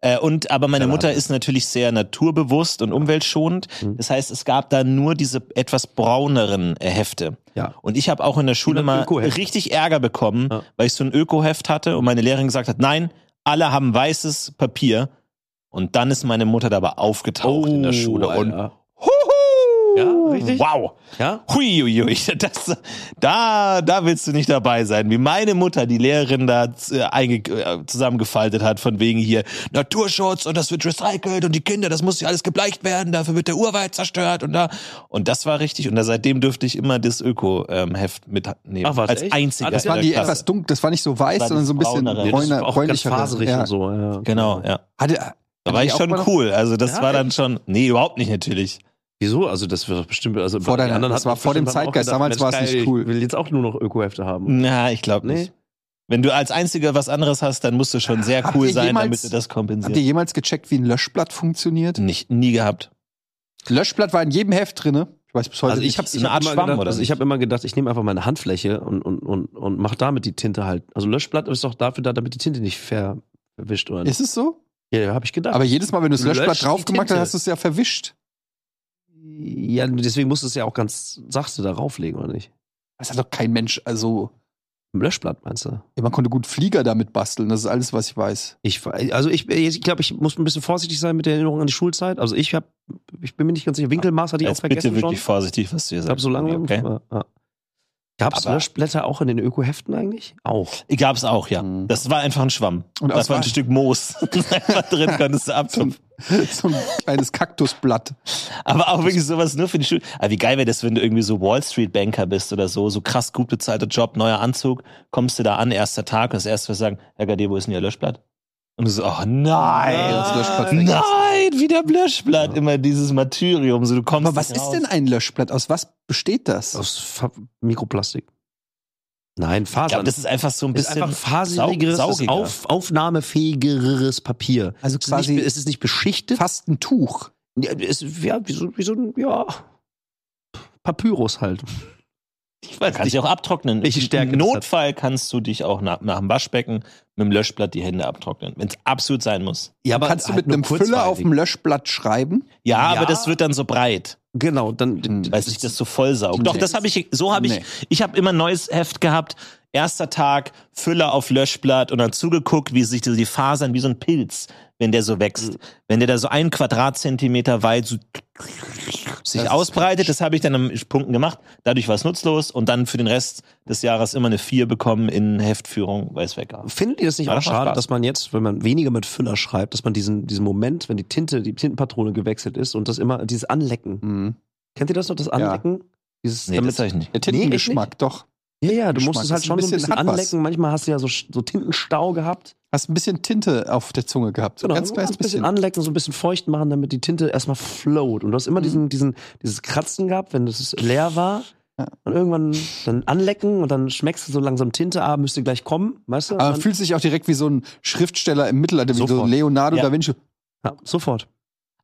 Speaker 3: Äh, und aber meine
Speaker 2: Ja,
Speaker 3: Mutter
Speaker 2: Laden.
Speaker 3: ist natürlich sehr naturbewusst und umweltschonend.
Speaker 2: Mhm.
Speaker 3: Das heißt, es gab da nur diese etwas brauneren äh, Hefte.
Speaker 2: Ja.
Speaker 3: Und ich habe auch in der Schule
Speaker 2: Die
Speaker 3: mal
Speaker 2: Öko-Hefte.
Speaker 3: richtig Ärger bekommen,
Speaker 2: Ja.
Speaker 3: weil ich so ein Ökoheft hatte und meine Lehrerin gesagt hat, nein, alle haben weißes Papier. Und dann ist meine Mutter dabei aufgetaucht in der Schule und
Speaker 2: Oh, Alter.
Speaker 3: huhu,
Speaker 2: Ja, richtig.
Speaker 3: wow,
Speaker 2: Ja?
Speaker 3: Huiuiui, das, da, da willst du nicht dabei sein. Wie meine Mutter die Lehrerin da äh, einge, äh, zusammengefaltet hat, von wegen hier Naturschutz und das wird recycelt und die Kinder, das muss ja alles gebleicht werden, dafür wird der Urwald zerstört und da. Und das war richtig. Und da, seitdem dürfte ich immer das Öko-Heft mitnehmen.
Speaker 2: Ach, was,
Speaker 3: Als
Speaker 2: echt?
Speaker 3: einziger.
Speaker 2: Ah, das
Speaker 3: in
Speaker 1: War
Speaker 3: der
Speaker 1: die
Speaker 3: Klasse.
Speaker 1: etwas dunkel, das war nicht so weiß,
Speaker 3: Das war
Speaker 1: sondern so ein
Speaker 3: das
Speaker 1: bisschen
Speaker 3: braunere.
Speaker 2: das ist
Speaker 1: bräuner,
Speaker 2: auch ganz
Speaker 1: bräunlicher.
Speaker 2: faserig
Speaker 1: ja.
Speaker 2: und so. Ja.
Speaker 3: Genau, ja.
Speaker 1: Hatte,
Speaker 3: Da war
Speaker 1: die
Speaker 3: ich
Speaker 1: auch
Speaker 3: schon
Speaker 1: mal noch-
Speaker 3: cool. Also das
Speaker 2: Ja,
Speaker 3: war dann schon. Nee, überhaupt nicht natürlich.
Speaker 2: Wieso? Also das wird doch bestimmt. Also
Speaker 1: Vor
Speaker 2: die
Speaker 1: deiner-
Speaker 2: anderen
Speaker 1: das
Speaker 2: hatten
Speaker 1: war vor dem
Speaker 2: bestimmt dann auch
Speaker 1: Zeitgeist, damals
Speaker 2: Mensch,
Speaker 1: war es
Speaker 2: geil,
Speaker 1: nicht cool. Mhm.
Speaker 2: Ich will jetzt auch nur noch Ökohefte haben.
Speaker 3: Na, ich glaube
Speaker 2: Nee.
Speaker 3: nicht. Wenn du als einziger was anderes hast, dann musst du schon sehr
Speaker 1: Habt
Speaker 3: cool
Speaker 1: ihr
Speaker 3: sein,
Speaker 1: jemals-
Speaker 3: damit du das
Speaker 1: Habt ihr
Speaker 3: kompensierst.
Speaker 1: jemals gecheckt, wie ein Löschblatt funktioniert?
Speaker 3: Nicht, nie gehabt.
Speaker 1: Löschblatt war in jedem Heft drinne. Ich weiß bis heute
Speaker 2: Also
Speaker 1: nicht.
Speaker 2: ich habe
Speaker 3: so eine Art
Speaker 2: immer
Speaker 3: Schwamm
Speaker 2: gedacht,
Speaker 3: oder
Speaker 2: also ich
Speaker 3: nicht?
Speaker 2: habe immer gedacht, ich nehme einfach meine Handfläche und und und und mach damit die Tinte halt. Also Löschblatt ist doch dafür da, damit die Tinte nicht verwischt oder nicht.
Speaker 1: Ist es so?
Speaker 2: Ja, habe ich gedacht.
Speaker 1: Aber jedes Mal, wenn du das
Speaker 2: Löscht
Speaker 1: Löschblatt
Speaker 2: die
Speaker 1: drauf gemacht hast,
Speaker 2: Tinte.
Speaker 1: hast du es ja verwischt.
Speaker 2: ja, deswegen musst du es ja auch ganz sagst du da rauflegen oder nicht?
Speaker 1: Das hat doch kein Mensch. Also,
Speaker 2: Im Löschblatt meinst du?
Speaker 1: ja, man konnte gut Flieger damit basteln. Das ist alles, was ich weiß.
Speaker 2: Ich weiß- also ich ich glaube, ich muss ein bisschen vorsichtig sein mit der Erinnerung an die Schulzeit. Also ich habe ich bin mir nicht ganz sicher, Winkelmaß hatte ich auch
Speaker 3: Jetzt bitte
Speaker 2: vergessen schon.
Speaker 3: wirklich vorsichtig, was du hier
Speaker 2: Ich
Speaker 3: sagst.
Speaker 2: glaube so lange.
Speaker 3: Okay.
Speaker 2: Ja, ja. Gab es
Speaker 3: Aber-
Speaker 2: Löschblätter auch in den Ökoheften eigentlich? Auch.
Speaker 3: Gab's auch, ja.
Speaker 1: Mhm.
Speaker 3: Das war einfach ein Schwamm.
Speaker 1: Und
Speaker 3: das
Speaker 1: aus
Speaker 3: war ein
Speaker 1: was?
Speaker 3: Stück Moos. einfach drin konntest du abtupfen.
Speaker 1: so ein kleines Kaktusblatt.
Speaker 3: Aber auch wirklich sowas nur für die Schule. Aber wie geil wäre das, wenn du irgendwie so Wall Street Banker bist oder so, so krass gut bezahlter Job, neuer Anzug, kommst du da an, erster Tag und das erste was sagen, Herr Gade, wo ist denn Ihr Löschblatt? Und du so, oh nein,
Speaker 1: Das Löschblatt weg ist.
Speaker 3: nein, wieder Löschblatt, immer dieses Martyrium, so du kommst
Speaker 1: Aber was
Speaker 3: nicht
Speaker 1: ist
Speaker 3: raus.
Speaker 1: denn ein Löschblatt? Aus was besteht das?
Speaker 2: Aus Fa Mikroplastik. Nein,
Speaker 3: Ich
Speaker 2: Fasern.
Speaker 3: glaube, das ist einfach so ein
Speaker 2: ist
Speaker 3: bisschen
Speaker 2: einfach faserigeres,
Speaker 3: sau-
Speaker 2: ist
Speaker 3: saugiger.
Speaker 2: auf, aufnahmefähigeres Papier.
Speaker 1: Also
Speaker 2: Es ist, nicht,
Speaker 1: quasi
Speaker 2: es ist nicht beschichtet.
Speaker 1: fast ein Tuch.
Speaker 2: Ja, es, ja, wie so, wie so ein, ja. Papyrus halt.
Speaker 3: Ich weiß kannst dich auch abtrocknen.
Speaker 2: welche Stärke
Speaker 3: Im
Speaker 2: das halt. hat.
Speaker 3: Notfall kannst du dich auch nach, nach dem Waschbecken mit dem Löschblatt die Hände abtrocknen, wenn es absolut sein muss.
Speaker 2: Ja, aber
Speaker 1: Kannst du mit
Speaker 2: halt nur
Speaker 1: einem Füller auf
Speaker 2: kurzweilig.
Speaker 1: dem Löschblatt schreiben?
Speaker 3: Ja,
Speaker 2: Ja.
Speaker 3: aber das wird dann so breit,
Speaker 2: Genau, dann.
Speaker 1: Hm.
Speaker 3: weil sich das so vollsaugt.
Speaker 1: Nee.
Speaker 3: Doch, das habe ich, so habe ich,
Speaker 1: Nee.
Speaker 3: ich habe immer ein neues Heft gehabt, erster Tag, Füller auf Löschblatt und dann zugeguckt, wie sich die Fasern, wie so ein Pilz, wenn der so wächst, wenn der da so einen Quadratzentimeter weit so sich ausbreitet, das habe ich dann am Punkten gemacht, dadurch war es nutzlos und dann für den Rest des Jahres immer eine 4 bekommen in Heftführung, weil es weg war.
Speaker 2: Findet ihr das nicht
Speaker 3: Ja,
Speaker 2: auch
Speaker 3: das macht
Speaker 2: schade,
Speaker 3: Spaß.
Speaker 2: dass man jetzt, wenn man weniger mit Füller schreibt, dass man diesen, diesen Moment, wenn die Tinte, die Tintenpatrone gewechselt ist und das immer, dieses Anlecken.
Speaker 1: Mhm.
Speaker 2: Kennt ihr das noch, das Anlecken? Dieses,
Speaker 3: Nee, das habe ich nicht.
Speaker 1: Der Tintengeschmack, doch.
Speaker 2: Ja, ja, du
Speaker 1: Geschmack.
Speaker 2: musst es
Speaker 1: Das
Speaker 2: halt
Speaker 1: ist
Speaker 2: schon
Speaker 1: ein
Speaker 2: so ein bisschen
Speaker 1: bisschen hat was.
Speaker 2: anlecken. Manchmal hast du ja so, so Tintenstau gehabt.
Speaker 1: Hast ein bisschen Tinte auf der Zunge gehabt. So ein ganz
Speaker 2: so
Speaker 1: kleines bisschen.
Speaker 2: anlecken, so Genau, ein bisschen feucht machen, damit die Tinte erstmal float. Und du hast immer
Speaker 1: Mhm.
Speaker 2: diesen, diesen, dieses Kratzen gehabt, wenn es leer war.
Speaker 1: Ja.
Speaker 2: Und irgendwann dann anlecken und dann schmeckst du so langsam Tinte, ah, müsste gleich kommen, weißt du?
Speaker 1: Aber man
Speaker 2: Und
Speaker 1: fühlt sich auch direkt wie so ein Schriftsteller im Mittelalter, wie so
Speaker 2: Sofort.
Speaker 1: Leonardo
Speaker 3: Ja.
Speaker 1: da Vinci.
Speaker 2: dann, ja, sofort.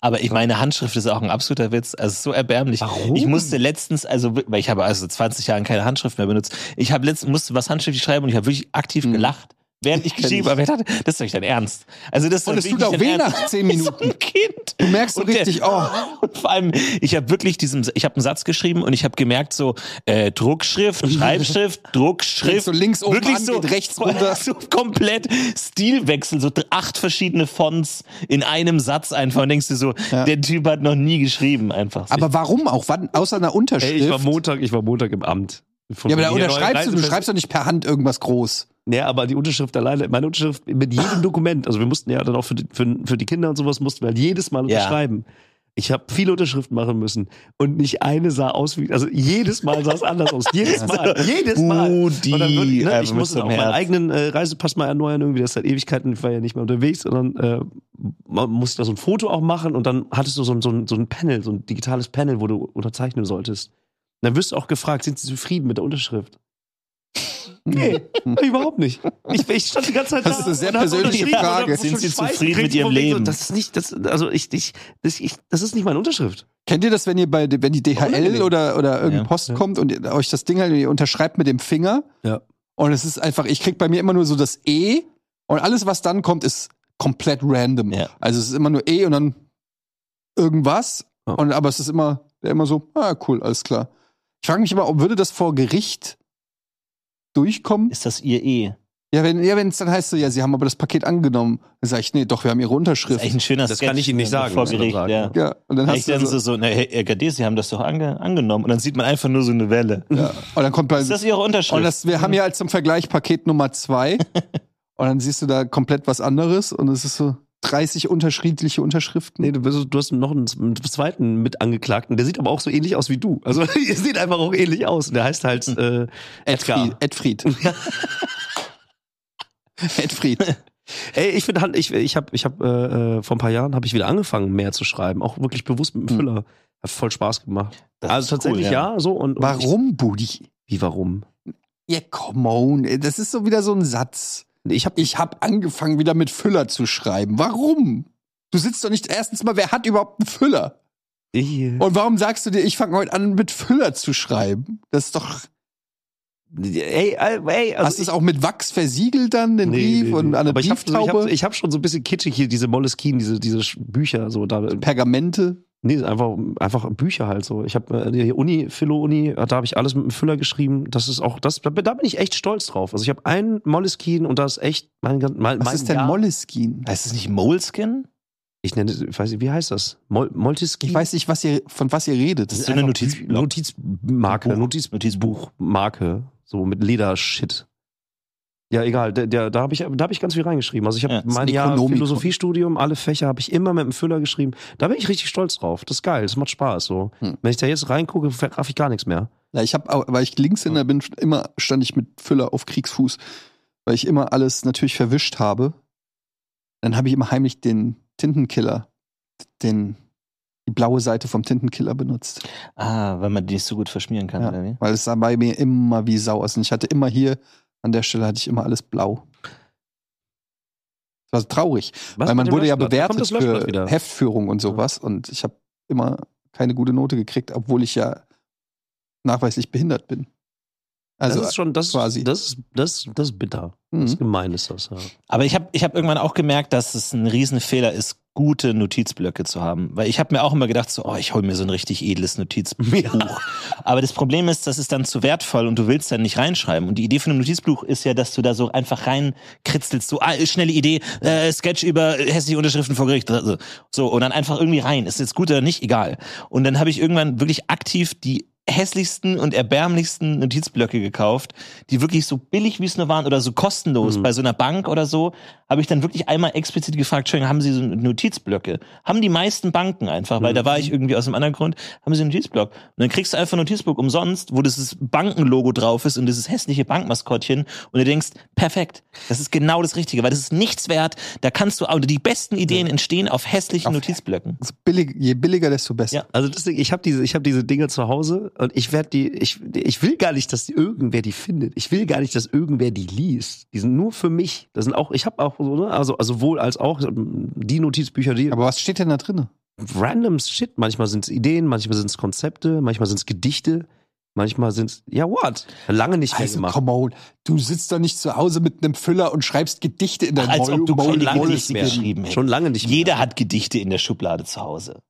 Speaker 3: Aber ich meine, Handschrift ist auch ein absoluter Witz. Also so erbärmlich.
Speaker 2: Warum?
Speaker 3: Ich musste letztens, also weil ich habe also 20 Jahren keine Handschrift mehr benutzt. Ich habe letztens musste was handschriftlich schreiben und ich habe wirklich aktiv
Speaker 1: Hm.
Speaker 3: gelacht, während ich geschrieben habe. Ich dachte, das ist doch nicht dein Ernst. Also das ist
Speaker 1: Und es
Speaker 3: doch
Speaker 1: tut
Speaker 3: wirklich
Speaker 1: auch
Speaker 3: dein
Speaker 1: weh
Speaker 3: Ernst.
Speaker 1: nach zehn Minuten.
Speaker 3: So ein Kind.
Speaker 1: Du merkst so
Speaker 3: Und der-
Speaker 1: richtig, oh,
Speaker 3: Und vor allem, ich habe wirklich diesem, ich habe einen Satz geschrieben und ich habe gemerkt so äh, Druckschrift, Schreibschrift, Druckschrift,
Speaker 1: so links oben
Speaker 3: wirklich
Speaker 1: an,
Speaker 3: so
Speaker 1: geht rechts runter.
Speaker 3: so komplett Stilwechsel, so dr- acht verschiedene Fonts in einem Satz einfach. Und denkst du so, der Typ hat noch nie geschrieben einfach.
Speaker 1: aber warum auch? Wann, außer einer Unterschrift.
Speaker 2: Ey, ich war Montag, ich war Montag im Amt. Von
Speaker 1: ja, aber da
Speaker 2: hier
Speaker 1: unterschreibst du, du
Speaker 2: Reisefest-
Speaker 1: schreibst doch nicht per Hand irgendwas groß.
Speaker 2: Nee, aber die Unterschrift alleine, meine Unterschrift mit jedem Dokument, also wir mussten ja dann auch für die, für, für die Kinder und sowas, mussten wir halt jedes Mal
Speaker 3: Ja.
Speaker 2: unterschreiben. Ich habe viele Unterschriften machen müssen und nicht eine sah aus wie, also jedes Mal sah es anders aus. Jedes Mal, jedes Mal.
Speaker 3: Rudi,
Speaker 2: und dann wird, ne, ich
Speaker 3: einfach mit
Speaker 2: musste
Speaker 3: so
Speaker 2: auch
Speaker 3: einem
Speaker 2: meinen
Speaker 3: Herz.
Speaker 2: eigenen äh, Reisepass mal erneuern, irgendwie, das ist seit Ewigkeiten, ich war ja nicht mehr unterwegs, sondern äh, man musste da so ein Foto auch machen und dann hattest du so ein, so ein, so ein Panel, so ein digitales Panel, wo du unterzeichnen solltest. Und dann wirst du auch gefragt, sind sie zufrieden mit der Unterschrift?
Speaker 1: Hm.
Speaker 2: Nee, überhaupt nicht. Ich, ich stand die ganze Zeit
Speaker 1: Das
Speaker 2: da
Speaker 1: ist eine sehr
Speaker 2: und hab so
Speaker 1: persönliche
Speaker 2: unterschrieben
Speaker 1: Frage.
Speaker 2: und hab so
Speaker 3: Sind
Speaker 2: schon
Speaker 3: Sie
Speaker 2: Schweiß
Speaker 3: zufrieden mit
Speaker 2: gekriegt,
Speaker 3: Ihrem
Speaker 2: von wegen so,
Speaker 3: Leben?
Speaker 2: Das ist nicht, das, also ich, ich, das, ich, das ist nicht meine Unterschrift.
Speaker 1: Kennt ihr das, wenn ihr bei, wenn die DHL
Speaker 2: Unangenehm.
Speaker 1: oder, oder irgendeine
Speaker 3: Ja.
Speaker 1: Post
Speaker 2: Ja.
Speaker 1: kommt und ihr- euch das Ding halt, ihr unterschreibt mit dem Finger?
Speaker 2: Ja.
Speaker 1: Und es ist einfach, ich krieg bei mir immer nur so das E und alles, was dann kommt, ist komplett random.
Speaker 3: Ja.
Speaker 1: Also es ist immer nur E und dann irgendwas.
Speaker 2: Ja.
Speaker 1: Und, aber es ist immer, immer so, ah, cool, alles klar. Ich frage mich immer, ob würde das vor Gericht durchkommen?
Speaker 3: ist das ihr E?
Speaker 1: Ja, wenn ja, wenn es dann heißt so, ja, sie haben aber das Paket angenommen, dann sage ich, nee, doch, wir haben ihre
Speaker 3: Das ist
Speaker 1: Unterschrift.
Speaker 3: echt ein schöner
Speaker 2: Das
Speaker 3: Sketch
Speaker 2: kann ich Ihnen nicht sagen,
Speaker 3: Vor
Speaker 2: muss man
Speaker 3: Gericht,
Speaker 2: sagen.
Speaker 3: ja.
Speaker 1: ja, und dann
Speaker 3: Ich
Speaker 1: hast
Speaker 3: dann
Speaker 1: du
Speaker 3: so,
Speaker 1: so,
Speaker 3: so na, Herr RKD, Sie haben das doch ange angenommen. Und dann sieht man einfach nur so eine Welle.
Speaker 1: ja. und dann kommt bei
Speaker 3: Ist das Ihre Unterschrift?
Speaker 1: und das, wir haben ja als zum Vergleich Paket Nummer zwei und dann siehst du da komplett was anderes und es ist so 30 unterschiedliche Unterschriften.
Speaker 2: Nee, du, bist, du hast noch einen, einen zweiten Mitangeklagten, der sieht aber auch so ähnlich aus wie du. Also ihr seht einfach auch ähnlich aus. Der heißt halt äh, Edgar.
Speaker 1: Edfried. Edfried. Edfried.
Speaker 2: Ey, ich finde, Hand- ich, ich habe ich hab, äh, äh, vor ein paar Jahren habe ich wieder angefangen, mehr zu schreiben. Auch wirklich bewusst
Speaker 1: Hm.
Speaker 2: mit dem Füller. Hat voll Spaß gemacht.
Speaker 3: Das
Speaker 2: also
Speaker 3: ist cool,
Speaker 2: tatsächlich ja. so. Und, und
Speaker 1: Warum, Budi?
Speaker 2: Ich, wie warum?
Speaker 1: Ja, come on. ey, Das ist so wieder so ein Satz.
Speaker 2: Ich habe
Speaker 1: Ich habe angefangen, wieder mit Füller zu schreiben. Warum? Du sitzt doch nicht erstens mal, wer hat überhaupt einen Füller? Und warum sagst du dir, ich fange heute an, mit Füller zu schreiben? Das ist doch.
Speaker 2: Ey, ey, ey, also
Speaker 1: hast du es auch mit Wachs versiegelt dann, den Brief und an eine
Speaker 2: Aber ich habe
Speaker 1: Brieftaube?
Speaker 2: ich hab, ich hab schon so ein bisschen kitschig hier diese Moleskine, diese, diese Sch- Bücher so da.
Speaker 1: Pergamente.
Speaker 2: Nee, einfach einfach Bücher halt so. Ich habe die Uni, Philo Uni, äh, da habe ich alles mit dem Füller geschrieben. Das ist auch das da, da bin ich echt stolz drauf. Also ich habe einen Moleskine und da ist echt mein ganz- mein,
Speaker 1: Was
Speaker 2: mein
Speaker 1: ist denn
Speaker 2: Jahr-
Speaker 1: Moleskin?
Speaker 3: Heißt es nicht Moleskin?
Speaker 2: Ich nenne ich weiß nicht, wie heißt das? Mol Moleskine.
Speaker 1: Ich weiß nicht, was ihr, von was ihr redet.
Speaker 3: Das ist
Speaker 2: so
Speaker 3: so eine Notiz.
Speaker 2: Notizmarke,
Speaker 3: Buch.
Speaker 2: Notiz Notizbuchmarke, so mit Ledershit. Ja, egal, der, der, da habe ich, da hab ich ganz viel reingeschrieben. Also ich habe
Speaker 3: Ja, das
Speaker 2: mein
Speaker 1: ist ein
Speaker 2: Jahr
Speaker 1: Ökonomikon.
Speaker 2: Philosophiestudium, alle Fächer habe ich immer mit dem Füller geschrieben. Da bin ich richtig stolz drauf. Das ist geil, das macht Spaß so.
Speaker 1: Hm.
Speaker 2: Wenn ich da jetzt reingucke, raff ich gar nichts mehr.
Speaker 1: Ja, ich habe, weil ich Linkshänder bin, immer stand ich mit Füller auf Kriegsfuß, weil ich immer alles natürlich verwischt habe. Dann habe ich immer heimlich den Tintenkiller, den die blaue Seite vom Tintenkiller benutzt,
Speaker 3: Ah, weil man die nicht so gut verschmieren kann,
Speaker 1: Ja.
Speaker 3: oder wie?
Speaker 1: weil es sah bei mir immer wie Sau aus. Und ich hatte immer hier an der Stelle hatte ich immer alles blau. Das war traurig, weil
Speaker 2: Was mit
Speaker 1: man
Speaker 2: dem
Speaker 1: wurde ja
Speaker 2: Löschblatt? Da
Speaker 1: bewertet
Speaker 2: kommt das Löschblatt
Speaker 1: für
Speaker 2: wieder.
Speaker 1: Heftführung und sowas und ich habe immer keine gute Note gekriegt, obwohl ich ja nachweislich behindert bin. Also
Speaker 2: das ist schon, das,
Speaker 1: quasi.
Speaker 2: das, ist, das, das ist bitter. Das
Speaker 1: Mhm.
Speaker 2: ist gemein ist das, ja.
Speaker 3: Aber ich habe ich hab irgendwann auch gemerkt, dass es ein Riesenfehler ist, gute Notizblöcke zu haben. Weil ich habe mir auch immer gedacht, so, oh, ich hole mir so ein richtig edles Notizbuch. Aber das Problem ist, das ist dann zu wertvoll und du willst dann nicht reinschreiben. Und die Idee von einem Notizbuch ist ja, dass du da so einfach reinkritzelst, so, ah, schnelle Idee, äh, Sketch über hässliche Unterschriften vor Gericht. Also, So, und dann einfach irgendwie rein. Ist jetzt gut oder nicht, egal. Und dann habe ich irgendwann wirklich aktiv die hässlichsten und erbärmlichsten Notizblöcke gekauft, die wirklich so billig wie es nur waren oder so kostenlos bei so einer Bank oder so, habe ich dann wirklich einmal explizit gefragt, Entschuldigung, haben Sie so Notizblöcke? Haben die meisten Banken einfach, weil da war ich irgendwie aus einem anderen Grund, haben Sie einen Notizblock? Und dann kriegst du einfach ein Notizblock umsonst, wo dieses Bankenlogo drauf ist und dieses hässliche Bankmaskottchen und du denkst, perfekt, das ist genau das Richtige, weil das ist nichts wert, da kannst du, auch- die besten Ideen entstehen auf hässlichen Notizblöcken.
Speaker 1: So billig, je billiger, desto besser.
Speaker 3: Ja.
Speaker 2: Also deswegen, ich habe diese, ich habe diese Dinge zu Hause und ich werde die, ich, ich will gar nicht, dass die irgendwer die findet. Ich will gar nicht, dass irgendwer die liest. Die sind nur für mich. Das sind auch, ich habe auch so, ne? also also sowohl als auch ähm, die Notizbücher, die
Speaker 1: Aber was steht denn da drin?
Speaker 2: random Shit. Manchmal sind es Ideen, manchmal sind es Konzepte, manchmal sind es Gedichte, manchmal sind es, ja, what? Lange nicht mehr
Speaker 1: Also,
Speaker 2: gemacht.
Speaker 1: come on. Du sitzt doch nicht zu Hause mit einem Füller und schreibst Gedichte in deinem
Speaker 3: Als ob du
Speaker 1: Maul-
Speaker 3: keine
Speaker 1: Maul-
Speaker 3: Gedichte geschrieben hättest.
Speaker 2: Schon lange nicht
Speaker 3: Jeder
Speaker 2: mehr.
Speaker 3: hat Gedichte in der Schublade zu Hause.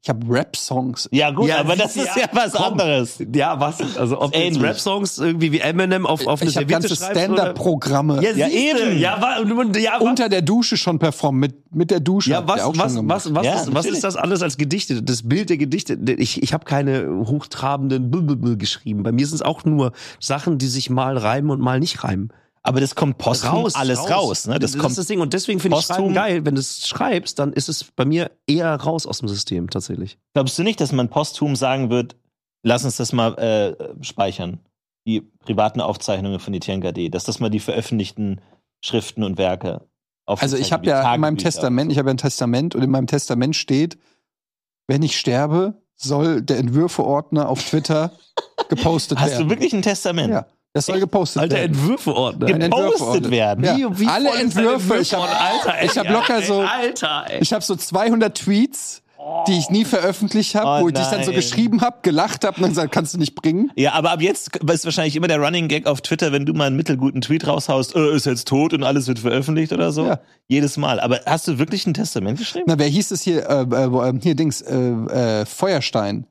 Speaker 1: Ich habe Rap-Songs.
Speaker 3: Ja, gut,
Speaker 2: Ja,
Speaker 3: aber das
Speaker 2: ja,
Speaker 3: ist ja was
Speaker 2: komm.
Speaker 3: anderes.
Speaker 2: Ja, was? Also, ob
Speaker 3: Ist
Speaker 2: jetzt
Speaker 3: ähnlich.
Speaker 2: Rap-Songs irgendwie wie Eminem auf, auf eine
Speaker 1: Ich habe
Speaker 2: Serviette
Speaker 1: ganze
Speaker 2: schreibst oder-
Speaker 1: Stand-Up-Programme
Speaker 2: Ja, ja
Speaker 3: eben.
Speaker 2: eben. Ja, wa, und- ja, wa,
Speaker 1: unter der Dusche schon performt. Mit, mit der Dusche.
Speaker 2: ja
Speaker 1: habt ihr
Speaker 2: was,
Speaker 1: auch schon
Speaker 2: was,
Speaker 1: gemacht.
Speaker 2: was, was,
Speaker 3: Ja,
Speaker 2: ist, was
Speaker 3: natürlich.
Speaker 2: ist das alles als Gedichte? Das Bild der Gedichte. Ich, ich habe keine hochtrabenden Blablabla geschrieben. Bei mir sind es auch nur Sachen, die sich mal reimen und mal nicht reimen.
Speaker 3: Aber das kommt post alles raus. ne? Das, kommt
Speaker 2: ist das Ding. Und deswegen finde ich
Speaker 3: posthum.
Speaker 2: Schreiben geil. Wenn du es schreibst, dann ist es bei mir eher raus aus dem System tatsächlich.
Speaker 3: Glaubst du nicht, dass man posthum sagen wird, lass uns das mal äh, speichern, die privaten Aufzeichnungen von Etienne Gade, dass das mal die veröffentlichten Schriften und Werke
Speaker 1: Also ich habe ja in meinem Testament, ich habe ja ein Testament und in meinem Testament steht, wenn ich sterbe, soll der Entwürfeordner auf Twitter gepostet
Speaker 3: Hast du
Speaker 1: werden.
Speaker 3: wirklich ein Testament?
Speaker 1: Ja, das soll gepostet
Speaker 2: Alter,
Speaker 1: werden.
Speaker 2: Entwürfeordner.
Speaker 1: Ein
Speaker 3: Gepostet
Speaker 1: Entwürfeordner.
Speaker 3: werden.
Speaker 1: Ja.
Speaker 2: Wie- wie
Speaker 1: Alle
Speaker 2: voll ist dein
Speaker 1: Entwürfe. Ich
Speaker 2: Entwürfeordner?
Speaker 1: habe
Speaker 2: Alter, ey,
Speaker 1: ich hab locker
Speaker 2: ey,
Speaker 1: so,
Speaker 2: Alter, ey.
Speaker 1: ich habe so 200 Tweets, die ich nie veröffentlicht habe,
Speaker 3: Oh
Speaker 1: wo ich dich dann so
Speaker 3: nein.
Speaker 1: geschrieben habe, gelacht habe und dann gesagt, kannst du nicht bringen.
Speaker 3: Ja, aber ab jetzt ist wahrscheinlich immer der Running Gag auf Twitter, wenn du mal einen mittelguten Tweet raushaust, äh, ist jetzt tot und alles wird veröffentlicht oder so.
Speaker 1: Ja.
Speaker 3: Jedes Mal. Aber hast du wirklich ein Testament geschrieben?
Speaker 1: Na, wer hieß es hier? Äh, äh, wo, ähm, hier Dings, äh, äh, Feuerstein.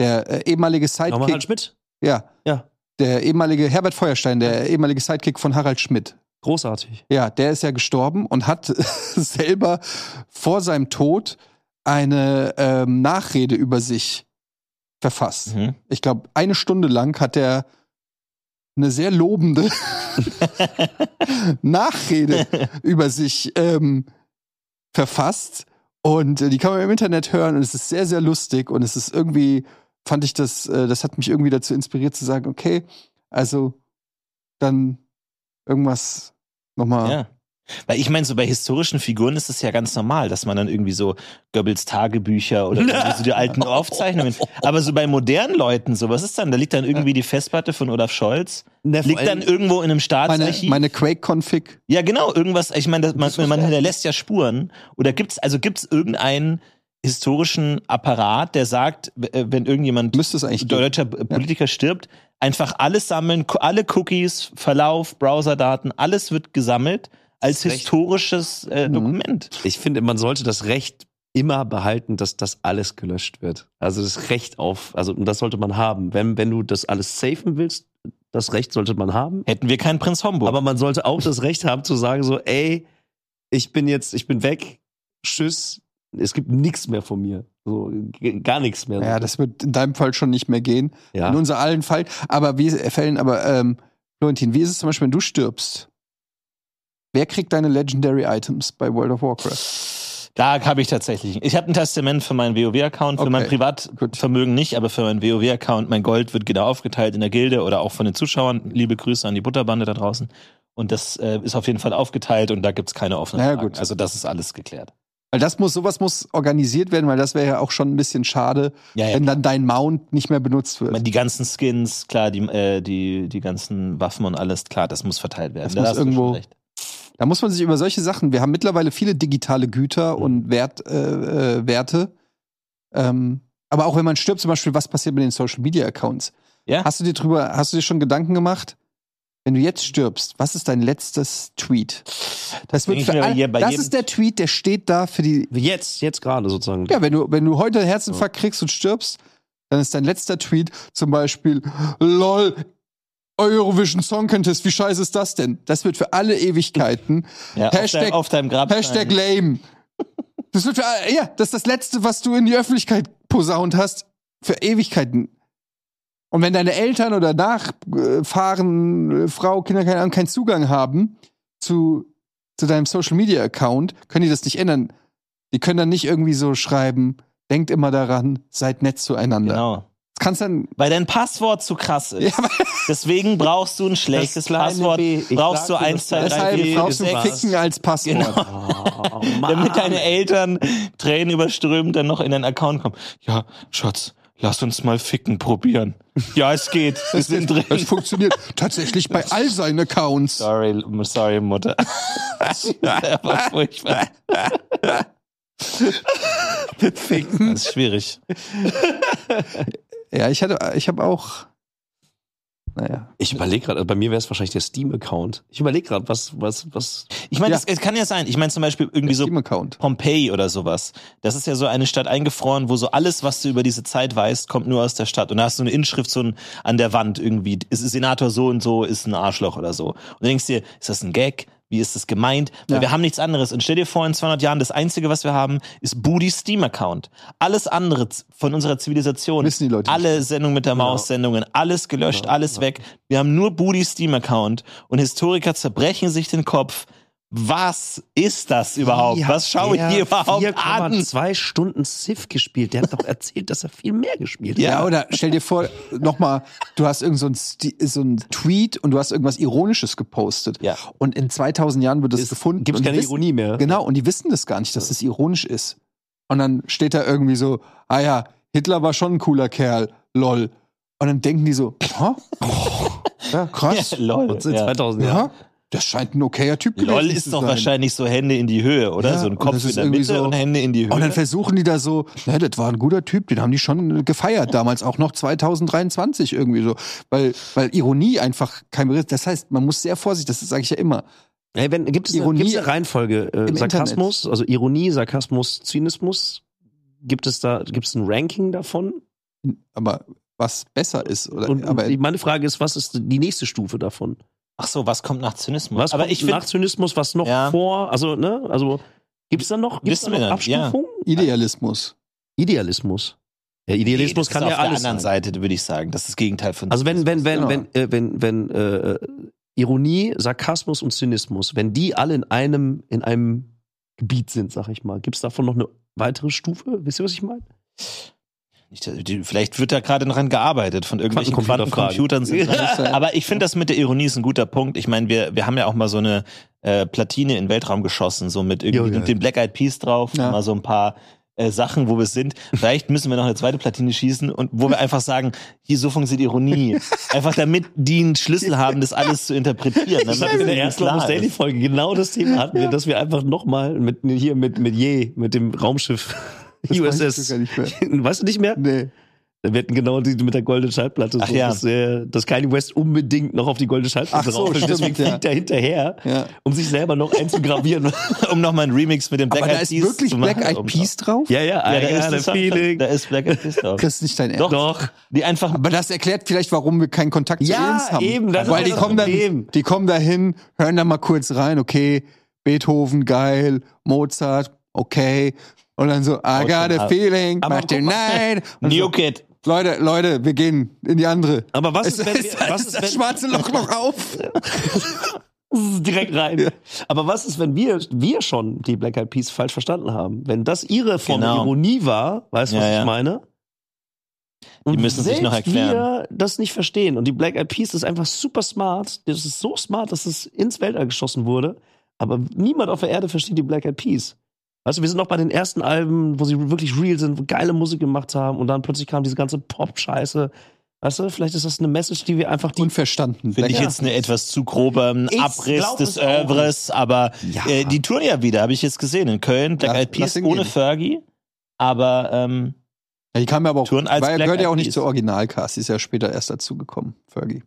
Speaker 1: Der äh, ehemalige
Speaker 2: Nochmal Hans
Speaker 1: Sidekick.
Speaker 2: Schmidt.
Speaker 1: Ja.
Speaker 2: Ja.
Speaker 1: Der ehemalige Herbert Feuerstein, der ehemalige Sidekick von Harald Schmidt.
Speaker 2: Großartig.
Speaker 1: Ja, der ist ja gestorben und hat selber vor seinem Tod eine ähm, Nachrede über sich verfasst.
Speaker 3: Mhm.
Speaker 1: Ich glaube, eine Stunde lang hat er eine sehr lobende Nachrede über sich ähm, verfasst. Und äh, die kann man im Internet hören und es ist sehr, sehr lustig und es ist irgendwie, fand ich das, äh, das hat mich irgendwie dazu inspiriert zu sagen, okay, also dann irgendwas nochmal.
Speaker 3: Ja. Weil ich meine, so bei historischen Figuren ist es ja ganz normal, dass man dann irgendwie so Goebbels Tagebücher oder irgendwie so die alten Aufzeichnungen. Aber so bei modernen Leuten, so was ist dann? Da liegt dann irgendwie die Festplatte von Olaf Scholz,
Speaker 2: Na, vor
Speaker 3: liegt
Speaker 2: allem-
Speaker 3: dann irgendwo in einem
Speaker 1: meine,
Speaker 3: Staatsarchiv.
Speaker 1: meine Quake-Config.
Speaker 3: ja, genau, irgendwas. Ich meine, das- man, man hinterlässt ja Spuren. Oder gibt's also gibt's irgendeinen historischen Apparat, der sagt, w- äh, wenn irgendjemand
Speaker 1: Müsste es eigentlich geben.
Speaker 3: deutscher P- Politiker stirbt, einfach alles sammeln, ku- alle Cookies, Verlauf, Browserdaten, alles wird gesammelt als
Speaker 2: Recht.
Speaker 3: historisches äh, Dokument.
Speaker 2: Ich finde, man sollte das Recht immer behalten, dass das alles gelöscht wird. Also das Recht auf, also das sollte man haben. Wenn, wenn du das alles safen willst, das Recht sollte man haben.
Speaker 3: Hätten wir keinen Prinz Homburg.
Speaker 2: Aber man sollte auch das Recht haben zu sagen so, ey, ich bin jetzt, ich bin weg, tschüss, es gibt nichts mehr von mir. So, g- gar nichts mehr.
Speaker 1: Ja, das wird in deinem Fall schon nicht mehr gehen.
Speaker 2: ja.
Speaker 1: In unser allen Fall. Aber wie Fällen, aber ähm, Florentin, wie ist es zum Beispiel, wenn du stirbst? Wer kriegt deine Legendary Items bei World of Warcraft?
Speaker 3: da habe ich tatsächlich. Ich habe ein Testament für meinen WoW-Account, für
Speaker 1: Okay,
Speaker 3: mein Privatvermögen nicht, aber für meinen WoW-Account. Mein Gold wird genau aufgeteilt in der Gilde oder auch von den Zuschauern. Liebe Grüße an die Butterbande da draußen. Und das äh, ist auf jeden Fall aufgeteilt und da gibt's keine offenen
Speaker 1: Na ja,
Speaker 3: Fragen.
Speaker 1: gut.
Speaker 3: Also das ist alles geklärt.
Speaker 1: Weil das muss, sowas muss organisiert werden, weil das wäre ja auch schon ein bisschen schade, wenn dann dein Mount nicht mehr benutzt
Speaker 3: Ich meine,
Speaker 1: wird.
Speaker 3: die ganzen Skins, klar, die, äh, die, die ganzen Waffen und alles, klar, das muss verteilt
Speaker 1: Das
Speaker 3: werden. Da
Speaker 1: muss
Speaker 3: hast du schon
Speaker 1: irgendwo-
Speaker 3: recht.
Speaker 1: Da muss man sich über solche Sachen. Wir haben mittlerweile viele digitale
Speaker 3: Mhm.
Speaker 1: Güter und Wert, äh, äh, Werte. Ähm, aber auch wenn man stirbt, zum Beispiel, was passiert mit den Social Media Accounts?
Speaker 3: Ja?
Speaker 1: Hast du dir drüber, hast du dir schon Gedanken gemacht? Wenn du jetzt stirbst, was ist dein letztes Tweet? Das,
Speaker 3: denk
Speaker 1: wird
Speaker 3: ich
Speaker 1: für
Speaker 3: mir bei je-
Speaker 1: all,
Speaker 3: bei
Speaker 1: das
Speaker 3: jedem-
Speaker 1: ist der Tweet, der steht da für die.
Speaker 2: Jetzt, jetzt gerade sozusagen.
Speaker 1: Ja, wenn du, wenn du heute einen Herzinfarkt kriegst und stirbst, dann ist dein letzter Tweet zum Beispiel, lol, Eurovision Song Contest, wie scheiße ist das denn? Das wird für alle Ewigkeiten.
Speaker 3: ja
Speaker 1: Hashtag-
Speaker 3: auf, dein, auf deinem Grab.
Speaker 1: Hashtag lame. Das wird für, alle- ja, das ist das Letzte, was du in die Öffentlichkeit posaunt hast, für Ewigkeiten. Und wenn deine Eltern oder Nachfahren, äh, Frau, Kinder, keine Ahnung, keinen Zugang haben zu, zu deinem Social Media Account, können die das nicht ändern. Die können dann nicht irgendwie so schreiben, denkt immer daran, seid nett zueinander.
Speaker 3: Genau.
Speaker 1: Das kannst dann,
Speaker 3: Weil dein Passwort zu krass ist. Deswegen brauchst du ein schlechtes
Speaker 2: kleine
Speaker 3: Passwort.
Speaker 2: B. Ich
Speaker 3: brauchst du
Speaker 2: sagte,
Speaker 3: 1, 2,
Speaker 2: das
Speaker 3: 3,
Speaker 1: deshalb
Speaker 3: 4,
Speaker 1: brauchst du
Speaker 3: 6.
Speaker 1: Ficken als Passwort.
Speaker 3: Genau.
Speaker 2: Oh,
Speaker 3: Damit
Speaker 2: Mann.
Speaker 3: deine Eltern Tränen überströmend dann noch in deinen Account kommen. Ja, Schatz, lass uns mal Ficken probieren. Ja, es geht. Wir sind
Speaker 1: Das
Speaker 3: drin.
Speaker 1: funktioniert tatsächlich bei all seinen Accounts.
Speaker 3: Sorry, sorry, Mutter. Das ist einfach furchtbar. Ficken. Das ist schwierig.
Speaker 1: Ja, ich hatte, ich habe auch. Naja.
Speaker 2: Ich überlege gerade, also bei mir wäre es wahrscheinlich der Steam-Account. Ich überlege gerade, was, was, was.
Speaker 3: Ich meine,
Speaker 1: Ja.
Speaker 3: das- es kann ja sein. Ich meine zum Beispiel irgendwie so
Speaker 1: Steam-Account.
Speaker 3: Pompeii oder sowas. Das ist ja so eine Stadt eingefroren, wo so alles, was du über diese Zeit weißt, kommt nur aus der Stadt. Und da hast du eine Inschrift so ein, an der Wand irgendwie. Es Ist Senator so und so, ist ein Arschloch oder so. Und du denkst dir, ist das ein Gag? Wie ist das gemeint? Weil
Speaker 1: Ja.
Speaker 3: wir haben nichts anderes. Und stell dir vor, in 200 Jahren, das Einzige, was wir haben, ist Boody's Steam-Account. Alles andere z- von unserer Zivilisation.
Speaker 1: Wissen die Leute nicht.
Speaker 3: Alle Sendungen mit der Maus, Sendungen, alles gelöscht, alles weg. Wir haben nur Boody's Steam-Account. Und Historiker zerbrechen sich den Kopf. Was ist das überhaupt?
Speaker 2: Wie hat
Speaker 3: Was schaue ich
Speaker 2: der
Speaker 3: hier überhaupt an?
Speaker 2: 4,2 Stunden Civ gespielt. Der hat doch erzählt, dass er viel mehr gespielt hat.
Speaker 1: Ja, oder stell dir vor, nochmal, du hast irgend so ein, Sti- so ein Tweet und du hast irgendwas Ironisches gepostet.
Speaker 3: Ja.
Speaker 1: Und in 2000 Jahren wird das
Speaker 2: Es
Speaker 1: gefunden.
Speaker 2: gibt
Speaker 1: und die
Speaker 2: keine
Speaker 1: wissen-
Speaker 2: Ironie mehr.
Speaker 1: Genau, und die wissen das gar nicht, dass es ironisch ist. Und dann steht da irgendwie so, ah ja, Hitler war schon ein cooler Kerl, lol. Und dann denken die so, hä? ja, krass.
Speaker 3: Ja, lol.
Speaker 2: Und in
Speaker 3: Ja.
Speaker 2: 2000
Speaker 1: Ja.
Speaker 2: Jahren.
Speaker 1: Das scheint ein okayer Typ gewesen
Speaker 3: LOL
Speaker 1: zu
Speaker 3: ist doch
Speaker 1: sein.
Speaker 3: wahrscheinlich so Hände in die Höhe, oder?
Speaker 1: Ja,
Speaker 3: so ein
Speaker 1: und
Speaker 3: Kopf
Speaker 1: das
Speaker 3: in
Speaker 1: ist
Speaker 3: der
Speaker 1: irgendwie
Speaker 3: Mitte
Speaker 1: so-
Speaker 3: und Hände in die Höhe.
Speaker 1: Und dann versuchen die da so, ne, das war ein guter Typ, den haben die schon gefeiert damals, auch noch 2023 irgendwie so. Weil, weil Ironie einfach kein Begriff Das heißt, man muss sehr vorsichtig, das sage ich ja immer.
Speaker 2: Hey, wenn, gibt es
Speaker 1: Ironie
Speaker 2: eine, gibt's eine Reihenfolge? Äh,
Speaker 1: im
Speaker 2: Sarkasmus, also Ironie, Sarkasmus, Zynismus? Gibt es da, gibt es ein Ranking davon?
Speaker 1: Aber was besser ist, oder?
Speaker 2: Und,
Speaker 1: aber
Speaker 2: und meine Frage ist, was ist die nächste Stufe davon?
Speaker 3: Ach so, was kommt nach Zynismus?
Speaker 2: Was
Speaker 3: Aber
Speaker 2: kommt
Speaker 3: ich
Speaker 2: nach
Speaker 3: finde,
Speaker 2: Zynismus, was noch
Speaker 3: Ja.
Speaker 2: vor? Also, ne? Also, gibt es da noch, gibt's da
Speaker 3: Wissen wir
Speaker 2: noch
Speaker 3: nicht, ja.
Speaker 2: Abstufungen?
Speaker 1: Idealismus.
Speaker 2: Idealismus. Ja, Idealismus kann ja
Speaker 3: auf der
Speaker 2: alles
Speaker 3: anderen
Speaker 2: sein.
Speaker 3: Seite, würde ich sagen. Das ist das Gegenteil von
Speaker 2: Also wenn, wenn, wenn,
Speaker 1: Genau.
Speaker 2: wenn, äh, wenn, wenn äh, Ironie, Sarkasmus und Zynismus, wenn die alle in einem, in einem Gebiet sind, sag ich mal, gibt es davon noch eine weitere Stufe? Wisst ihr, was ich meine?
Speaker 3: Nicht, äh, die- Vielleicht wird da gerade dran gearbeitet von irgendwelchen
Speaker 2: Quantencomputerfragen.
Speaker 3: Quantencomputern. Sind Aber ich finde das mit der Ironie ist ein guter Punkt. Ich meine, wir, wir haben ja auch mal so eine äh, Platine in den Weltraum geschossen, so mit irgendwie
Speaker 2: Ja, ja.
Speaker 3: den Black Eyed Peas drauf,
Speaker 1: Oh, Ja.
Speaker 3: mal so ein paar äh, Sachen, wo wir sind. Vielleicht müssen wir noch eine zweite Platine schießen und wo wir einfach sagen, hier so funktioniert Ironie. Einfach damit die einen Schlüssel haben, das alles zu interpretieren. damit
Speaker 2: in der
Speaker 3: irgendwie
Speaker 2: ersten
Speaker 3: klar
Speaker 2: Lost Daily
Speaker 3: ist.
Speaker 2: Folge genau das Thema hatten wir, dass wir einfach nochmal mit hier mit mit je mit dem Raumschiff
Speaker 1: Das weiß ich
Speaker 2: USS.
Speaker 1: sogar nicht mehr.
Speaker 2: Weißt du nicht mehr?
Speaker 1: Nee.
Speaker 2: Wir hatten genau die mit der goldenen Schallplatte,
Speaker 3: Ach
Speaker 2: so,
Speaker 3: ja.
Speaker 2: dass, äh, dass Kanye West unbedingt noch auf die goldene Schallplatte
Speaker 1: Ach so,
Speaker 2: drauf ist.
Speaker 1: stimmt,
Speaker 2: Deswegen
Speaker 1: ja.
Speaker 2: fliegt er hinterher,
Speaker 1: Ja.
Speaker 2: um sich selber noch einzugravieren.
Speaker 3: um nochmal einen Remix mit dem Black
Speaker 1: Aber da
Speaker 3: Eyed
Speaker 1: ist
Speaker 3: Peas
Speaker 1: wirklich
Speaker 3: zu machen.
Speaker 1: Black Eyed
Speaker 3: Um-
Speaker 1: Peas drauf?
Speaker 2: ja, ja,
Speaker 3: Ja,
Speaker 2: I
Speaker 3: da ist,
Speaker 2: got a
Speaker 3: das
Speaker 2: feeling.
Speaker 3: da ist Black Eyed Peas drauf.
Speaker 1: Das ist nicht dein Ernst.
Speaker 3: Doch. Die einfach
Speaker 1: Aber das erklärt vielleicht, warum wir keinen Kontakt zu
Speaker 2: Ja,
Speaker 1: Aliens haben.
Speaker 2: eben, das ist
Speaker 1: Weil
Speaker 2: ja
Speaker 1: die
Speaker 2: das
Speaker 1: kommen,
Speaker 2: Problem.
Speaker 1: dann, die kommen dahin, hören da mal kurz rein, okay, Beethoven, geil, Mozart, okay. Und dann so, I got a feeling,
Speaker 2: Aber
Speaker 1: but
Speaker 2: guck mal.
Speaker 1: tonight. Und
Speaker 2: Also,
Speaker 3: New
Speaker 1: so,
Speaker 3: Kid.
Speaker 1: Leute, Leute, wir gehen in die andere.
Speaker 2: Aber was
Speaker 1: Es
Speaker 2: ist, wenn wir,
Speaker 1: ist,
Speaker 3: halt
Speaker 2: was
Speaker 1: ist
Speaker 2: ist,
Speaker 1: das
Speaker 2: wenn,
Speaker 1: schwarze Loch noch auf?
Speaker 2: direkt rein. Aber was ist, wenn wir, wir schon die Black Eyed Peas falsch verstanden haben? Wenn das ihre Form der
Speaker 3: Genau.
Speaker 2: Ironie war, weißt du, was
Speaker 3: Ja, ja.
Speaker 2: ich meine? Und
Speaker 3: müssen sich
Speaker 2: selbst
Speaker 3: noch erklären.
Speaker 2: wir das nicht verstehen. Und die Black Eyed Peas ist einfach super smart. Das ist so smart, dass es ins Weltall geschossen wurde. Aber niemand auf der Erde versteht die Black Eyed Peas. Weißt du, wir sind noch bei den ersten Alben, wo sie wirklich real sind, wo geile Musik gemacht haben und dann plötzlich kam diese ganze Pop-Scheiße. Weißt du, vielleicht ist das eine Message, die wir einfach die
Speaker 1: Unverstanden.
Speaker 3: Finde ich
Speaker 1: Ja.
Speaker 3: jetzt eine etwas zu grobe ähm,
Speaker 2: Ich
Speaker 3: Abriss
Speaker 2: glaub
Speaker 3: des
Speaker 2: es auch
Speaker 3: Övres, aber
Speaker 2: Ja.
Speaker 3: äh, die touren ja wieder, habe ich jetzt gesehen. In Köln, Black
Speaker 1: Ja,
Speaker 3: Eyed
Speaker 1: lass
Speaker 3: Peas
Speaker 1: ihn
Speaker 3: ohne
Speaker 1: gehen.
Speaker 3: Fergie, aber ähm,
Speaker 1: Ja, die kam ja aber auch,
Speaker 3: Touren als
Speaker 1: weil
Speaker 3: Black
Speaker 1: gehört ja auch
Speaker 3: Eyed
Speaker 1: nicht
Speaker 3: Peas.
Speaker 1: zur Originalcast, die ist ja später erst dazugekommen, Fergie.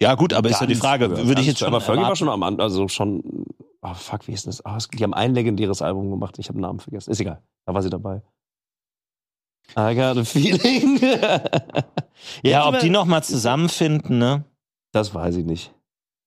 Speaker 3: ja gut, aber ist ja
Speaker 2: Ganz
Speaker 3: die Frage,
Speaker 2: früher,
Speaker 3: würde
Speaker 2: ganz
Speaker 3: ich jetzt
Speaker 2: früher.
Speaker 3: schon
Speaker 2: Aber Fergie war
Speaker 3: erwarten.
Speaker 2: schon am Anfang, also schon. Oh, fuck, wie ist denn das? Ah, es- die haben ein legendäres Album gemacht. Ich habe den Namen vergessen. Ist egal. Da war sie dabei. I got a feeling.
Speaker 3: Ja, ob die
Speaker 2: noch.
Speaker 3: nochmal zusammenfinden, ne?
Speaker 2: Das weiß ich nicht.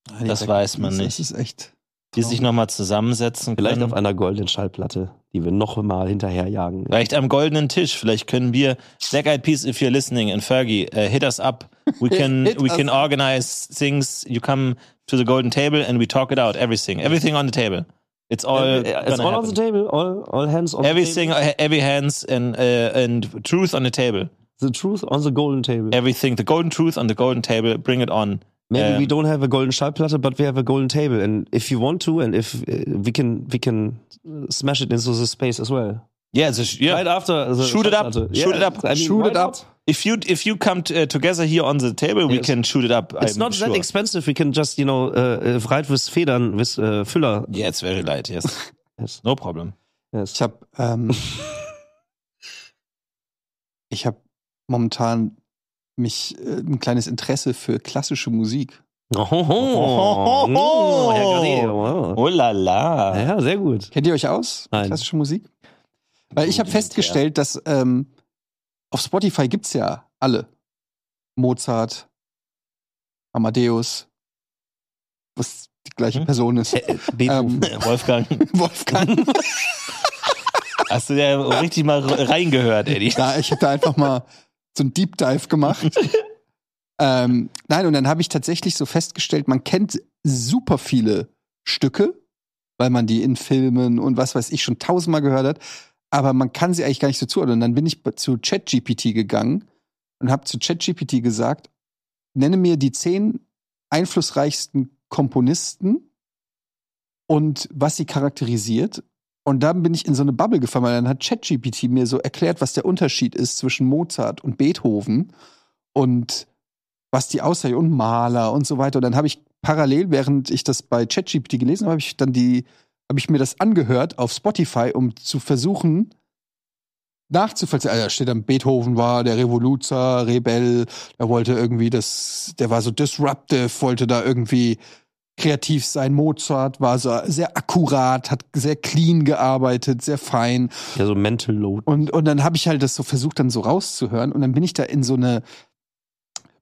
Speaker 1: Ah, die
Speaker 3: Das
Speaker 1: Black
Speaker 3: weiß man
Speaker 1: Peas,
Speaker 3: nicht.
Speaker 1: Das ist echt.
Speaker 3: Die sich nochmal zusammensetzen
Speaker 2: Genau. Vielleicht
Speaker 3: können.
Speaker 2: auf einer goldenen Schallplatte, die wir noch mal hinterherjagen.
Speaker 3: Vielleicht am goldenen Tisch. Vielleicht können wir Black Eyed Peas, if you're listening, and Fergie, äh, hit us up. We can
Speaker 1: Hit
Speaker 3: we
Speaker 1: us
Speaker 3: can organize things. You come to the golden table and we talk it out. Everything, everything on the table. It's all.
Speaker 2: Äh, It's
Speaker 3: gonna
Speaker 2: all on
Speaker 3: happen.
Speaker 2: the table. All, all hands on
Speaker 3: Everything,
Speaker 2: the table.
Speaker 3: uh, every hands and uh, and truth on the table.
Speaker 2: The truth on the golden table.
Speaker 3: Everything, the golden truth on the golden table. Bring it on.
Speaker 2: Maybe
Speaker 3: Ähm.
Speaker 2: we don't have a golden Schallplatte, but we have a golden table. And if you want to, and if äh, we can, we can uh, smash it into the space as well.
Speaker 3: Yeah, so sh- yeah.
Speaker 2: Right after. The
Speaker 3: Shoot it up.
Speaker 2: Schallplatte.
Speaker 3: Shoot it up.
Speaker 2: I mean,
Speaker 1: Shoot
Speaker 2: why
Speaker 1: it up.
Speaker 2: not?
Speaker 3: If you if you come t- uh, together here on the table, we
Speaker 2: Yes.
Speaker 3: can shoot it up.
Speaker 2: It's
Speaker 3: I'm
Speaker 2: not that
Speaker 3: sure.
Speaker 2: expensive. We can just, you know, uh, uh, write with Federn, with uh, Füller.
Speaker 3: Yeah, it's very light. Yes,
Speaker 2: Yes.
Speaker 3: no problem.
Speaker 2: Yes.
Speaker 1: Ich habe ähm, ich habe momentan mich äh, ein kleines Interesse für klassische Musik.
Speaker 2: Oh, Ohoho.
Speaker 3: Ohoho.
Speaker 2: Mm, Herr Garnier, wow.
Speaker 3: Oh la la.
Speaker 2: Ja, sehr gut.
Speaker 1: Kennt ihr euch aus?
Speaker 2: Nein.
Speaker 1: Klassische Musik? Weil ich habe
Speaker 3: Gut,
Speaker 1: festgestellt, dass ähm, auf Spotify gibt's ja alle. Mozart, Amadeus, was die gleiche
Speaker 3: Hm?
Speaker 1: Person ist.
Speaker 2: Mhm. Äh,
Speaker 1: Ähm,
Speaker 2: Beethoven.
Speaker 3: ja. Wolfgang,
Speaker 1: Wolfgang.
Speaker 3: hast du ja richtig mal re- reingehört, Eddie.
Speaker 1: Ja, ich habe da einfach mal so einen Deep Dive gemacht. ähm, nein, und dann habe ich tatsächlich so festgestellt, man kennt super viele Stücke, weil man die in Filmen und was weiß ich schon tausendmal gehört hat, aber man kann sie eigentlich gar nicht so zuordnen. Dann bin ich zu ChatGPT gegangen und habe zu ChatGPT gesagt, nenne mir die zehn einflussreichsten Komponisten und was sie charakterisiert. Und dann bin ich in so eine Bubble gefallen, weil dann hat ChatGPT mir so erklärt, was der Unterschied ist zwischen Mozart und Beethoven und was die Aussage und Maler und so weiter. Und dann habe ich parallel, während ich das bei ChatGPT gelesen habe, habe ich dann die, habe ich mir das angehört auf Spotify, um zu versuchen, nachzuvollziehen. Also da steht dann, Beethoven war der Revoluzer, Rebell, der wollte irgendwie das, der war so disruptive, wollte da irgendwie kreativ sein. Mozart war so sehr akkurat, hat sehr clean gearbeitet, sehr fein.
Speaker 2: Ja, so Mental Load.
Speaker 1: Und, und dann habe ich halt das so versucht, dann so rauszuhören. Und dann bin ich da in so eine,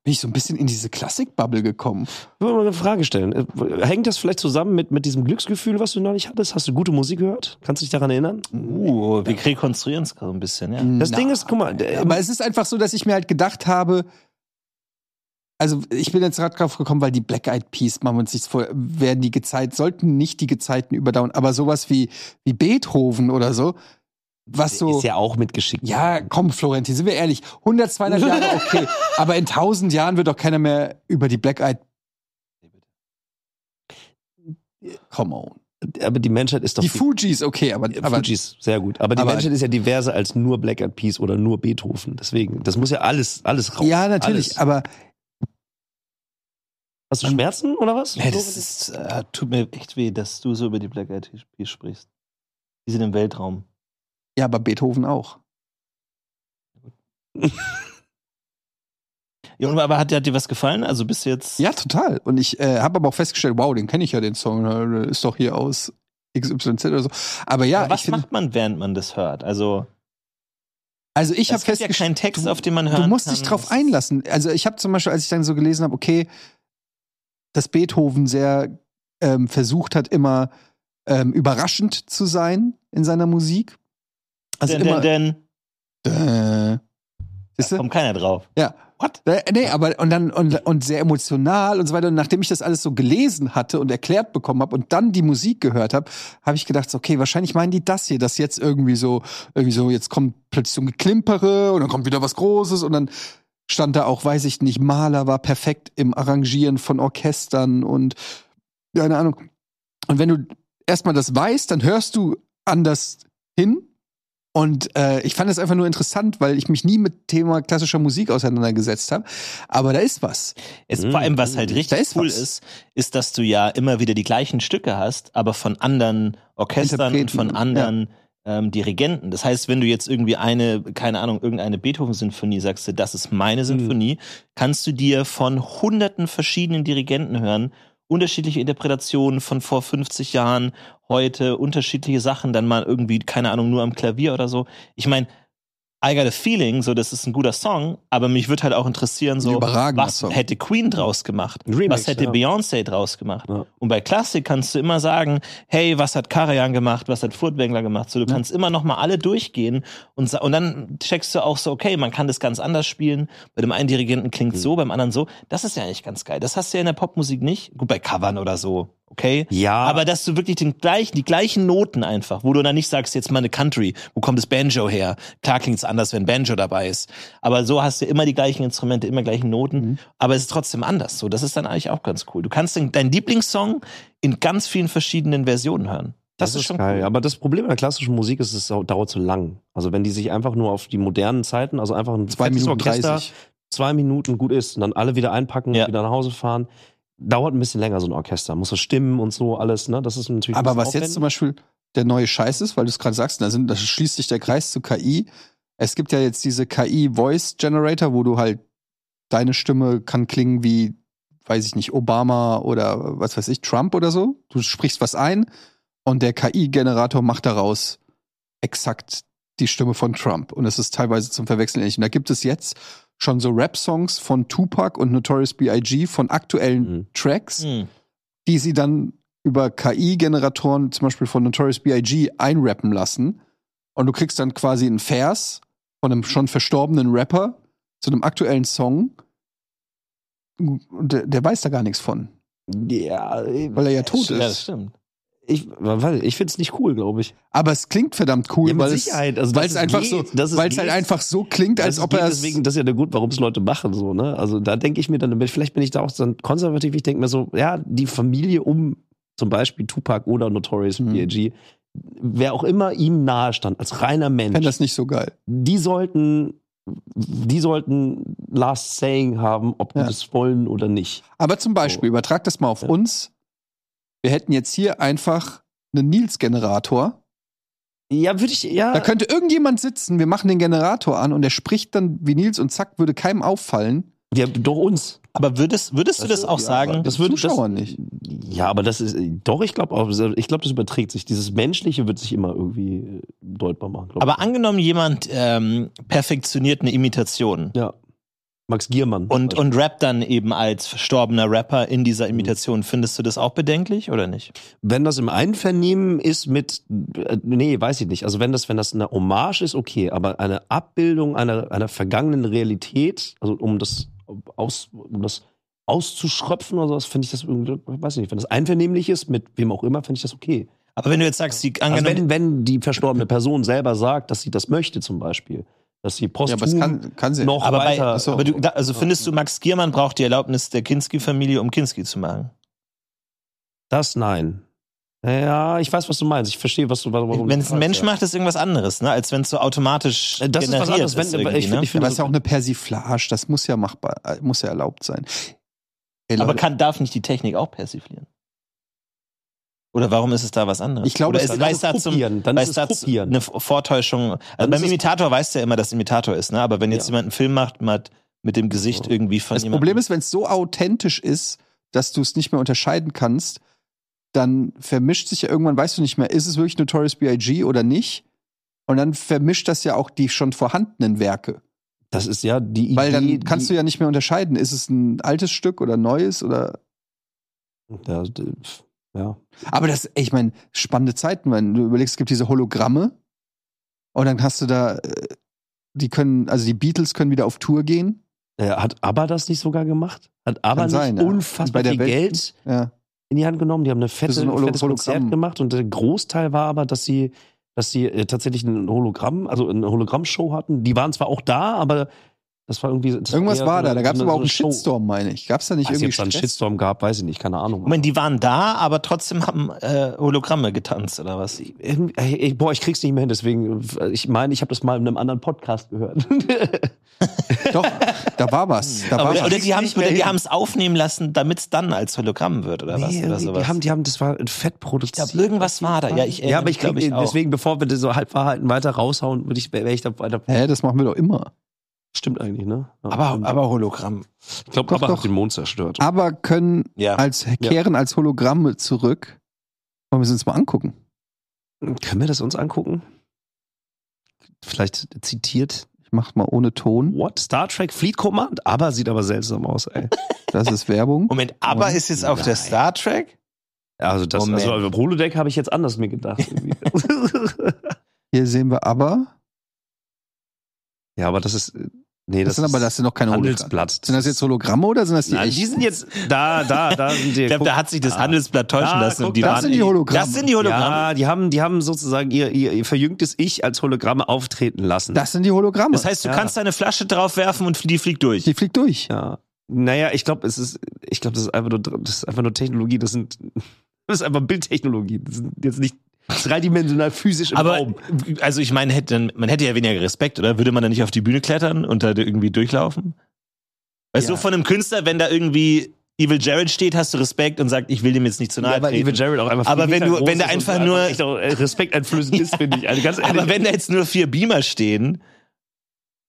Speaker 1: bin ich so ein bisschen in diese Klassik-Bubble gekommen.
Speaker 2: Ich würde mal eine Frage stellen. Äh, Hängt das vielleicht zusammen mit, mit diesem Glücksgefühl, was du neulich hattest? Hast du gute Musik gehört? Kannst du dich daran erinnern?
Speaker 3: Uh, wir rekonstruieren es gerade ein bisschen, ja.
Speaker 2: Das
Speaker 1: Na,
Speaker 2: Ding ist, guck mal, äh, der-
Speaker 1: Aber es ist einfach so, dass ich mir halt gedacht habe, also ich bin jetzt gerade drauf gekommen, weil die Black Eyed Peas, machen wir uns nichts vor, werden die Gezeiten, sollten nicht die Gezeiten überdauern, aber sowas wie, wie Beethoven oder so, was so.
Speaker 2: ist ja auch mitgeschickt.
Speaker 1: Ja, komm, Florentin, sind wir ehrlich. 100, 200 Jahre, okay. Aber in 1000 Jahren wird doch keiner mehr über die Black Eyed. Come on.
Speaker 2: Aber die Menschheit ist doch.
Speaker 1: Die
Speaker 2: viel-
Speaker 1: Fujis, okay, aber,
Speaker 2: Ja,
Speaker 1: aber
Speaker 2: Äh, Fujis, sehr gut. Aber die
Speaker 1: aber-
Speaker 2: Menschheit ist ja diverser als nur Black Eyed Peas oder nur Beethoven. Deswegen, das muss ja alles, alles raus.
Speaker 1: ja, natürlich.
Speaker 2: Alles.
Speaker 1: Aber
Speaker 2: Hast du Schmerzen oder was?
Speaker 3: Ja, das ist, äh, tut mir echt weh, dass du so über die Black Eyed Peas sprichst. Die sind im Weltraum.
Speaker 1: ja, aber Beethoven auch.
Speaker 3: Ja, und aber hat, dir- hat dir was gefallen? Also bis jetzt?
Speaker 1: Ja, total. Und ich äh, habe aber auch festgestellt, wow, den kenne ich ja den Song, äh, ist doch hier aus XYZ oder so. Aber ja,
Speaker 3: Aber was
Speaker 1: ich finde,
Speaker 3: macht man, während man das hört? Also
Speaker 1: also ich habe
Speaker 3: es gibt ja
Speaker 1: festgestellt,
Speaker 3: keinen Text, auf den man hört.
Speaker 1: du musst dich drauf einlassen. Also ich habe zum Beispiel, als ich dann so gelesen habe, okay, dass Beethoven sehr ähm, versucht hat, immer ähm, überraschend zu sein in seiner Musik. Also
Speaker 3: Also denn,
Speaker 1: immer.
Speaker 3: denn,
Speaker 1: Dä. Siehst du?
Speaker 3: denn, kommt keiner drauf.
Speaker 1: Ja.
Speaker 3: What?
Speaker 1: Äh, Nee, aber und dann und, und sehr emotional und so weiter. Und nachdem ich das alles so gelesen hatte und erklärt bekommen habe und dann die Musik gehört habe, habe ich gedacht, so, okay, wahrscheinlich meinen die das hier, dass jetzt irgendwie so, irgendwie so, jetzt kommt plötzlich so ein Geklimpere und dann kommt wieder was Großes und dann stand da auch, weiß ich nicht, Mahler war perfekt im Arrangieren von Orchestern und keine Ahnung. Und wenn du erstmal das weißt, dann hörst du anders hin und äh, ich fand es einfach nur interessant, weil ich mich nie mit Thema klassischer Musik auseinandergesetzt habe. Aber da ist was.
Speaker 3: Es,
Speaker 2: Mm,
Speaker 3: vor allem, was halt
Speaker 2: mm,
Speaker 1: da
Speaker 3: richtig
Speaker 1: ist
Speaker 3: cool
Speaker 1: was.
Speaker 3: ist, ist, dass du ja immer wieder die gleichen Stücke hast, aber von anderen Orchestern und
Speaker 1: Interpreten,
Speaker 3: von
Speaker 1: ja.
Speaker 3: anderen ähm, Dirigenten. Das heißt, wenn du jetzt irgendwie eine, keine Ahnung, irgendeine Beethoven-Sinfonie sagst, du, das ist
Speaker 1: Mhm.
Speaker 3: meine Sinfonie, kannst du dir von hunderten verschiedenen Dirigenten hören, unterschiedliche Interpretationen von vor 50 Jahren, heute, unterschiedliche Sachen, dann mal irgendwie, keine Ahnung, nur am Klavier oder so. Ich meine, I got a feeling, so das ist ein guter Song, aber mich würde halt auch interessieren, so
Speaker 1: überragender
Speaker 3: was
Speaker 1: Song.
Speaker 3: hätte Queen draus gemacht,
Speaker 2: Ein Remix,
Speaker 3: was hätte
Speaker 2: ja.
Speaker 3: Beyoncé draus gemacht.
Speaker 2: Ja.
Speaker 3: Und bei Klassik kannst du immer sagen, hey, was hat Karajan gemacht, was hat Furtwängler gemacht. So, du kannst immer noch mal alle durchgehen und, sa- und dann checkst du auch so, okay, man kann das ganz anders spielen. Bei dem einen Dirigenten klingt
Speaker 2: Mhm.
Speaker 3: so, beim anderen so. Das ist ja eigentlich ganz geil. Das hast du ja in der Popmusik nicht. Gut, bei Covern oder so, okay?
Speaker 2: Ja.
Speaker 3: Aber dass du wirklich den gleichen, die gleichen Noten einfach, wo du dann nicht sagst, jetzt mal eine Country, wo kommt das Banjo her? Klar klingt's anders, wenn Banjo dabei ist. Aber so hast du immer die gleichen Instrumente, immer gleichen Noten, aber es ist trotzdem anders. So, das ist dann eigentlich auch ganz cool. Du kannst den, deinen Lieblingssong in ganz vielen verschiedenen Versionen hören. Das, ist schon
Speaker 2: geil.
Speaker 3: cool.
Speaker 2: Aber das Problem in der klassischen Musik ist, es dau- dauert zu lang. Also wenn die sich einfach nur auf die modernen Zeiten, also einfach ein
Speaker 1: Zwei
Speaker 2: fettes
Speaker 1: Minuten dreißig.
Speaker 2: zwei Minuten gut ist und dann alle wieder einpacken
Speaker 3: Ja.
Speaker 2: und wieder nach Hause fahren, dauert ein bisschen länger so ein Orchester. Muss das stimmen und so alles. Ne? Das ist natürlich. ein
Speaker 1: Aber
Speaker 2: bisschen
Speaker 1: was jetzt zum
Speaker 2: aufwendig.
Speaker 1: Beispiel der neue Scheiß ist, weil du es gerade sagst, da, sind, da schließt sich der Kreis zu KI. Es gibt ja jetzt diese KI-Voice-Generator, wo du halt deine Stimme kann klingen wie, weiß ich nicht, Obama oder was weiß ich, Trump oder so. Du sprichst was ein und der KI-Generator macht daraus exakt die Stimme von Trump. Und es ist teilweise zum Verwechseln ähnlich. Und da gibt es jetzt schon so Rap-Songs von Tupac und Notorious B.I.G. von aktuellen
Speaker 2: Mhm.
Speaker 1: Tracks,
Speaker 3: Mhm.
Speaker 1: die sie dann über KI-Generatoren, zum Beispiel von Notorious B.I.G., einrappen lassen. Und du kriegst dann quasi einen Vers von einem schon verstorbenen Rapper zu einem aktuellen Song. Und der, der weiß da gar nichts von,
Speaker 2: Ja,
Speaker 1: weil er ja tot
Speaker 3: Ja, das
Speaker 1: ist.
Speaker 3: stimmt.
Speaker 2: ich, weil, ich find's nicht cool, glaube ich.
Speaker 1: Aber es klingt verdammt cool,
Speaker 2: Ja, mit
Speaker 1: weil es,
Speaker 2: Sicherheit. Also,
Speaker 1: weil
Speaker 2: dass
Speaker 1: es
Speaker 2: es
Speaker 1: einfach
Speaker 2: geht,
Speaker 1: so,
Speaker 2: dass es
Speaker 1: weil es halt
Speaker 2: geht.
Speaker 1: einfach so klingt, als
Speaker 2: Das
Speaker 1: ob
Speaker 2: geht
Speaker 1: er es.
Speaker 2: deswegen, das ist ja der Grund, warum es Leute machen, so, ne? Also da denke ich mir dann, vielleicht bin ich da auch dann konservativ, ich denke mir so, ja, die Familie um zum Beispiel Tupac oder Notorious
Speaker 1: Mhm.
Speaker 2: B.I.G., wer auch immer ihm nahe stand, als reiner Mensch,
Speaker 1: fände das nicht so geil.
Speaker 2: die sollten, die sollten Last Saying haben, ob
Speaker 1: Ja.
Speaker 2: die das wollen oder nicht.
Speaker 1: Aber zum Beispiel, übertrag das mal auf
Speaker 2: Ja.
Speaker 1: uns. Wir hätten jetzt hier einfach einen Nils-Generator.
Speaker 2: Ja, würde ich, ja.
Speaker 1: Da könnte irgendjemand sitzen, wir machen den Generator an und der spricht dann wie Nils und zack, würde keinem auffallen.
Speaker 2: ja, doch uns.
Speaker 3: Aber würdest, würdest du das auch
Speaker 1: ja,
Speaker 3: sagen?
Speaker 1: aber
Speaker 2: das würde- das-
Speaker 1: Zuschauer nicht.
Speaker 2: Ja, aber das ist, doch, ich glaube auch, ich glaube, das überträgt sich. Dieses Menschliche wird sich immer irgendwie äh, deutbar machen. glaub
Speaker 3: Aber
Speaker 2: ich.
Speaker 3: angenommen, jemand ähm, perfektioniert eine Imitation
Speaker 2: Ja. Max Giermann.
Speaker 3: und,
Speaker 2: zum
Speaker 3: und rappt dann eben als verstorbener Rapper in dieser
Speaker 2: Hm.
Speaker 3: Imitation, findest du das auch bedenklich oder nicht?
Speaker 2: Wenn das im Einvernehmen ist mit, äh, nee, weiß ich nicht. Also wenn das, wenn das eine Hommage ist, okay, aber eine Abbildung einer, einer vergangenen Realität, also um das aus, um das auszuschröpfen oder sowas, finde ich das irgendwie, weiß ich nicht. Wenn das einvernehmlich ist mit wem auch immer, finde ich das okay.
Speaker 3: Aber wenn du jetzt sagst, die
Speaker 2: Also wenn,
Speaker 3: angenommen,
Speaker 2: wenn die verstorbene Person selber sagt, dass sie das möchte zum Beispiel, dass sie
Speaker 1: Ja,
Speaker 2: posthum
Speaker 1: aber es kann, kann sie.
Speaker 2: noch
Speaker 3: aber, bei,
Speaker 2: weiter...
Speaker 1: Achso.
Speaker 3: aber du, da, also findest du, Max Giermann braucht die Erlaubnis der Kinski-Familie, um Kinski zu machen?
Speaker 2: das nein. Ja, ich weiß, was du meinst. Ich verstehe, was du... warum du
Speaker 3: Wenn es ein
Speaker 2: fragst,
Speaker 3: Mensch
Speaker 2: ja.
Speaker 3: macht, ist irgendwas anderes, ne? als wenn es so automatisch
Speaker 2: Äh, Das ist
Speaker 3: generiert
Speaker 2: was anderes. Wenn,
Speaker 3: irgendwie,
Speaker 2: ich, find-
Speaker 3: ne?
Speaker 2: ich
Speaker 1: Ja,
Speaker 2: finde,
Speaker 1: aber es ist ja auch eine Persiflage, das muss ja machbar, äh, muss ja erlaubt sein. Ey,
Speaker 3: Aber
Speaker 2: Genau.
Speaker 1: Leute,
Speaker 3: kann, darf nicht die Technik auch persiflieren? Oder warum ist es da was anderes?
Speaker 1: Ich glaube,
Speaker 3: Oder
Speaker 1: es-
Speaker 3: es
Speaker 2: dann
Speaker 3: weiß
Speaker 2: ist es
Speaker 3: da zum
Speaker 2: kopieren. Dann
Speaker 3: weiß
Speaker 2: ist
Speaker 3: da
Speaker 2: es
Speaker 3: zu-
Speaker 2: kopieren.
Speaker 1: Ne.
Speaker 3: eine Vortäuschung. Also
Speaker 2: Dann
Speaker 3: beim
Speaker 2: ist es-
Speaker 3: Imitator weißt du ja immer, dass Imitator ist, ne? Aber wenn jetzt
Speaker 2: Ja.
Speaker 3: jemand einen Film macht, mit, mit dem Gesicht
Speaker 2: Ja.
Speaker 3: irgendwie von
Speaker 1: das
Speaker 3: jemandem.
Speaker 1: Problem ist, wenn es so authentisch ist, dass du es nicht mehr unterscheiden kannst, dann vermischt sich ja irgendwann, weißt du nicht mehr, ist es wirklich Notorious B.I.G. oder nicht? Und dann vermischt das ja auch die schon vorhandenen Werke.
Speaker 2: Das ist ja die Idee.
Speaker 1: Weil dann kannst du
Speaker 2: die,
Speaker 1: ja nicht mehr unterscheiden, ist es ein altes Stück oder ein neues oder.
Speaker 2: ja. d- pf, ja.
Speaker 1: Aber das, ey, ich meine, spannende Zeiten, wenn du überlegst, es gibt diese Hologramme und dann hast du da, äh, die können, also die Beatles können wieder auf Tour gehen.
Speaker 2: Äh, Hat ABBA das nicht sogar gemacht? Hat ABBA nicht
Speaker 1: sein, ja.
Speaker 2: unfassbar
Speaker 1: Bei der
Speaker 2: viel
Speaker 1: Welt-
Speaker 2: Geld
Speaker 1: Ja.
Speaker 2: in die Hand genommen? Die haben eine fette,
Speaker 1: so ein Holo-
Speaker 2: fettes Konzert
Speaker 1: Hologramm.
Speaker 2: gemacht und der Großteil war aber, dass sie, dass sie äh, tatsächlich ein Hologramm, also eine Hologrammshow hatten. Die waren zwar auch da, aber das war irgendwie. das
Speaker 1: Irgendwas
Speaker 2: eher
Speaker 1: war
Speaker 2: so
Speaker 1: da,
Speaker 2: eine-
Speaker 1: da gab es
Speaker 2: so
Speaker 1: aber auch
Speaker 2: so
Speaker 1: einen
Speaker 2: Show.
Speaker 1: Shitstorm, meine ich. Gab es da nicht
Speaker 2: Ach, es
Speaker 1: irgendwie
Speaker 2: jetzt einen
Speaker 1: Stress?
Speaker 2: Shitstorm gab, weiß ich nicht, keine Ahnung.
Speaker 3: Moment, die waren da, aber trotzdem haben äh, Hologramme getanzt, oder was?
Speaker 2: Ähm, ey, ey, boah, ich krieg's nicht mehr hin, deswegen, äh, ich meine, ich habe das mal in einem anderen Podcast gehört.
Speaker 1: Doch, da war was. Da war
Speaker 3: Oder,
Speaker 1: was.
Speaker 3: oder die haben oder die haben es aufnehmen lassen, damit es dann als Hologramm wird, oder was?
Speaker 2: Nee,
Speaker 3: Oder
Speaker 2: irgendwie,
Speaker 3: sowas.
Speaker 2: Die haben, die haben, das war fett
Speaker 3: ich glaube,
Speaker 2: produziert.
Speaker 3: irgendwas war da. Ja, ich
Speaker 2: ja, aber ich
Speaker 3: glaube,
Speaker 2: glaube,
Speaker 3: ich auch.
Speaker 2: deswegen, bevor wir diese Halbwahrheiten weiter raushauen, würde ich, wäre ich da weiter.
Speaker 1: Hä, das machen wir doch immer.
Speaker 2: Stimmt eigentlich, ne? Ja.
Speaker 3: aber, aber Hologramm.
Speaker 2: ich glaube,
Speaker 1: doch,
Speaker 2: aber
Speaker 1: doch.
Speaker 2: hat den Mond zerstört.
Speaker 1: Aber können
Speaker 3: Ja.
Speaker 1: als kehren als Hologramme zurück. Wollen wir es uns mal angucken?
Speaker 2: Können wir das uns angucken? Vielleicht zitiert
Speaker 1: Ich mach's mal ohne Ton.
Speaker 2: What? Star Trek Fleet Command? Aber sieht aber seltsam aus, ey.
Speaker 1: Das ist Werbung.
Speaker 3: Moment, aber
Speaker 2: Moment.
Speaker 3: ist jetzt auf der
Speaker 2: Nein.
Speaker 3: Star Trek?
Speaker 2: Also das
Speaker 3: Moment.
Speaker 2: also, über Holodeck habe ich jetzt anders mir gedacht. irgendwie.
Speaker 1: Hier sehen wir aber.
Speaker 2: ja, aber das ist. äh, Nee,
Speaker 1: Das,
Speaker 2: das,
Speaker 1: sind
Speaker 2: ist
Speaker 1: aber das sind noch keine Hologramme.
Speaker 2: Handelsblatt.
Speaker 1: Sind das jetzt Hologramme oder sind das die?
Speaker 2: Nein, die
Speaker 1: echten?
Speaker 2: sind jetzt da, da, da sind die.
Speaker 3: Ich glaube,
Speaker 2: guck-
Speaker 3: da hat sich das
Speaker 2: Ah.
Speaker 3: Handelsblatt täuschen
Speaker 2: Ah,
Speaker 3: lassen.
Speaker 2: guck,
Speaker 3: die
Speaker 1: das
Speaker 3: waren
Speaker 1: sind die
Speaker 3: eh-
Speaker 1: Hologramme.
Speaker 3: Das sind die Hologramme.
Speaker 2: Ja, die haben, die haben sozusagen ihr, ihr, ihr verjüngtes Ich als Hologramme auftreten lassen.
Speaker 1: das sind die Hologramme.
Speaker 3: Das heißt, du
Speaker 2: Ja.
Speaker 3: kannst deine Flasche draufwerfen und die fliegt durch.
Speaker 1: die fliegt durch.
Speaker 2: ja. Naja, ich glaube, es ist, ich glaube, das ist einfach nur, das ist einfach nur Technologie. Das sind, das ist einfach Bildtechnologie. Das sind jetzt nicht dreidimensional physisch im
Speaker 3: aber,
Speaker 2: Raum.
Speaker 3: also ich meine, hätte, dann- man hätte ja weniger Respekt, oder? Würde man dann nicht auf die Bühne klettern und da irgendwie durchlaufen? Weil so
Speaker 2: Ja.
Speaker 3: von einem Künstler, wenn da irgendwie Evil Jared steht, hast du Respekt und sagt, ich will dem jetzt nicht zu nahe
Speaker 2: Ja, weil
Speaker 3: treten.
Speaker 2: Evil Jared auch einfach
Speaker 3: Aber
Speaker 2: vier
Speaker 3: wenn
Speaker 2: Meter
Speaker 3: du- wenn
Speaker 2: groß
Speaker 3: der
Speaker 2: ist und
Speaker 3: einfach nur-
Speaker 2: echt auch, äh, respekteinflößend ist, finde ich. Also ganz ehrlich,
Speaker 3: Aber wenn da jetzt nur vier Beamer stehen,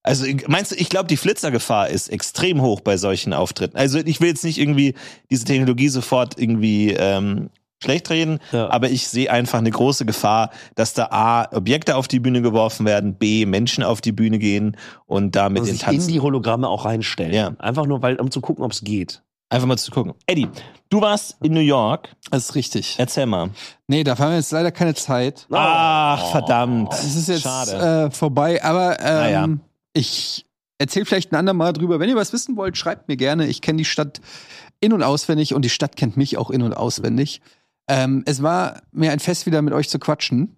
Speaker 3: also ich- meinst du, ich glaube, die Flitzergefahr ist extrem hoch bei solchen Auftritten. Also ich will jetzt nicht irgendwie diese Technologie sofort irgendwie ähm, schlecht reden,
Speaker 2: Ja.
Speaker 3: aber ich sehe einfach eine große Gefahr, dass da A, Objekte auf die Bühne geworfen werden, B, Menschen auf die Bühne gehen und da mit
Speaker 1: Also
Speaker 2: und
Speaker 3: den
Speaker 2: sich in
Speaker 3: Tanzen.
Speaker 2: die Hologramme auch reinstellen.
Speaker 3: Ja.
Speaker 2: Einfach nur, weil, um zu gucken, ob es geht.
Speaker 3: Einfach mal zu gucken. Eddie, du warst in New York.
Speaker 1: Das ist richtig.
Speaker 3: Erzähl mal.
Speaker 1: Nee, da haben wir jetzt leider keine Zeit.
Speaker 2: Ah.
Speaker 3: Ach, verdammt.
Speaker 1: Es Oh. ist jetzt
Speaker 3: Schade.
Speaker 1: äh, vorbei, aber ähm,
Speaker 3: Naja.
Speaker 1: ich erzähle vielleicht ein andermal drüber. Wenn ihr was wissen wollt, schreibt mir gerne. Ich kenne die Stadt in- und auswendig und die Stadt kennt mich auch in- und auswendig. Ähm, es war mir ein Fest, wieder mit euch zu quatschen.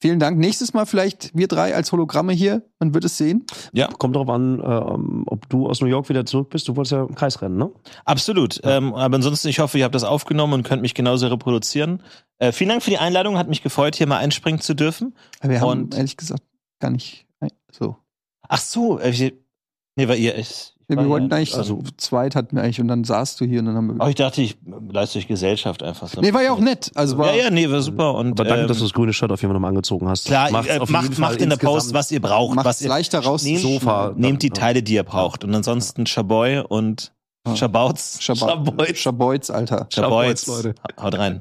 Speaker 1: Vielen Dank. Nächstes Mal vielleicht wir drei als Hologramme hier. Man wird es sehen.
Speaker 2: Kommt darauf an, äh, ob du aus New York wieder zurück bist. Du wolltest ja im Kreis rennen, ne?
Speaker 3: Absolut. Ähm, aber ansonsten, ich hoffe, ihr habt das aufgenommen und könnt mich genauso reproduzieren. Äh, vielen Dank für die Einladung. Hat mich gefreut, hier mal einspringen zu dürfen.
Speaker 1: Wir haben
Speaker 3: Und-
Speaker 1: ehrlich gesagt gar nicht so.
Speaker 3: Ach so. Äh, ich, nee, war ihr. Ich, ich
Speaker 1: Ja,
Speaker 3: war
Speaker 1: wir
Speaker 3: ja-
Speaker 1: wollten eigentlich,
Speaker 3: also,
Speaker 1: also zweit hatten wir eigentlich und dann saßt du hier und dann haben
Speaker 3: aber
Speaker 1: wir.
Speaker 3: ich dachte, ich leiste euch Gesellschaft einfach so.
Speaker 1: Nee, war ja auch nett. Also war,
Speaker 3: Ja, ja, nee, war super. Und,
Speaker 2: Aber danke,
Speaker 3: ähm,
Speaker 2: dass du das grüne Shirt auf jeden Fall nochmal angezogen hast.
Speaker 3: Klar,
Speaker 2: Macht's
Speaker 3: äh,
Speaker 2: auf jeden
Speaker 3: macht,
Speaker 2: Fall
Speaker 3: macht in der Post,
Speaker 2: insgesamt-
Speaker 3: was ihr braucht.
Speaker 1: macht's
Speaker 3: Was ihr,
Speaker 1: leichter raus.
Speaker 3: nehmt,
Speaker 2: Sofa dann,
Speaker 3: nehmt die
Speaker 2: ja.
Speaker 3: Teile, die ihr braucht. Und ansonsten Chaboy und
Speaker 1: Ja.
Speaker 3: Schabauts.
Speaker 1: Schabeutz, Alter.
Speaker 3: Schaboyz.
Speaker 2: Schaboyz, Leute.
Speaker 3: Haut rein.